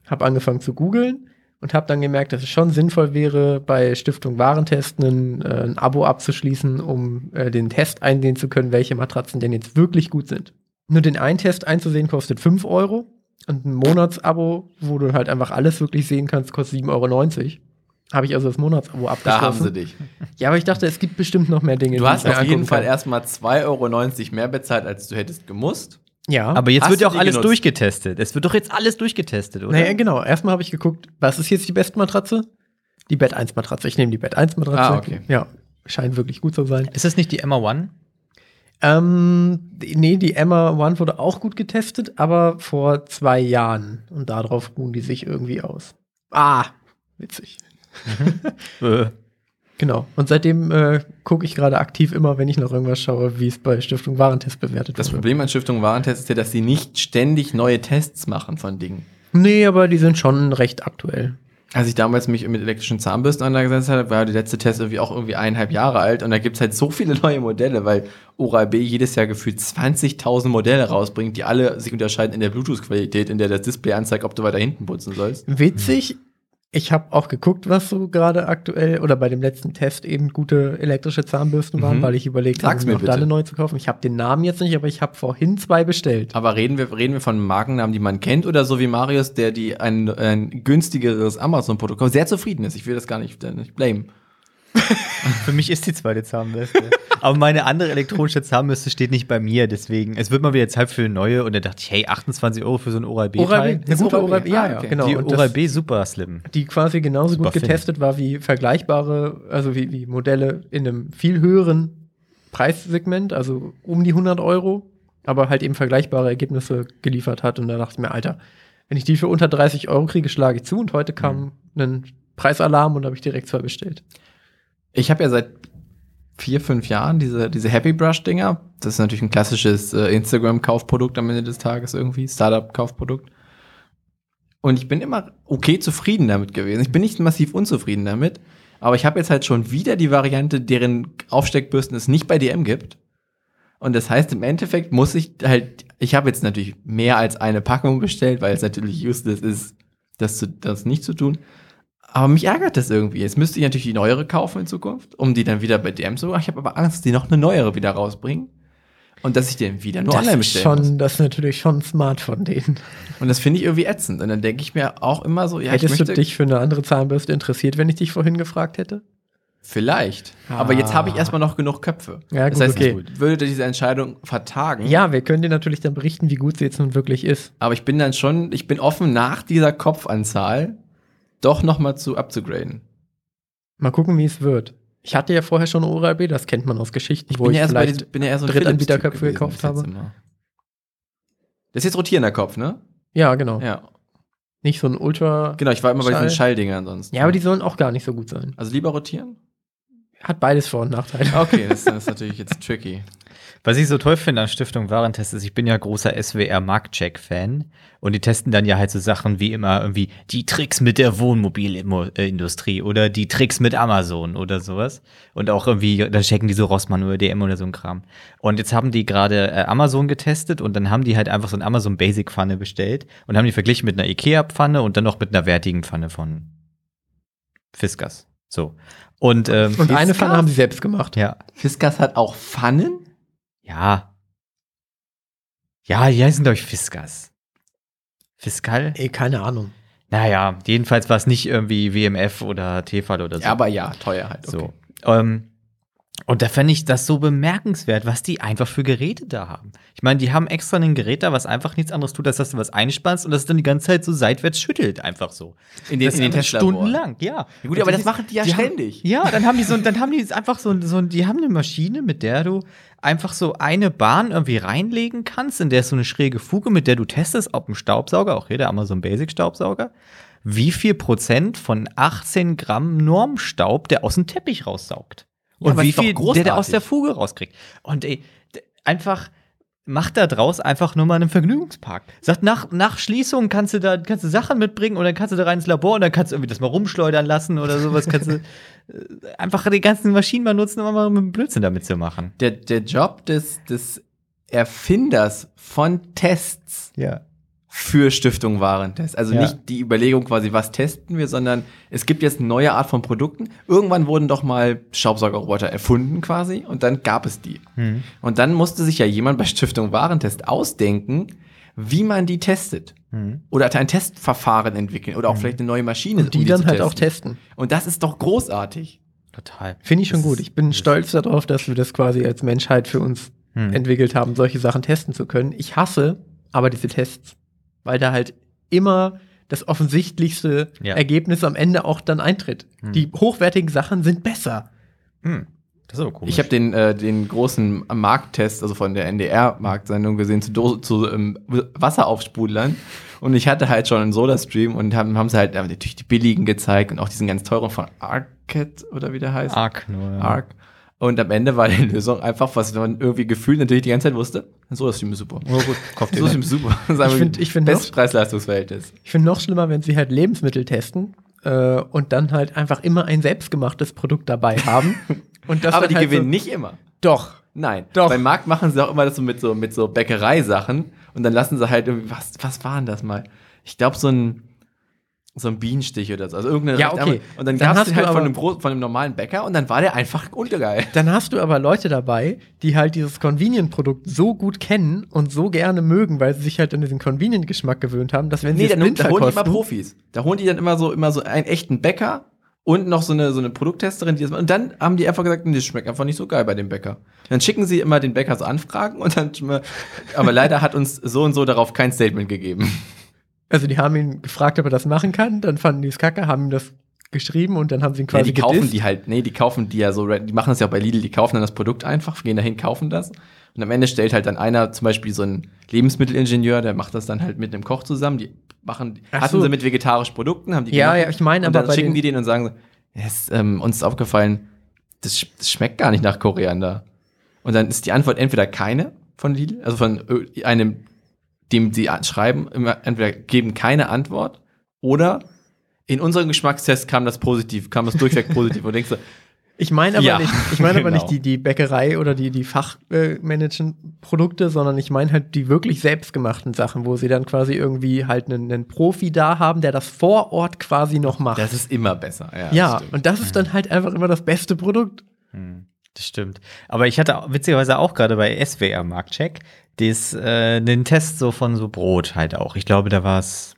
[SPEAKER 2] Habe angefangen zu googeln und habe dann gemerkt, dass es schon sinnvoll wäre, bei Stiftung Warentest einen, äh, ein Abo abzuschließen, um äh, den Test einsehen zu können, welche Matratzen denn jetzt wirklich gut sind. Nur den einen Test einzusehen kostet 5 Euro und ein Monatsabo, wo du halt einfach alles wirklich sehen kannst, kostet 7,90 Euro. Habe ich also das Monatsabo abgeschlossen.
[SPEAKER 3] Da haben sie dich.
[SPEAKER 2] Ja, aber ich dachte, es gibt bestimmt noch mehr Dinge.
[SPEAKER 3] Du
[SPEAKER 2] die
[SPEAKER 3] hast
[SPEAKER 2] ich mir
[SPEAKER 3] auf jeden
[SPEAKER 2] angucken
[SPEAKER 3] Fall
[SPEAKER 2] kann.
[SPEAKER 3] erstmal 2,90 Euro mehr bezahlt, als du hättest gemusst.
[SPEAKER 2] Ja,
[SPEAKER 1] Aber jetzt
[SPEAKER 3] Hast
[SPEAKER 1] wird ja
[SPEAKER 3] du
[SPEAKER 1] auch
[SPEAKER 3] die
[SPEAKER 1] alles
[SPEAKER 3] genutzt?
[SPEAKER 1] durchgetestet. Es wird doch jetzt alles durchgetestet, oder?
[SPEAKER 2] naja, genau. Erstmal habe ich geguckt, was ist jetzt die beste Matratze? Die Bett 1 Matratze. Ich nehme die Bett 1 Matratze.
[SPEAKER 3] Ah, okay.
[SPEAKER 2] Ja, scheint wirklich gut zu sein.
[SPEAKER 1] Ist das nicht die Emma One?
[SPEAKER 2] Ähm, die- nee, die Emma One wurde auch gut getestet, aber vor zwei Jahren. Und darauf ruhen die sich irgendwie aus. Ah, witzig.
[SPEAKER 1] Äh.
[SPEAKER 2] Genau. Und seitdem äh, gucke ich gerade aktiv immer, wenn ich noch irgendwas schaue, wie es bei Stiftung Warentest bewertet
[SPEAKER 3] Das Problem an Stiftung Warentest ist ja, dass sie nicht ständig neue Tests machen von Dingen.
[SPEAKER 2] Nee, aber die sind schon recht aktuell.
[SPEAKER 3] Als ich damals mich mit elektrischen Zahnbürsten auseinandergesetzt habe, war der letzte Test irgendwie auch irgendwie eineinhalb Jahre alt und da gibt es halt so viele neue Modelle, weil Oral-B jedes Jahr gefühlt 20.000 Modelle rausbringt, die alle sich unterscheiden in der Bluetooth-Qualität, in der das Display anzeigt, ob du weiter hinten putzen sollst. Mhm.
[SPEAKER 2] Witzig, ich habe auch geguckt, was so gerade aktuell oder bei dem letzten Test eben gute elektrische Zahnbürsten waren,
[SPEAKER 3] Mhm.
[SPEAKER 2] weil ich überlegt habe,
[SPEAKER 3] Sag's
[SPEAKER 2] mir
[SPEAKER 3] mir
[SPEAKER 2] noch da
[SPEAKER 3] bitte.
[SPEAKER 2] eine neu zu kaufen. Ich habe den Namen jetzt nicht, aber ich habe vorhin zwei bestellt.
[SPEAKER 3] Aber reden wir, reden wir von Markennamen, die man kennt oder so wie Marius, der die ein, ein günstigeres Amazon-Protokoll sehr zufrieden ist. Ich will das gar nicht, äh, nicht blamen.
[SPEAKER 1] Für mich ist die zweite Zahnbürste. Aber meine andere elektronische Zahnbürste steht nicht bei mir, deswegen. Es wird mal wieder Zeit für eine neue und da dachte ich, hey, 28 Euro für so ein Oral-B.
[SPEAKER 2] Oral-B, eine
[SPEAKER 3] Das
[SPEAKER 2] gute Oral-B,
[SPEAKER 3] Oral-B.
[SPEAKER 2] ja,
[SPEAKER 3] Ah,
[SPEAKER 2] ja,
[SPEAKER 3] okay.
[SPEAKER 2] genau.
[SPEAKER 1] Die
[SPEAKER 2] Und das-
[SPEAKER 1] Oral-B Super Slim.
[SPEAKER 2] die quasi genauso
[SPEAKER 1] Super
[SPEAKER 2] gut
[SPEAKER 1] Film.
[SPEAKER 2] getestet war wie vergleichbare, also wie, wie Modelle in einem viel höheren Preissegment, also um die 100 Euro, aber halt eben vergleichbare Ergebnisse geliefert hat. Und da dachte ich mir, Alter, wenn ich die für unter 30 Euro kriege, schlage ich zu. Und heute kam
[SPEAKER 3] Mhm.
[SPEAKER 2] ein Preisalarm und habe ich direkt zwei bestellt.
[SPEAKER 3] Ich habe ja seit vier, fünf Jahren diese, diese Happy Brush-Dinger. Das ist natürlich ein klassisches äh, Instagram-Kaufprodukt am Ende des Tages irgendwie, Startup-Kaufprodukt. Und ich bin immer okay zufrieden damit gewesen. Ich bin nicht massiv unzufrieden damit. Aber ich habe jetzt halt schon wieder die Variante, deren Aufsteckbürsten es nicht bei DM gibt. Und das heißt, im Endeffekt muss ich halt, ich habe jetzt natürlich mehr als eine Packung bestellt, weil es natürlich useless ist, das, zu, das nicht zu tun. Aber mich ärgert das irgendwie. Jetzt müsste ich natürlich die neuere kaufen in Zukunft, um die dann wieder bei DM zu. Ich habe aber Angst, dass die noch eine neuere wieder rausbringen. Und dass ich den wieder nur online
[SPEAKER 2] ist
[SPEAKER 3] bestellen muss.
[SPEAKER 2] schon, das ist natürlich schon smart von denen.
[SPEAKER 3] Und das finde ich irgendwie ätzend. Und dann denke ich mir auch immer so, ja,
[SPEAKER 2] Hättest
[SPEAKER 3] ich
[SPEAKER 2] du
[SPEAKER 3] möchte
[SPEAKER 2] dich für eine andere Zahnbürste interessiert, wenn ich dich vorhin gefragt hätte?
[SPEAKER 3] vielleicht. Aber jetzt habe ich
[SPEAKER 2] Ah.
[SPEAKER 3] erstmal noch genug Köpfe.
[SPEAKER 2] Ja,
[SPEAKER 3] das
[SPEAKER 2] gut,
[SPEAKER 3] heißt,
[SPEAKER 2] okay.
[SPEAKER 3] ich würde diese Entscheidung vertagen.
[SPEAKER 2] Ja, wir können dir natürlich dann berichten, wie gut sie jetzt nun wirklich ist.
[SPEAKER 3] Aber ich bin dann schon, ich bin offen nach dieser Kopfanzahl doch nochmal zu upzugraden.
[SPEAKER 2] Mal gucken, wie es wird. Ich hatte ja vorher schon Oral-B, das kennt man aus Geschichten, wo ich
[SPEAKER 3] erst bei
[SPEAKER 2] vielleicht
[SPEAKER 3] diesem- bin ja erst so ein
[SPEAKER 2] Drittanbieterköpfe
[SPEAKER 3] Philips-Typ
[SPEAKER 2] gekauft
[SPEAKER 3] gewesen bis
[SPEAKER 2] habe.
[SPEAKER 3] jetzt immer. Das ist jetzt rotierender Kopf, ne?
[SPEAKER 2] Ja, genau.
[SPEAKER 3] Ja.
[SPEAKER 2] Nicht so ein Ultra.
[SPEAKER 3] Genau, ich war immer bei diesen
[SPEAKER 2] Schall.
[SPEAKER 3] Schalldinger ansonsten.
[SPEAKER 2] Ja, aber die sollen auch gar nicht so gut sein.
[SPEAKER 3] Also lieber rotieren?
[SPEAKER 2] Hat beides Vor- und Nachteile.
[SPEAKER 3] Okay, das, das ist natürlich jetzt tricky.
[SPEAKER 1] Was ich so toll finde an Stiftung Warentest ist, ich bin ja großer SWR-Marktcheck-Fan und die testen dann ja halt so Sachen wie immer irgendwie die Tricks mit der Wohnmobilindustrie oder die Tricks mit Amazon oder sowas. Und auch irgendwie, dann checken die so Rossmann oder DM oder so ein Kram. Und jetzt haben die gerade äh, Amazon getestet und dann haben die halt einfach so eine Amazon Basic-Pfanne bestellt und haben die verglichen mit einer IKEA-Pfanne und dann noch mit einer wertigen Pfanne von Fiskars. So. Und, ähm,
[SPEAKER 2] Und eine
[SPEAKER 3] Fiskars?
[SPEAKER 2] Pfanne haben sie selbst gemacht.
[SPEAKER 1] ja.
[SPEAKER 3] Fiskas hat auch Pfannen?
[SPEAKER 1] Ja. Ja, die heißen, glaube ich, Fiskars. Fiskal?
[SPEAKER 3] Äh.
[SPEAKER 2] Ey, keine Ahnung.
[SPEAKER 1] Naja, jedenfalls war es nicht irgendwie WMF oder Tefal oder so.
[SPEAKER 3] Ja, aber ja, teuer halt.
[SPEAKER 1] so. Ähm, und da fände ich das so bemerkenswert, was die einfach für Geräte da haben. Ich meine, die haben extra ein Gerät da, was einfach nichts anderes tut, als dass du was einspannst und das dann die ganze Zeit so seitwärts schüttelt, einfach so.
[SPEAKER 3] In den,
[SPEAKER 1] Das
[SPEAKER 3] in den
[SPEAKER 1] einfach
[SPEAKER 3] Testlabor.
[SPEAKER 1] Stundenlang, ja.
[SPEAKER 3] Ja, gut,
[SPEAKER 1] Und
[SPEAKER 3] aber
[SPEAKER 1] das
[SPEAKER 3] das
[SPEAKER 1] ist-
[SPEAKER 3] machen die ja
[SPEAKER 1] die haben-
[SPEAKER 3] ständig.
[SPEAKER 1] Ja, dann haben die so, dann haben die jetzt einfach so, so, die haben eine Maschine, mit der du einfach so eine Bahn irgendwie reinlegen kannst, in der ist so eine schräge Fuge, mit der du testest, ob ein Staubsauger, auch hier der Amazon Basic Staubsauger, wie viel Prozent von 18 Gramm Normstaub der aus dem Teppich raussaugt.
[SPEAKER 3] Ja,
[SPEAKER 1] Und
[SPEAKER 3] aber
[SPEAKER 1] wie
[SPEAKER 3] ist doch
[SPEAKER 1] viel der, der aus
[SPEAKER 3] großartig.
[SPEAKER 1] der Fuge rauskriegt. Und ey, d- einfach macht da draus einfach nur mal einen Vergnügungspark. Sagt, nach, nach Schließung kannst du da kannst du Sachen mitbringen und dann kannst du da rein ins Labor und dann kannst du irgendwie das mal rumschleudern lassen oder sowas. Kannst du äh, einfach die ganzen Maschinen mal nutzen, um mal einen Blödsinn damit zu machen.
[SPEAKER 3] Der, der Job des, des Erfinders von Tests
[SPEAKER 1] Ja.
[SPEAKER 3] für Stiftung Warentest. Also
[SPEAKER 1] Ja.
[SPEAKER 3] nicht die Überlegung quasi, was testen wir, sondern es gibt jetzt eine neue Art von Produkten. Irgendwann wurden doch mal Staubsaugerroboter erfunden quasi und dann gab es die.
[SPEAKER 1] Hm.
[SPEAKER 3] Und dann musste sich ja jemand bei Stiftung Warentest ausdenken, wie man die testet.
[SPEAKER 1] Hm.
[SPEAKER 3] Oder ein Testverfahren entwickeln oder auch vielleicht eine neue Maschine. um
[SPEAKER 2] Mhm. die dann
[SPEAKER 3] zu
[SPEAKER 2] halt auch testen.
[SPEAKER 3] Und das ist doch großartig.
[SPEAKER 1] Total.
[SPEAKER 2] Finde ich schon
[SPEAKER 3] Das
[SPEAKER 2] gut. Ich bin stolz darauf, dass wir das quasi als Menschheit für uns
[SPEAKER 3] Mhm.
[SPEAKER 1] Hm.
[SPEAKER 2] entwickelt haben, solche Sachen testen zu können. Ich hasse aber diese Tests, weil da halt immer das offensichtlichste
[SPEAKER 1] Ja.
[SPEAKER 2] Ergebnis am Ende auch dann eintritt.
[SPEAKER 3] Mhm.
[SPEAKER 1] Hm.
[SPEAKER 2] Die hochwertigen Sachen sind besser.
[SPEAKER 1] Hm. Das ist aber komisch.
[SPEAKER 3] Ich habe den, äh, den großen Markttest, also von der NDR-Marktsendung gesehen, zu, Do zu ähm, Wasseraufsprudlern. Und ich hatte halt schon einen Soda-Stream und haben, haben sie halt äh, natürlich die billigen gezeigt und auch diesen ganz teuren von Arcad oder wie der heißt.
[SPEAKER 2] Ah,
[SPEAKER 1] Arc nur. ja.
[SPEAKER 3] Arc. Und am Ende war die Lösung einfach, was man irgendwie gefühlt natürlich die ganze Zeit wusste, Soda-Stream ist super.
[SPEAKER 1] Oh, gut, kauft ihr
[SPEAKER 3] Soda-Stream ist super. Das
[SPEAKER 2] Ich find- ich find
[SPEAKER 3] Best
[SPEAKER 2] noch-
[SPEAKER 3] Preis-Leistungs-Verhältnis.
[SPEAKER 2] Ich finde noch schlimmer, wenn sie halt Lebensmittel testen äh, und dann halt einfach immer ein selbstgemachtes Produkt dabei haben. und das
[SPEAKER 3] Aber
[SPEAKER 2] dann
[SPEAKER 3] die
[SPEAKER 2] halt
[SPEAKER 3] gewinnen
[SPEAKER 2] so,
[SPEAKER 3] nicht immer.
[SPEAKER 2] Doch.
[SPEAKER 3] Nein,
[SPEAKER 2] Doch.
[SPEAKER 3] beim Markt machen sie auch immer das so mit so, mit so Bäckereisachen und dann lassen sie halt irgendwie, was, was waren das mal? Ich glaube, so ein, so ein Bienenstich oder so. Also irgendeine
[SPEAKER 2] Ja,
[SPEAKER 3] recht
[SPEAKER 2] okay.
[SPEAKER 3] arme- Und
[SPEAKER 2] Dann
[SPEAKER 3] dann, gab es
[SPEAKER 2] hast
[SPEAKER 3] den
[SPEAKER 2] du
[SPEAKER 3] halt von
[SPEAKER 2] aber-
[SPEAKER 3] einem, großen- von einem normalen Bäcker und dann war der einfach untergeil.
[SPEAKER 2] Dann hast du aber Leute dabei, die halt dieses Convenient-Produkt so gut kennen und so gerne mögen, weil sie sich halt an diesen Convenient-Geschmack gewöhnt haben, dass wenn sie
[SPEAKER 3] Nee,
[SPEAKER 2] es
[SPEAKER 3] dann, da
[SPEAKER 2] blind
[SPEAKER 3] holen die immer
[SPEAKER 2] verkosten-
[SPEAKER 3] Profis. Da holen die dann immer so, immer so einen echten Bäcker und noch so eine, so eine Produkttesterin, die das macht. Und dann haben die einfach gesagt, nee, das schmeckt einfach nicht so geil bei dem Bäcker. Dann schicken sie immer den Bäcker so Anfragen und dann, schon mal- aber leider hat uns so und so darauf kein Statement gegeben.
[SPEAKER 2] Also die haben ihn gefragt, ob er das machen kann, dann fanden die es kacke, haben ihm das geschrieben und dann haben sie ihn quasi
[SPEAKER 3] Nee, die kaufen
[SPEAKER 2] gedisst.
[SPEAKER 3] die halt, nee, die kaufen die ja so, die machen das ja auch bei Lidl, die kaufen dann das Produkt einfach, gehen dahin, kaufen das. Und am Ende stellt halt dann einer, zum Beispiel so ein Lebensmittelingenieur, der macht das dann halt mit einem Koch zusammen. Die machen,
[SPEAKER 2] Ach
[SPEAKER 3] hatten
[SPEAKER 2] so.
[SPEAKER 3] sie mit vegetarischen Produkten, haben die
[SPEAKER 2] Ja,
[SPEAKER 3] gemacht.
[SPEAKER 2] ja, ich meine
[SPEAKER 3] und
[SPEAKER 2] aber
[SPEAKER 3] dann
[SPEAKER 2] bei
[SPEAKER 3] schicken
[SPEAKER 2] den-
[SPEAKER 3] die den und sagen, so, ja, ist, ähm, uns ist aufgefallen, das, sch das schmeckt gar nicht nach Koriander. Und dann ist die Antwort entweder keine von Lidl, also von ö- einem, dem sie a- schreiben, immer entweder geben keine Antwort oder in unserem Geschmackstest kam das positiv, kam das durchweg positiv und denkst du,
[SPEAKER 2] Ich meine aber
[SPEAKER 3] Ja,
[SPEAKER 2] nicht, ich meine aber
[SPEAKER 3] genau.
[SPEAKER 2] nicht die, die Bäckerei oder die, die fachmanagenden Produkte, sondern ich meine halt die wirklich selbstgemachten Sachen, wo sie dann quasi irgendwie halt einen, einen Profi da haben, der das vor Ort quasi noch macht.
[SPEAKER 3] das ist immer besser. Ja,
[SPEAKER 2] ja,
[SPEAKER 3] stimmt.
[SPEAKER 2] und das ist dann halt einfach immer das beste Produkt.
[SPEAKER 1] Hm, Das stimmt. Aber ich hatte witzigerweise auch gerade bei SWR Marktcheck des, äh, den Test so von so Brot halt auch. Ich glaube, da war es,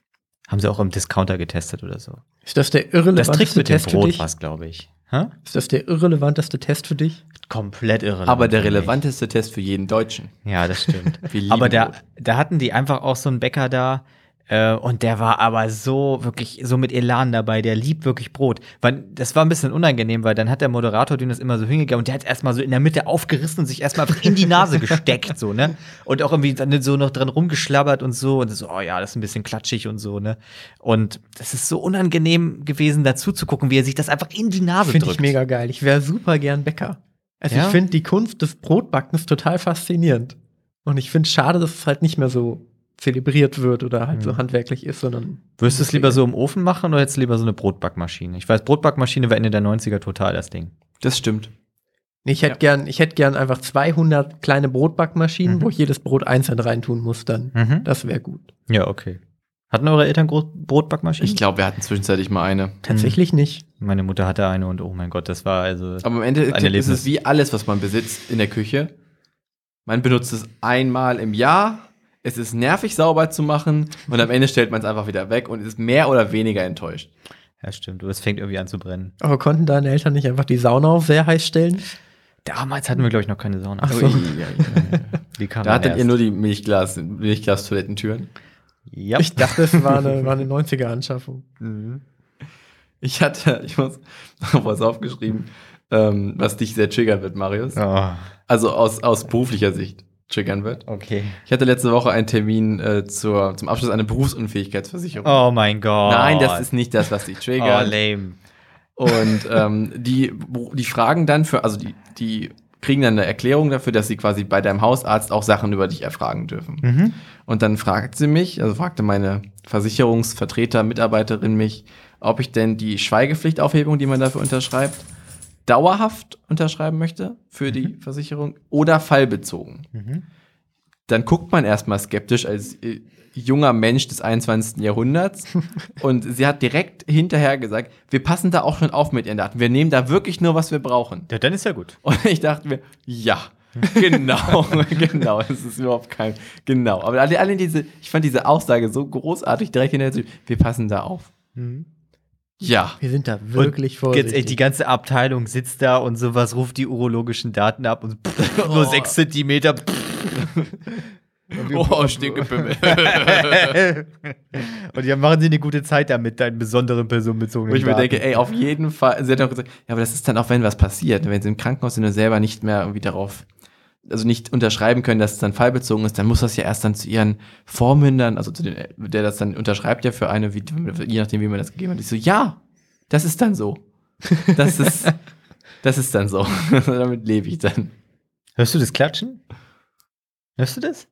[SPEAKER 1] haben sie auch im Discounter getestet oder so.
[SPEAKER 2] Ist das der
[SPEAKER 1] Das Trick
[SPEAKER 2] irrelevanteste
[SPEAKER 1] mit dem
[SPEAKER 2] Test für
[SPEAKER 1] Brot
[SPEAKER 2] dich?
[SPEAKER 1] war es, glaube ich. Hä?
[SPEAKER 2] Ist das der irrelevanteste Test für dich?
[SPEAKER 1] Komplett irrelevant.
[SPEAKER 3] aber der
[SPEAKER 1] für mich.
[SPEAKER 3] relevanteste Test für jeden Deutschen.
[SPEAKER 1] Ja, das stimmt.
[SPEAKER 3] Wir lieben
[SPEAKER 1] aber da,
[SPEAKER 3] Brot.
[SPEAKER 1] da hatten die einfach auch so einen Bäcker da. äh, Und der war aber so wirklich so mit Elan dabei, der liebt wirklich Brot. Weil das war ein bisschen unangenehm, weil dann hat der Moderator den das immer so hingegangen und der hat erstmal so in der Mitte aufgerissen und sich erstmal in die Nase gesteckt, so, ne? Und auch irgendwie dann so noch dran rumgeschlabbert und so und so, oh ja, das ist ein bisschen klatschig und so, ne? Und das ist so unangenehm gewesen, dazu zu gucken, wie er sich das einfach in die Nase
[SPEAKER 2] Finde
[SPEAKER 1] drückt.
[SPEAKER 2] ich mega geil. Ich wäre super gern Bäcker. Also
[SPEAKER 1] Ja?
[SPEAKER 2] ich finde die Kunst des Brotbackens total faszinierend. Und ich finde es schade, dass es halt nicht mehr so zelebriert wird oder halt so handwerklich ist, sondern
[SPEAKER 1] Würdest du es lieber so im Ofen machen oder jetzt lieber so eine Brotbackmaschine? Ich weiß, Brotbackmaschine war Ende der 90er total das Ding.
[SPEAKER 3] Das stimmt.
[SPEAKER 2] Nee, ich hätte gern, ich hätte gern einfach 200 kleine Brotbackmaschinen,
[SPEAKER 3] Mhm.
[SPEAKER 2] wo ich jedes Brot einzeln reintun muss dann.
[SPEAKER 1] Mhm.
[SPEAKER 2] Das wäre gut.
[SPEAKER 1] Ja, okay. Hatten eure Eltern Groß Brotbackmaschinen?
[SPEAKER 2] Mhm.
[SPEAKER 3] Ich glaube, wir hatten zwischenzeitlich mal eine.
[SPEAKER 2] Tatsächlich nicht.
[SPEAKER 1] Meine Mutter hatte eine und oh mein Gott, das war also.
[SPEAKER 3] Aber am Ende
[SPEAKER 1] Ein
[SPEAKER 3] ist
[SPEAKER 1] Erlebnis.
[SPEAKER 3] es wie alles, was man besitzt in der Küche. Man benutzt es einmal im Jahr. Es ist nervig, sauber zu machen. Und am Ende stellt man es einfach wieder weg und ist mehr oder weniger enttäuscht.
[SPEAKER 1] Ja, stimmt. Es fängt irgendwie an zu brennen.
[SPEAKER 2] Aber konnten deine Eltern nicht einfach die Sauna auf sehr heiß stellen?
[SPEAKER 1] Damals hatten wir, glaube ich, noch keine Sauna.
[SPEAKER 2] Ach so.
[SPEAKER 3] Also,
[SPEAKER 1] Die kam
[SPEAKER 3] Da hattet
[SPEAKER 1] erst.
[SPEAKER 3] ihr nur die Milchglas, Milchglas-Toilettentüren.
[SPEAKER 1] Ja. Mhm.
[SPEAKER 2] Ich dachte, es war eine, war eine 90er-Anschaffung.
[SPEAKER 3] Mhm. Ich hatte, ich muss noch was aufgeschrieben, ähm, was dich sehr triggern wird, Marius.
[SPEAKER 1] Oh,
[SPEAKER 3] Also aus, aus beruflicher Sicht triggern wird.
[SPEAKER 1] okay.
[SPEAKER 3] Ich hatte letzte Woche einen Termin äh, zur, zum Abschluss einer Berufsunfähigkeitsversicherung.
[SPEAKER 1] Oh mein Gott.
[SPEAKER 3] Nein, das ist nicht das, was dich
[SPEAKER 1] Oh,
[SPEAKER 3] triggert.
[SPEAKER 1] lame.
[SPEAKER 3] Und ähm, die, die fragen dann für, also die, die kriegen dann eine Erklärung dafür, dass sie quasi bei deinem Hausarzt auch Sachen über dich erfragen dürfen.
[SPEAKER 1] Mhm.
[SPEAKER 3] Und dann fragt sie mich, also fragte meine Versicherungsvertreter, Mitarbeiterin mich, ob ich denn die Schweigepflichtaufhebung, die man dafür unterschreibt, dauerhaft unterschreiben möchte für die Versicherung oder fallbezogen.
[SPEAKER 1] Mhm.
[SPEAKER 3] Dann guckt man erstmal skeptisch als äh, junger Mensch des 21. Jahrhunderts und sie hat direkt hinterher gesagt, wir passen da auch schon auf mit ihren Daten. Wir nehmen da wirklich nur, was wir brauchen.
[SPEAKER 1] Ja, dann ist ja gut.
[SPEAKER 3] Und ich dachte mir, ja, genau, genau, es ist überhaupt kein, genau. Aber alle, alle diese, ich fand diese Aussage so großartig, direkt hinterher zu, wir passen da auf. Mhm. Ja.
[SPEAKER 2] Wir sind da wirklich vorsichtig.
[SPEAKER 1] Jetzt, ey, die ganze Abteilung sitzt da und sowas ruft die urologischen Daten ab und pff, nur 6 Zentimeter. pff.
[SPEAKER 3] Oh, Stinkepimmel.
[SPEAKER 1] und dann machen sie eine gute Zeit damit, deinen besonderen personenbezogenen
[SPEAKER 3] Wo ich mir
[SPEAKER 1] Daten.
[SPEAKER 3] denke, ey, auf jeden Fall, sie hat auch gesagt, ja, aber das ist dann auch, wenn was passiert, wenn sie im Krankenhaus sind und selber nicht mehr irgendwie darauf, also nicht unterschreiben können, dass es dann fallbezogen ist, dann muss das ja erst dann zu ihren Vormündern, also zu den, der das dann unterschreibt ja für eine, wie, je nachdem, wie man das gegeben hat. Ich so, ja, das ist dann so. Das ist, das ist dann so. Damit lebe ich dann.
[SPEAKER 1] Hörst du das Klatschen? Hörst du das?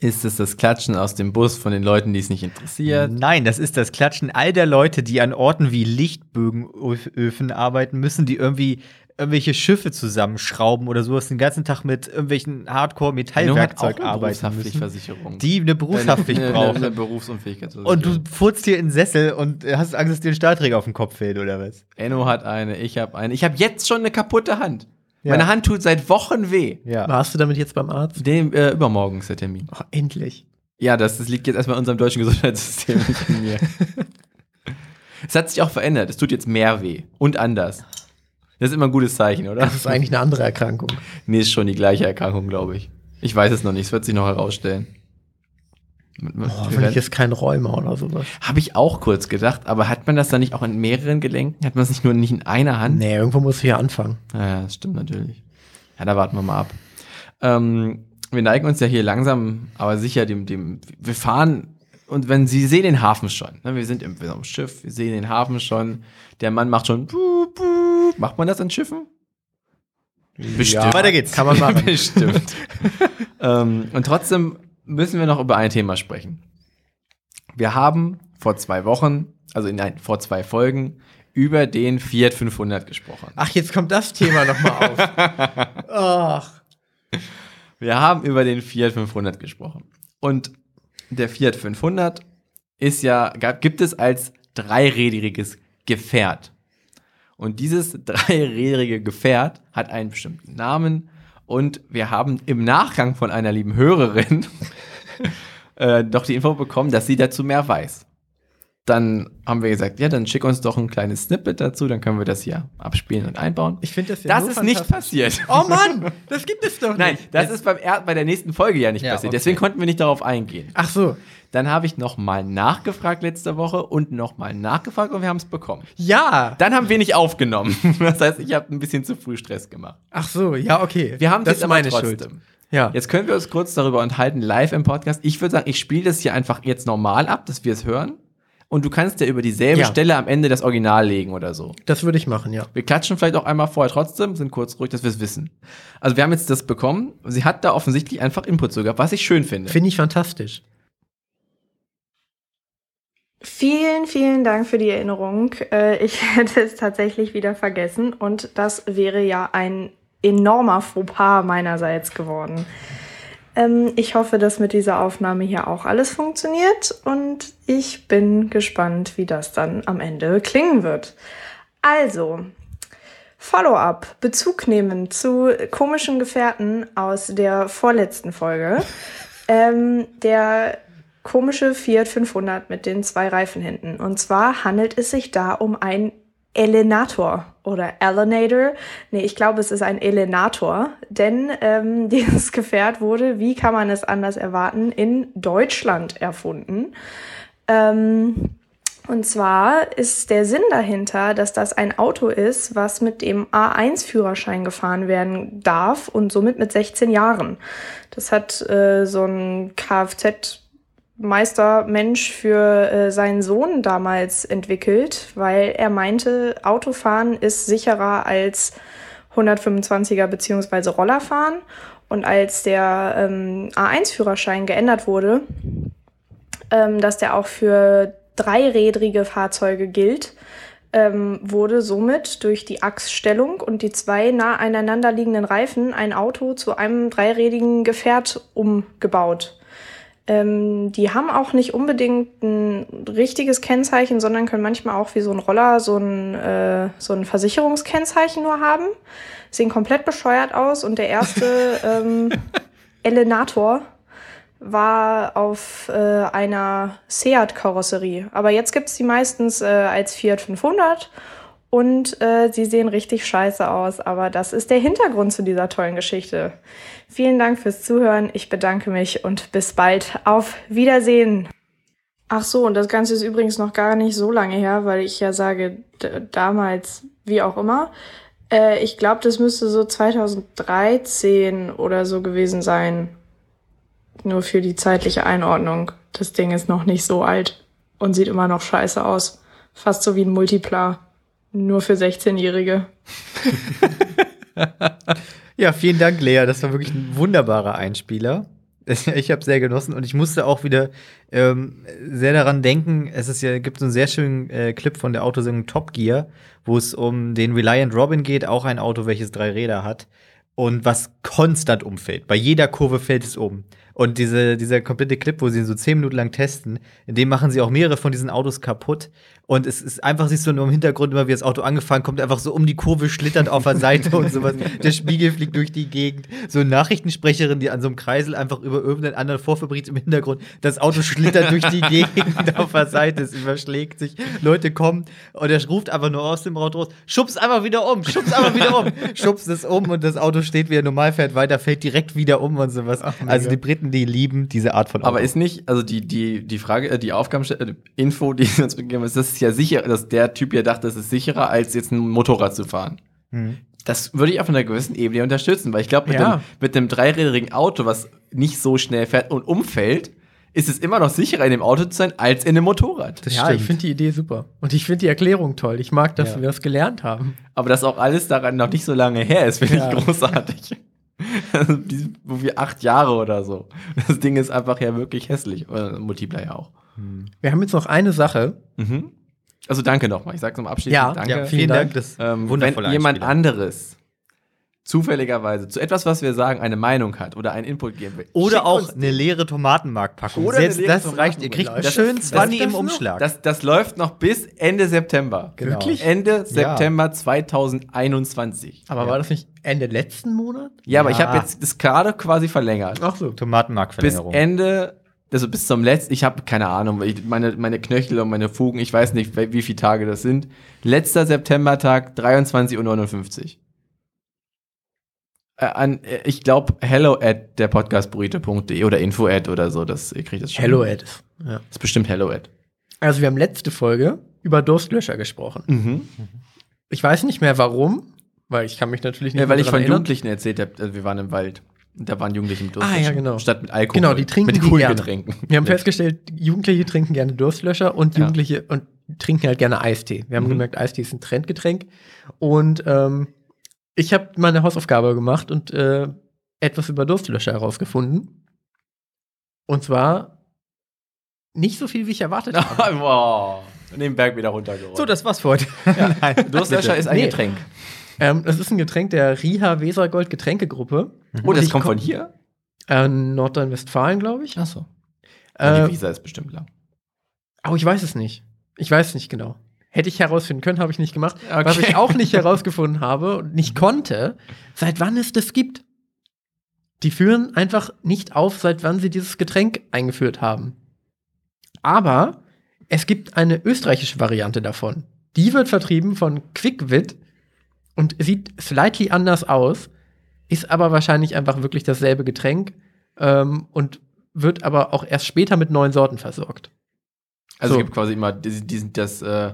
[SPEAKER 3] Ist es das Klatschen aus dem Bus von den Leuten, die es nicht interessiert?
[SPEAKER 1] Nein, das ist das Klatschen all der Leute, die an Orten wie Lichtbögenöfen arbeiten müssen, die irgendwie irgendwelche Schiffe zusammenschrauben oder sowas den ganzen Tag mit irgendwelchen
[SPEAKER 3] Nur hat auch
[SPEAKER 1] Hardcore-Metallwerkzeug
[SPEAKER 3] eine
[SPEAKER 1] arbeiten müssen,
[SPEAKER 3] Berufshaftpflichtversicherung.
[SPEAKER 1] die eine Berufshaftpflicht
[SPEAKER 3] Eine- eine-
[SPEAKER 1] brauchen.
[SPEAKER 3] Eine Berufsunfähigkeitsversicherung.
[SPEAKER 1] Und du furzt hier in den Sessel und hast Angst, dass dir ein Stahlträger auf den Kopf fällt oder was?
[SPEAKER 3] Enno hat eine, ich habe eine. Ich habe jetzt schon eine kaputte Hand.
[SPEAKER 1] Ja.
[SPEAKER 3] Meine Hand tut seit Wochen weh.
[SPEAKER 1] Ja.
[SPEAKER 2] Warst du damit jetzt beim Arzt?
[SPEAKER 3] Dem, äh, übermorgen ist der Termin.
[SPEAKER 2] Oh, endlich.
[SPEAKER 3] Ja, das, das liegt jetzt erstmal in unserem deutschen Gesundheitssystem, nicht in mir. es hat sich auch verändert. Es tut jetzt mehr weh. Und anders. Das ist immer ein gutes Zeichen, oder?
[SPEAKER 2] Das ist eigentlich eine andere Erkrankung.
[SPEAKER 3] Nee, ist schon die gleiche Erkrankung, glaube ich. Ich weiß es noch nicht. Es wird sich noch herausstellen.
[SPEAKER 2] Oh, Hoffentlich ist kein Rheuma oder sowas.
[SPEAKER 3] Habe ich auch kurz gedacht, aber hat man das dann nicht auch in mehreren Gelenken? Hat man es nicht nur nicht in einer Hand?
[SPEAKER 2] Nee, irgendwo musst du ja anfangen.
[SPEAKER 3] Ja, das stimmt natürlich. Ja, da warten wir mal ab. Ähm, wir neigen uns ja hier langsam, aber sicher dem, dem, wir fahren und wenn Sie sehen den Hafen schon, ne, wir sind im, wir sind am Schiff, wir sehen den Hafen schon, der Mann macht schon, buh, buh. macht man das an Schiffen? Bestimmt.
[SPEAKER 1] Weiter geht's.
[SPEAKER 2] Kann man machen.
[SPEAKER 3] Bestimmt. ähm, und trotzdem müssen wir noch über ein Thema sprechen. Wir haben vor zwei Wochen, also nein, vor zwei Folgen, über den Fiat 500 gesprochen.
[SPEAKER 2] Ach, jetzt kommt das Thema nochmal auf. Ach.
[SPEAKER 3] Wir haben über den Fiat 500 gesprochen. Und der Fiat 500 ist ja, gab, gibt es als dreirädriges Gefährt. Und dieses dreirädrige Gefährt hat einen bestimmten Namen. Und wir haben im Nachgang von einer lieben Hörerin äh, doch die Info bekommen, dass sie dazu mehr weiß. Dann haben wir gesagt, ja, dann schick uns doch ein kleines Snippet dazu, dann können wir das hier abspielen und einbauen.
[SPEAKER 2] Ich finde das ja
[SPEAKER 3] das
[SPEAKER 2] nur
[SPEAKER 3] ist nicht
[SPEAKER 2] fantastisch.
[SPEAKER 3] passiert.
[SPEAKER 2] Oh Mann, das gibt es doch nicht.
[SPEAKER 3] Nein, das ist beim er bei der nächsten Folge ja nicht
[SPEAKER 1] Ja,
[SPEAKER 3] passiert.
[SPEAKER 1] okay.
[SPEAKER 3] Deswegen konnten wir nicht darauf eingehen.
[SPEAKER 2] Ach so.
[SPEAKER 3] Dann habe ich nochmal nachgefragt letzte Woche und nochmal nachgefragt und wir haben es bekommen.
[SPEAKER 2] Ja.
[SPEAKER 3] Dann haben wir nicht aufgenommen. Das heißt, ich habe ein bisschen zu früh Stress gemacht.
[SPEAKER 2] Ach so, ja, okay.
[SPEAKER 3] Wir haben
[SPEAKER 2] das ist meine Schuld. Ja.
[SPEAKER 3] Jetzt können wir uns kurz darüber unterhalten, live im Podcast. Ich würde sagen, ich spiele das hier einfach jetzt normal ab, dass wir es hören. Und du kannst ja über dieselbe
[SPEAKER 2] Ja.
[SPEAKER 3] Stelle am Ende das Original legen oder so.
[SPEAKER 2] Das würde ich machen, ja.
[SPEAKER 3] Wir klatschen vielleicht auch einmal vorher trotzdem, sind kurz ruhig, dass wir es wissen. Also wir haben jetzt das bekommen. Sie hat da offensichtlich einfach Input zu gehabt, was ich schön finde.
[SPEAKER 2] Finde ich fantastisch.
[SPEAKER 5] Vielen, vielen Dank für die Erinnerung. Äh, Ich hätte es tatsächlich wieder vergessen und das wäre ja ein enormer Fauxpas meinerseits geworden. Ähm, Ich hoffe, dass mit dieser Aufnahme hier auch alles funktioniert und ich bin gespannt, wie das dann am Ende klingen wird. Also, Follow-up, Bezug nehmen zu komischen Gefährten aus der vorletzten Folge. Ähm, der komische Fiat 500 mit den zwei Reifen hinten. Und zwar handelt es sich da um einen Elenator oder Elenator. Nee, ich glaube, es ist ein Elenator, denn ähm, dieses Gefährt wurde, wie kann man es anders erwarten, in Deutschland erfunden. Ähm, und zwar ist der Sinn dahinter, dass das ein Auto ist, was mit dem A1-Führerschein gefahren werden darf und somit mit 16 Jahren. Das hat äh, so ein Kfz Meistermensch für äh, seinen Sohn damals entwickelt, weil er meinte, Autofahren ist sicherer als 125er bzw. Roller fahren. Und als der ähm, A1-Führerschein geändert wurde, ähm, dass der auch für dreirädrige Fahrzeuge gilt, ähm, wurde somit durch die Achsstellung und die zwei nah aneinander liegenden Reifen ein Auto zu einem dreirädigen Gefährt umgebaut. Ähm, die haben auch nicht unbedingt ein richtiges Kennzeichen, sondern können manchmal auch wie so ein Roller so ein, äh, so ein Versicherungskennzeichen nur haben. Sehen komplett bescheuert aus und der erste ähm, Elenator war auf äh, einer Seat-Karosserie. Aber jetzt gibt's die meistens äh, als Fiat 500 und äh, sie sehen richtig scheiße aus. Aber das ist der Hintergrund zu dieser tollen Geschichte. Vielen Dank fürs Zuhören. Ich bedanke mich und bis bald. Auf Wiedersehen. Ach so, und das Ganze ist übrigens noch gar nicht so lange her, weil ich ja sage, d- damals, wie auch immer. Äh, ich glaube, das müsste so 2013 oder so gewesen sein. Nur für die zeitliche Einordnung. Das Ding ist noch nicht so alt und sieht immer noch scheiße aus. Fast so wie ein Multiplar. Nur für 16-Jährige.
[SPEAKER 1] Ja, vielen Dank, Lea. Das war wirklich ein wunderbarer Einspieler. Ich habe sehr genossen und ich musste auch wieder ähm, sehr daran denken. Es ist ja, gibt so einen sehr schönen äh, Clip von der Autosendung Top Gear, wo es um den Reliant Robin geht, auch ein Auto, welches drei Räder hat und was konstant umfällt. Bei jeder Kurve fällt es um. Und diese, dieser komplette Clip, wo sie ihn so zehn Minuten lang testen, in dem machen sie auch mehrere von diesen Autos kaputt. Und es ist einfach, siehst du nur im Hintergrund immer, wie das Auto angefahren kommt, einfach so um die Kurve schlittert auf der Seite und sowas. Der Spiegel fliegt durch die Gegend. So eine Nachrichtensprecherin, die an so einem Kreisel einfach über irgendeinen anderen Vorfabrik im Hintergrund, das Auto schlittert durch die Gegend auf der Seite, es überschlägt sich. Leute kommen und er ruft einfach nur aus dem Auto raus, schubst einfach wieder um, schubst einfach wieder um, schubst es um und das Auto steht wieder normal, fährt weiter, fällt direkt wieder um und sowas. also die Briten, die lieben diese Art von Auto.
[SPEAKER 3] Aber ist nicht, also die, die, die Frage, äh, die Aufgabenstellung, äh, Info, die sie uns mitgegeben haben, ist, das ist ja sicher, dass der Typ ja dachte, es ist sicherer, als jetzt ein Motorrad zu fahren.
[SPEAKER 1] Mhm.
[SPEAKER 3] Das würde ich auf einer gewissen Ebene unterstützen, weil ich glaube, mit,
[SPEAKER 2] Hm. Ja.
[SPEAKER 3] dem, mit dem dreirädrigen Auto, was nicht so schnell fährt und umfällt, ist es immer noch sicherer, in dem Auto zu sein, als in einem Motorrad.
[SPEAKER 1] Das
[SPEAKER 2] ja, ich finde die Idee super. Und ich finde die Erklärung toll. Ich mag, dass
[SPEAKER 1] Ja.
[SPEAKER 2] wir das gelernt haben.
[SPEAKER 3] Aber dass auch alles daran noch nicht so lange her ist, finde
[SPEAKER 2] Ja.
[SPEAKER 3] ich großartig. Also, die- Irgendwie acht Jahre oder so. Das Ding ist einfach ja wirklich hässlich. Äh, Multipler ja auch.
[SPEAKER 2] Wir haben jetzt noch eine Sache.
[SPEAKER 3] Mhm. Also danke nochmal. Ich sage nochmal abschließend
[SPEAKER 2] Ja,
[SPEAKER 3] danke.
[SPEAKER 1] ja, vielen Dank. Das
[SPEAKER 3] Ähm, wenn
[SPEAKER 1] wundervoller
[SPEAKER 3] jemand
[SPEAKER 1] Einspieler.
[SPEAKER 3] anderes zufälligerweise zu etwas, was wir sagen, eine Meinung hat oder einen Input geben will.
[SPEAKER 1] Oder
[SPEAKER 3] schickt
[SPEAKER 1] auch
[SPEAKER 3] uns-
[SPEAKER 1] eine leere Tomatenmarktpackung.
[SPEAKER 3] Oder eine
[SPEAKER 1] Selbst
[SPEAKER 3] leere
[SPEAKER 1] das reicht. Ihr kriegt
[SPEAKER 3] Tomatenmark.
[SPEAKER 1] einen
[SPEAKER 3] Das-
[SPEAKER 1] schönen
[SPEAKER 3] das-
[SPEAKER 1] Zwanni
[SPEAKER 2] das
[SPEAKER 1] im
[SPEAKER 2] noch?
[SPEAKER 1] Umschlag.
[SPEAKER 3] Das, das läuft noch bis Ende September.
[SPEAKER 1] Genau. Wirklich?
[SPEAKER 3] Ende September 2021.
[SPEAKER 2] Aber war das nicht Ende letzten Monat?
[SPEAKER 3] Ja, aber ich
[SPEAKER 1] Ja.
[SPEAKER 3] habe jetzt das gerade quasi verlängert.
[SPEAKER 2] Ach so.
[SPEAKER 3] bis
[SPEAKER 1] Tomatenmarktverlängerung.
[SPEAKER 3] Ende, also bis zum letzten, ich habe keine Ahnung, ich, meine, meine Knöchel und meine Fugen, ich weiß nicht, wie viele Tage das sind. Letzter Septembertag, 23.59 Uhr. Äh, an, äh, ich glaube, hello at der Podcastburrito.de oder info at oder so, das, ihr kriegt das schon.
[SPEAKER 2] Hello Ads. Ja.
[SPEAKER 3] Das ist bestimmt hello at.
[SPEAKER 2] Also wir haben letzte Folge über Durstlöscher gesprochen.
[SPEAKER 3] Mhm.
[SPEAKER 2] Ich weiß nicht mehr warum, weil ich kann mich natürlich nicht
[SPEAKER 3] Ja, Äh, weil
[SPEAKER 2] mehr
[SPEAKER 3] ich
[SPEAKER 2] dran
[SPEAKER 3] von
[SPEAKER 2] erinnern.
[SPEAKER 3] Jugendlichen erzählt habe, also wir waren im Wald. und Da waren Jugendliche mit
[SPEAKER 2] Ah, ja, genau.
[SPEAKER 3] Statt mit Alkohol.
[SPEAKER 2] Genau, die trinken
[SPEAKER 3] Mit
[SPEAKER 2] die
[SPEAKER 3] coolen
[SPEAKER 2] gerne.
[SPEAKER 3] Getränken.
[SPEAKER 2] Wir haben festgestellt, Jugendliche trinken gerne Durstlöscher und
[SPEAKER 3] Ja.
[SPEAKER 2] Jugendliche und trinken halt gerne Eistee. Wir haben
[SPEAKER 3] Mhm.
[SPEAKER 2] gemerkt, Eistee ist ein Trendgetränk. Und ähm, ich habe meine Hausaufgabe gemacht und äh, etwas über Durstlöscher herausgefunden. Und zwar nicht so viel, wie ich erwartet habe.
[SPEAKER 3] wow. Und den Berg wieder runtergerollt.
[SPEAKER 1] So, das war's für heute. Nein,
[SPEAKER 3] Durstlöscher
[SPEAKER 1] bitte.
[SPEAKER 3] ist ein
[SPEAKER 2] Nee.
[SPEAKER 3] Getränk.
[SPEAKER 2] Ähm, das ist ein Getränk der Riha Wesergold Getränkegruppe.
[SPEAKER 3] Oh, das
[SPEAKER 2] Ich
[SPEAKER 3] kommt
[SPEAKER 2] komm-
[SPEAKER 3] von hier?
[SPEAKER 2] Äh, Nordrhein-Westfalen, glaube ich.
[SPEAKER 3] Achso.
[SPEAKER 2] Äh,
[SPEAKER 3] die Visa ist bestimmt lang.
[SPEAKER 2] aber ich weiß es nicht. Ich weiß es nicht genau. Hätte ich herausfinden können, habe ich nicht gemacht.
[SPEAKER 3] Okay.
[SPEAKER 2] Was ich auch nicht herausgefunden habe und nicht konnte, seit wann es das gibt. Die führen einfach nicht auf, seit wann sie dieses Getränk eingeführt haben. Aber es gibt eine österreichische Variante davon. Die wird vertrieben von Quickwit und sieht slightly anders aus, ist aber wahrscheinlich einfach wirklich dasselbe Getränk ähm, und wird aber auch erst später mit neuen Sorten versorgt.
[SPEAKER 3] Also
[SPEAKER 2] so.
[SPEAKER 3] es gibt quasi immer diesen, diesen das, äh,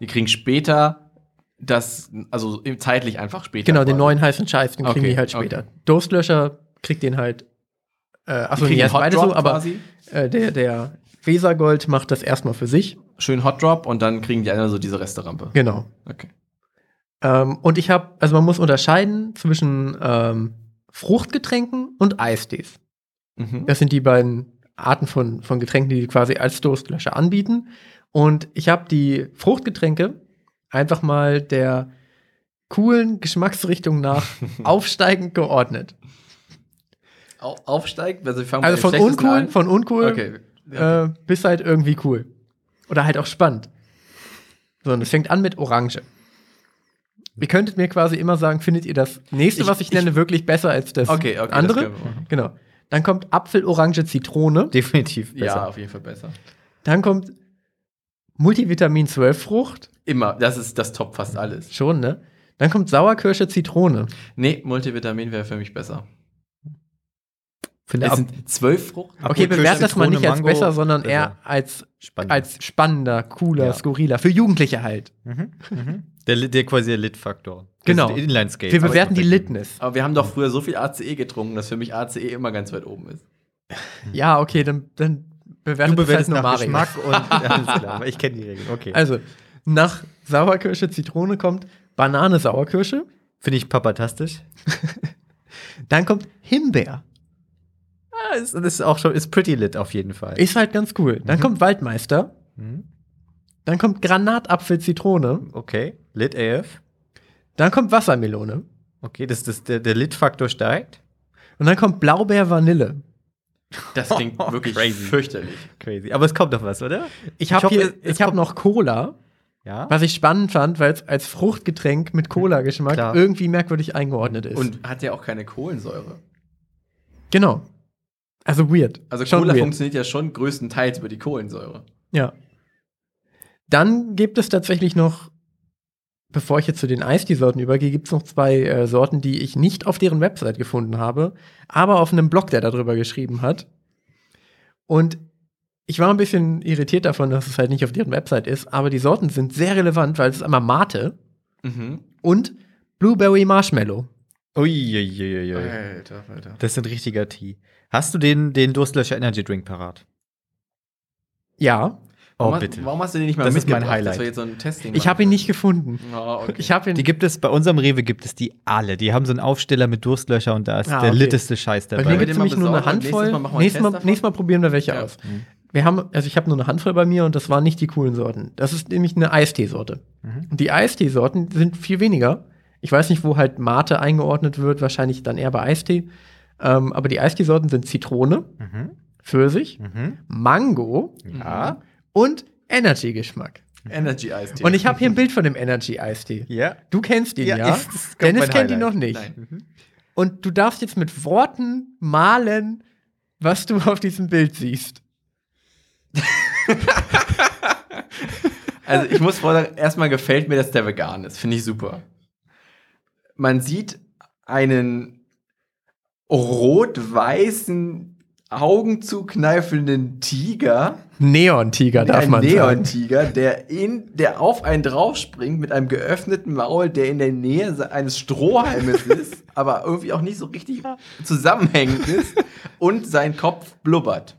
[SPEAKER 3] die kriegen später das, also im- zeitlich einfach später.
[SPEAKER 2] Genau, den
[SPEAKER 3] quasi.
[SPEAKER 2] neuen heißen Scheiß, den kriegen
[SPEAKER 3] Okay,
[SPEAKER 2] die halt später. Durstlöscher kriegt den halt. Äh,
[SPEAKER 3] Die
[SPEAKER 2] achso,
[SPEAKER 3] kriegen
[SPEAKER 2] die erst
[SPEAKER 3] Hot
[SPEAKER 2] beide
[SPEAKER 3] Drop
[SPEAKER 2] so, aber
[SPEAKER 3] quasi.
[SPEAKER 2] äh, der, der Wesergold macht das erstmal für sich.
[SPEAKER 3] Schön Hot Drop und dann kriegen die anderen so diese Resterampe.
[SPEAKER 2] Genau.
[SPEAKER 3] Okay.
[SPEAKER 2] Ähm, und ich habe, also man muss unterscheiden zwischen ähm, Fruchtgetränken und Eisdees.
[SPEAKER 3] Mhm.
[SPEAKER 2] Das sind die beiden Arten von, von Getränken, die die quasi als Durstlöscher anbieten. Und ich habe die Fruchtgetränke einfach mal der coolen Geschmacksrichtung nach aufsteigend geordnet.
[SPEAKER 3] Au aufsteigt? Also, wir fangen
[SPEAKER 2] Also von
[SPEAKER 3] bei dem schlechtesten
[SPEAKER 2] uncool,
[SPEAKER 3] an.
[SPEAKER 2] von uncool
[SPEAKER 3] Okay. Ja.
[SPEAKER 2] äh, bis halt irgendwie cool. Oder halt auch spannend. So, und es fängt an mit Orange. Ihr könntet mir quasi immer sagen, findet ihr das nächste,
[SPEAKER 3] Ich-
[SPEAKER 2] was ich, nenne, wirklich besser als das
[SPEAKER 3] Okay, okay, das
[SPEAKER 2] andere?
[SPEAKER 3] können wir machen.
[SPEAKER 2] genau. Dann kommt Apfel, Orange, Zitrone.
[SPEAKER 1] Definitiv besser.
[SPEAKER 3] ja, auf jeden Fall besser.
[SPEAKER 2] Dann kommt Multivitamin 12 Frucht.
[SPEAKER 3] Immer. Das ist das Top fast alles.
[SPEAKER 2] Schon, ne? Dann kommt Sauerkirsche, Zitrone.
[SPEAKER 3] Nee, Multivitamin wäre für mich besser.
[SPEAKER 2] Finde
[SPEAKER 3] Es
[SPEAKER 2] ab-
[SPEAKER 3] sind zwölf Frucht.
[SPEAKER 2] okay,
[SPEAKER 1] Apfelkirsche,
[SPEAKER 2] bewertet das mal
[SPEAKER 1] Zitrone,
[SPEAKER 2] nicht als
[SPEAKER 1] Mango,
[SPEAKER 2] besser, sondern eher
[SPEAKER 1] besser.
[SPEAKER 2] als,
[SPEAKER 1] Spannend.
[SPEAKER 2] als spannender, cooler,
[SPEAKER 1] Ja.
[SPEAKER 2] skurriler. Für Jugendliche halt.
[SPEAKER 1] mhm. Mhm. Der, Li- der quasi der Lit-Faktor. Das
[SPEAKER 2] Genau.
[SPEAKER 1] sind Inline-Skates.
[SPEAKER 2] Wir
[SPEAKER 1] aber
[SPEAKER 2] bewerten die
[SPEAKER 1] perfekt.
[SPEAKER 2] Litness.
[SPEAKER 3] Aber wir haben doch früher so viel ACE getrunken, dass für mich ACE immer ganz weit oben ist.
[SPEAKER 2] Ja, okay, dann, dann bewertet
[SPEAKER 1] Du
[SPEAKER 2] das
[SPEAKER 1] bewertest
[SPEAKER 2] halt nur
[SPEAKER 1] nach
[SPEAKER 2] Mario.
[SPEAKER 1] Geschmack und alles klar. aber Ich kenne die Regeln. Okay.
[SPEAKER 2] Also, nach Sauerkirsche, Zitrone kommt Banane, Sauerkirsche.
[SPEAKER 1] Finde ich papatastisch.
[SPEAKER 2] Dann kommt Himbeer.
[SPEAKER 1] Ah, ist- Das ist auch schon, ist pretty lit auf jeden Fall.
[SPEAKER 2] Ist halt ganz cool. Dann kommt Waldmeister.
[SPEAKER 1] Mhm.
[SPEAKER 2] Dann kommt Granatapfel, Zitrone.
[SPEAKER 1] Okay, lit AF.
[SPEAKER 2] Dann kommt Wassermelone.
[SPEAKER 1] Okay, das, das, der, der Lit-Faktor steigt.
[SPEAKER 2] Und dann kommt Blaubeer, Vanille.
[SPEAKER 3] Das klingt wirklich
[SPEAKER 1] Crazy.
[SPEAKER 3] fürchterlich.
[SPEAKER 1] Crazy. Aber es kommt doch was, oder?
[SPEAKER 2] Ich habe
[SPEAKER 1] hoffe,
[SPEAKER 2] hier,
[SPEAKER 1] es
[SPEAKER 2] ich habe
[SPEAKER 1] kommt-
[SPEAKER 2] noch Cola,
[SPEAKER 1] Ja.
[SPEAKER 2] was ich spannend fand, weil es als Fruchtgetränk mit Cola-Geschmack
[SPEAKER 1] Klar.
[SPEAKER 2] irgendwie merkwürdig eingeordnet ist.
[SPEAKER 3] Und hat ja auch keine Kohlensäure.
[SPEAKER 2] genau. Also weird.
[SPEAKER 3] Also
[SPEAKER 2] Schon
[SPEAKER 3] Cola
[SPEAKER 2] weird.
[SPEAKER 3] funktioniert ja schon größtenteils über die Kohlensäure.
[SPEAKER 2] Ja. Dann gibt es tatsächlich noch, bevor ich jetzt zu den Eisdie-Sorten übergehe, gibt es noch zwei äh, Sorten, die ich nicht auf deren Website gefunden habe, aber auf einem Blog, der darüber geschrieben hat. Und ich war ein bisschen irritiert davon, dass es halt nicht auf deren Website ist, aber die Sorten sind sehr relevant, weil es ist einmal Mate
[SPEAKER 3] Mhm.
[SPEAKER 2] und Blueberry Marshmallow.
[SPEAKER 1] Uiuiuiui.
[SPEAKER 3] Alter, Alter.
[SPEAKER 1] Das ist ein richtiger Tee. Hast du den, den Durstlöscher Energy Drink parat?
[SPEAKER 2] Ja,
[SPEAKER 1] Oh,
[SPEAKER 3] warum,
[SPEAKER 1] bitte.
[SPEAKER 3] warum hast du den nicht mal
[SPEAKER 1] Das ist mein
[SPEAKER 3] mitgebracht,
[SPEAKER 1] Highlight.
[SPEAKER 3] dass wir jetzt so ein Testing
[SPEAKER 2] ich habe ihn nicht gefunden.
[SPEAKER 3] machen? Oh, okay.
[SPEAKER 2] Ich habe ihn.
[SPEAKER 1] Die gibt es, bei unserem Rewe gibt es die alle. Die haben so einen Aufsteller mit Durstlöcher und da ist
[SPEAKER 2] Ah,
[SPEAKER 1] der
[SPEAKER 2] okay.
[SPEAKER 1] litteste Scheiß
[SPEAKER 2] Bei mir
[SPEAKER 1] dabei.
[SPEAKER 3] wir
[SPEAKER 2] gibt
[SPEAKER 3] den
[SPEAKER 2] es
[SPEAKER 3] mal
[SPEAKER 2] nämlich nur eine
[SPEAKER 3] besorgen und
[SPEAKER 2] Handvoll.
[SPEAKER 3] nächstes Mal machen wir einen
[SPEAKER 2] Nächstes
[SPEAKER 3] Test
[SPEAKER 2] Mal,
[SPEAKER 3] davon?
[SPEAKER 2] nächstes mal probieren wir welche
[SPEAKER 3] Ja.
[SPEAKER 2] aus. Wir haben, also ich habe nur eine Handvoll bei mir und das waren nicht die coolen Sorten. Das ist nämlich eine Eisteesorte. Und die Eisteesorten sind viel weniger. Ich weiß nicht, wo halt Mate eingeordnet wird, wahrscheinlich dann eher bei Eistee. Ähm, aber die Eisteesorten sind Zitrone,
[SPEAKER 1] Mhm.
[SPEAKER 2] Pfirsich,
[SPEAKER 1] Mhm.
[SPEAKER 2] Mango
[SPEAKER 1] Ja.
[SPEAKER 2] und Energy-Geschmack.
[SPEAKER 3] Energy Eistee.
[SPEAKER 2] Und ich habe hier ein Bild von dem Energy-Eistee.
[SPEAKER 1] Ja.
[SPEAKER 2] Du kennst ihn, ja?
[SPEAKER 1] Ja, ich- das kommt
[SPEAKER 2] Dennis
[SPEAKER 1] mein
[SPEAKER 2] kennt ihn
[SPEAKER 1] Highlight.
[SPEAKER 2] noch nicht.
[SPEAKER 3] Nein.
[SPEAKER 2] Und du darfst jetzt mit Worten malen, was du auf diesem Bild siehst.
[SPEAKER 3] Also ich muss vorher erstmal gefällt mir, dass der vegan ist. Finde ich super. Man sieht einen rot-weißen, augenzukneifenden Tiger.
[SPEAKER 2] Neon-Tiger darf
[SPEAKER 3] ein
[SPEAKER 2] man sagen.
[SPEAKER 3] Neon-Tiger, der, in- der auf einen draufspringt mit einem geöffneten Maul, der in der Nähe se- eines Strohhalmes ist, aber irgendwie auch nicht so richtig zusammenhängend ist und sein Kopf blubbert.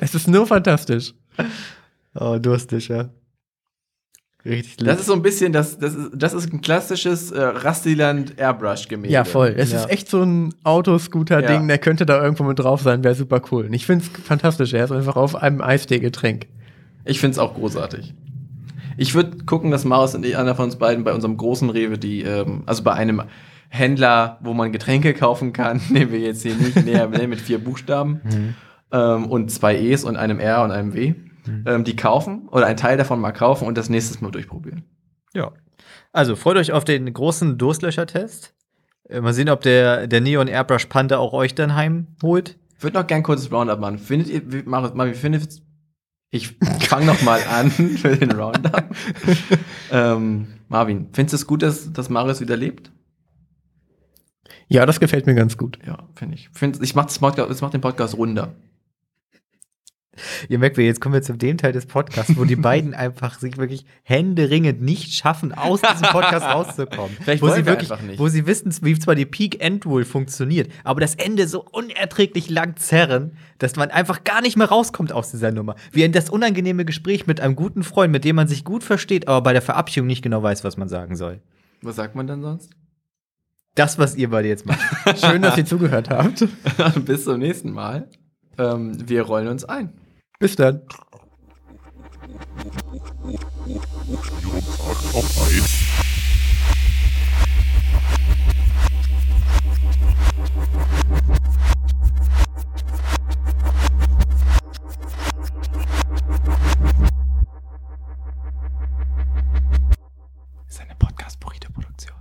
[SPEAKER 2] Es ist nur fantastisch.
[SPEAKER 1] Oh, Durstlöcher. Richtig
[SPEAKER 3] Das
[SPEAKER 1] lit.
[SPEAKER 3] ist so ein bisschen, das, das, ist, das ist ein klassisches äh, Rastiland Airbrush-Gemälde.
[SPEAKER 2] Ja, voll. Es
[SPEAKER 1] Ja.
[SPEAKER 2] ist echt so ein Autoscooter-Ding,
[SPEAKER 3] Ja.
[SPEAKER 2] der könnte da irgendwo mit drauf sein, wäre super cool. Und ich finde es fantastisch. Er ist einfach auf einem Eistee-Getränk.
[SPEAKER 3] Ich finde es auch großartig. Ich würde gucken, dass Maus und ich, einer von uns beiden, bei unserem großen Rewe, die, ähm, also bei einem Händler, wo man Getränke kaufen kann, nehmen wir jetzt hier nicht näher nehmen mit vier Buchstaben
[SPEAKER 1] Mhm.
[SPEAKER 3] ähm, und zwei E's und einem R und einem W, ähm, die kaufen oder einen Teil davon mal kaufen und das nächstes Mal durchprobieren.
[SPEAKER 1] Ja. Also, freut euch auf den großen Durstlöcher-Test. Äh, Mal sehen, ob der, der Neon Airbrush Panda auch euch dann heimholt.
[SPEAKER 3] Ich würde noch gern kurzes Roundup machen. Findet ihr, wie- Marius, Mami, wie findet Ich fange noch mal an für den Roundup. ähm, Marvin, findest du es gut, dass, dass Marius wieder lebt?
[SPEAKER 2] Ja, das gefällt mir ganz gut.
[SPEAKER 3] Ja, finde ich. Find, ich mache mach den Podcast runder.
[SPEAKER 1] Ihr merkt, wir- jetzt kommen wir zu dem Teil des Podcasts, wo die beiden einfach sich wirklich händeringend nicht schaffen, aus diesem Podcast rauszukommen.
[SPEAKER 3] Vielleicht
[SPEAKER 1] wo
[SPEAKER 3] wollen
[SPEAKER 1] sie
[SPEAKER 3] wir
[SPEAKER 1] wirklich,
[SPEAKER 3] einfach nicht.
[SPEAKER 1] Wo sie wissen, wie zwar die Peak-End-Rule funktioniert, aber das Ende so unerträglich lang zerren, dass man einfach gar nicht mehr rauskommt aus dieser Nummer. Wie in das unangenehme Gespräch mit einem guten Freund, mit dem man sich gut versteht, aber bei der Verabschiedung nicht genau weiß, was man sagen soll.
[SPEAKER 3] Was sagt man denn sonst?
[SPEAKER 1] Das, was ihr beide jetzt macht.
[SPEAKER 2] Schön, dass ihr zugehört habt.
[SPEAKER 3] Bis zum nächsten Mal. Ähm, wir rollen uns ein.
[SPEAKER 2] Bis dann.
[SPEAKER 3] ist eine Podcast-Burrito-Produktion.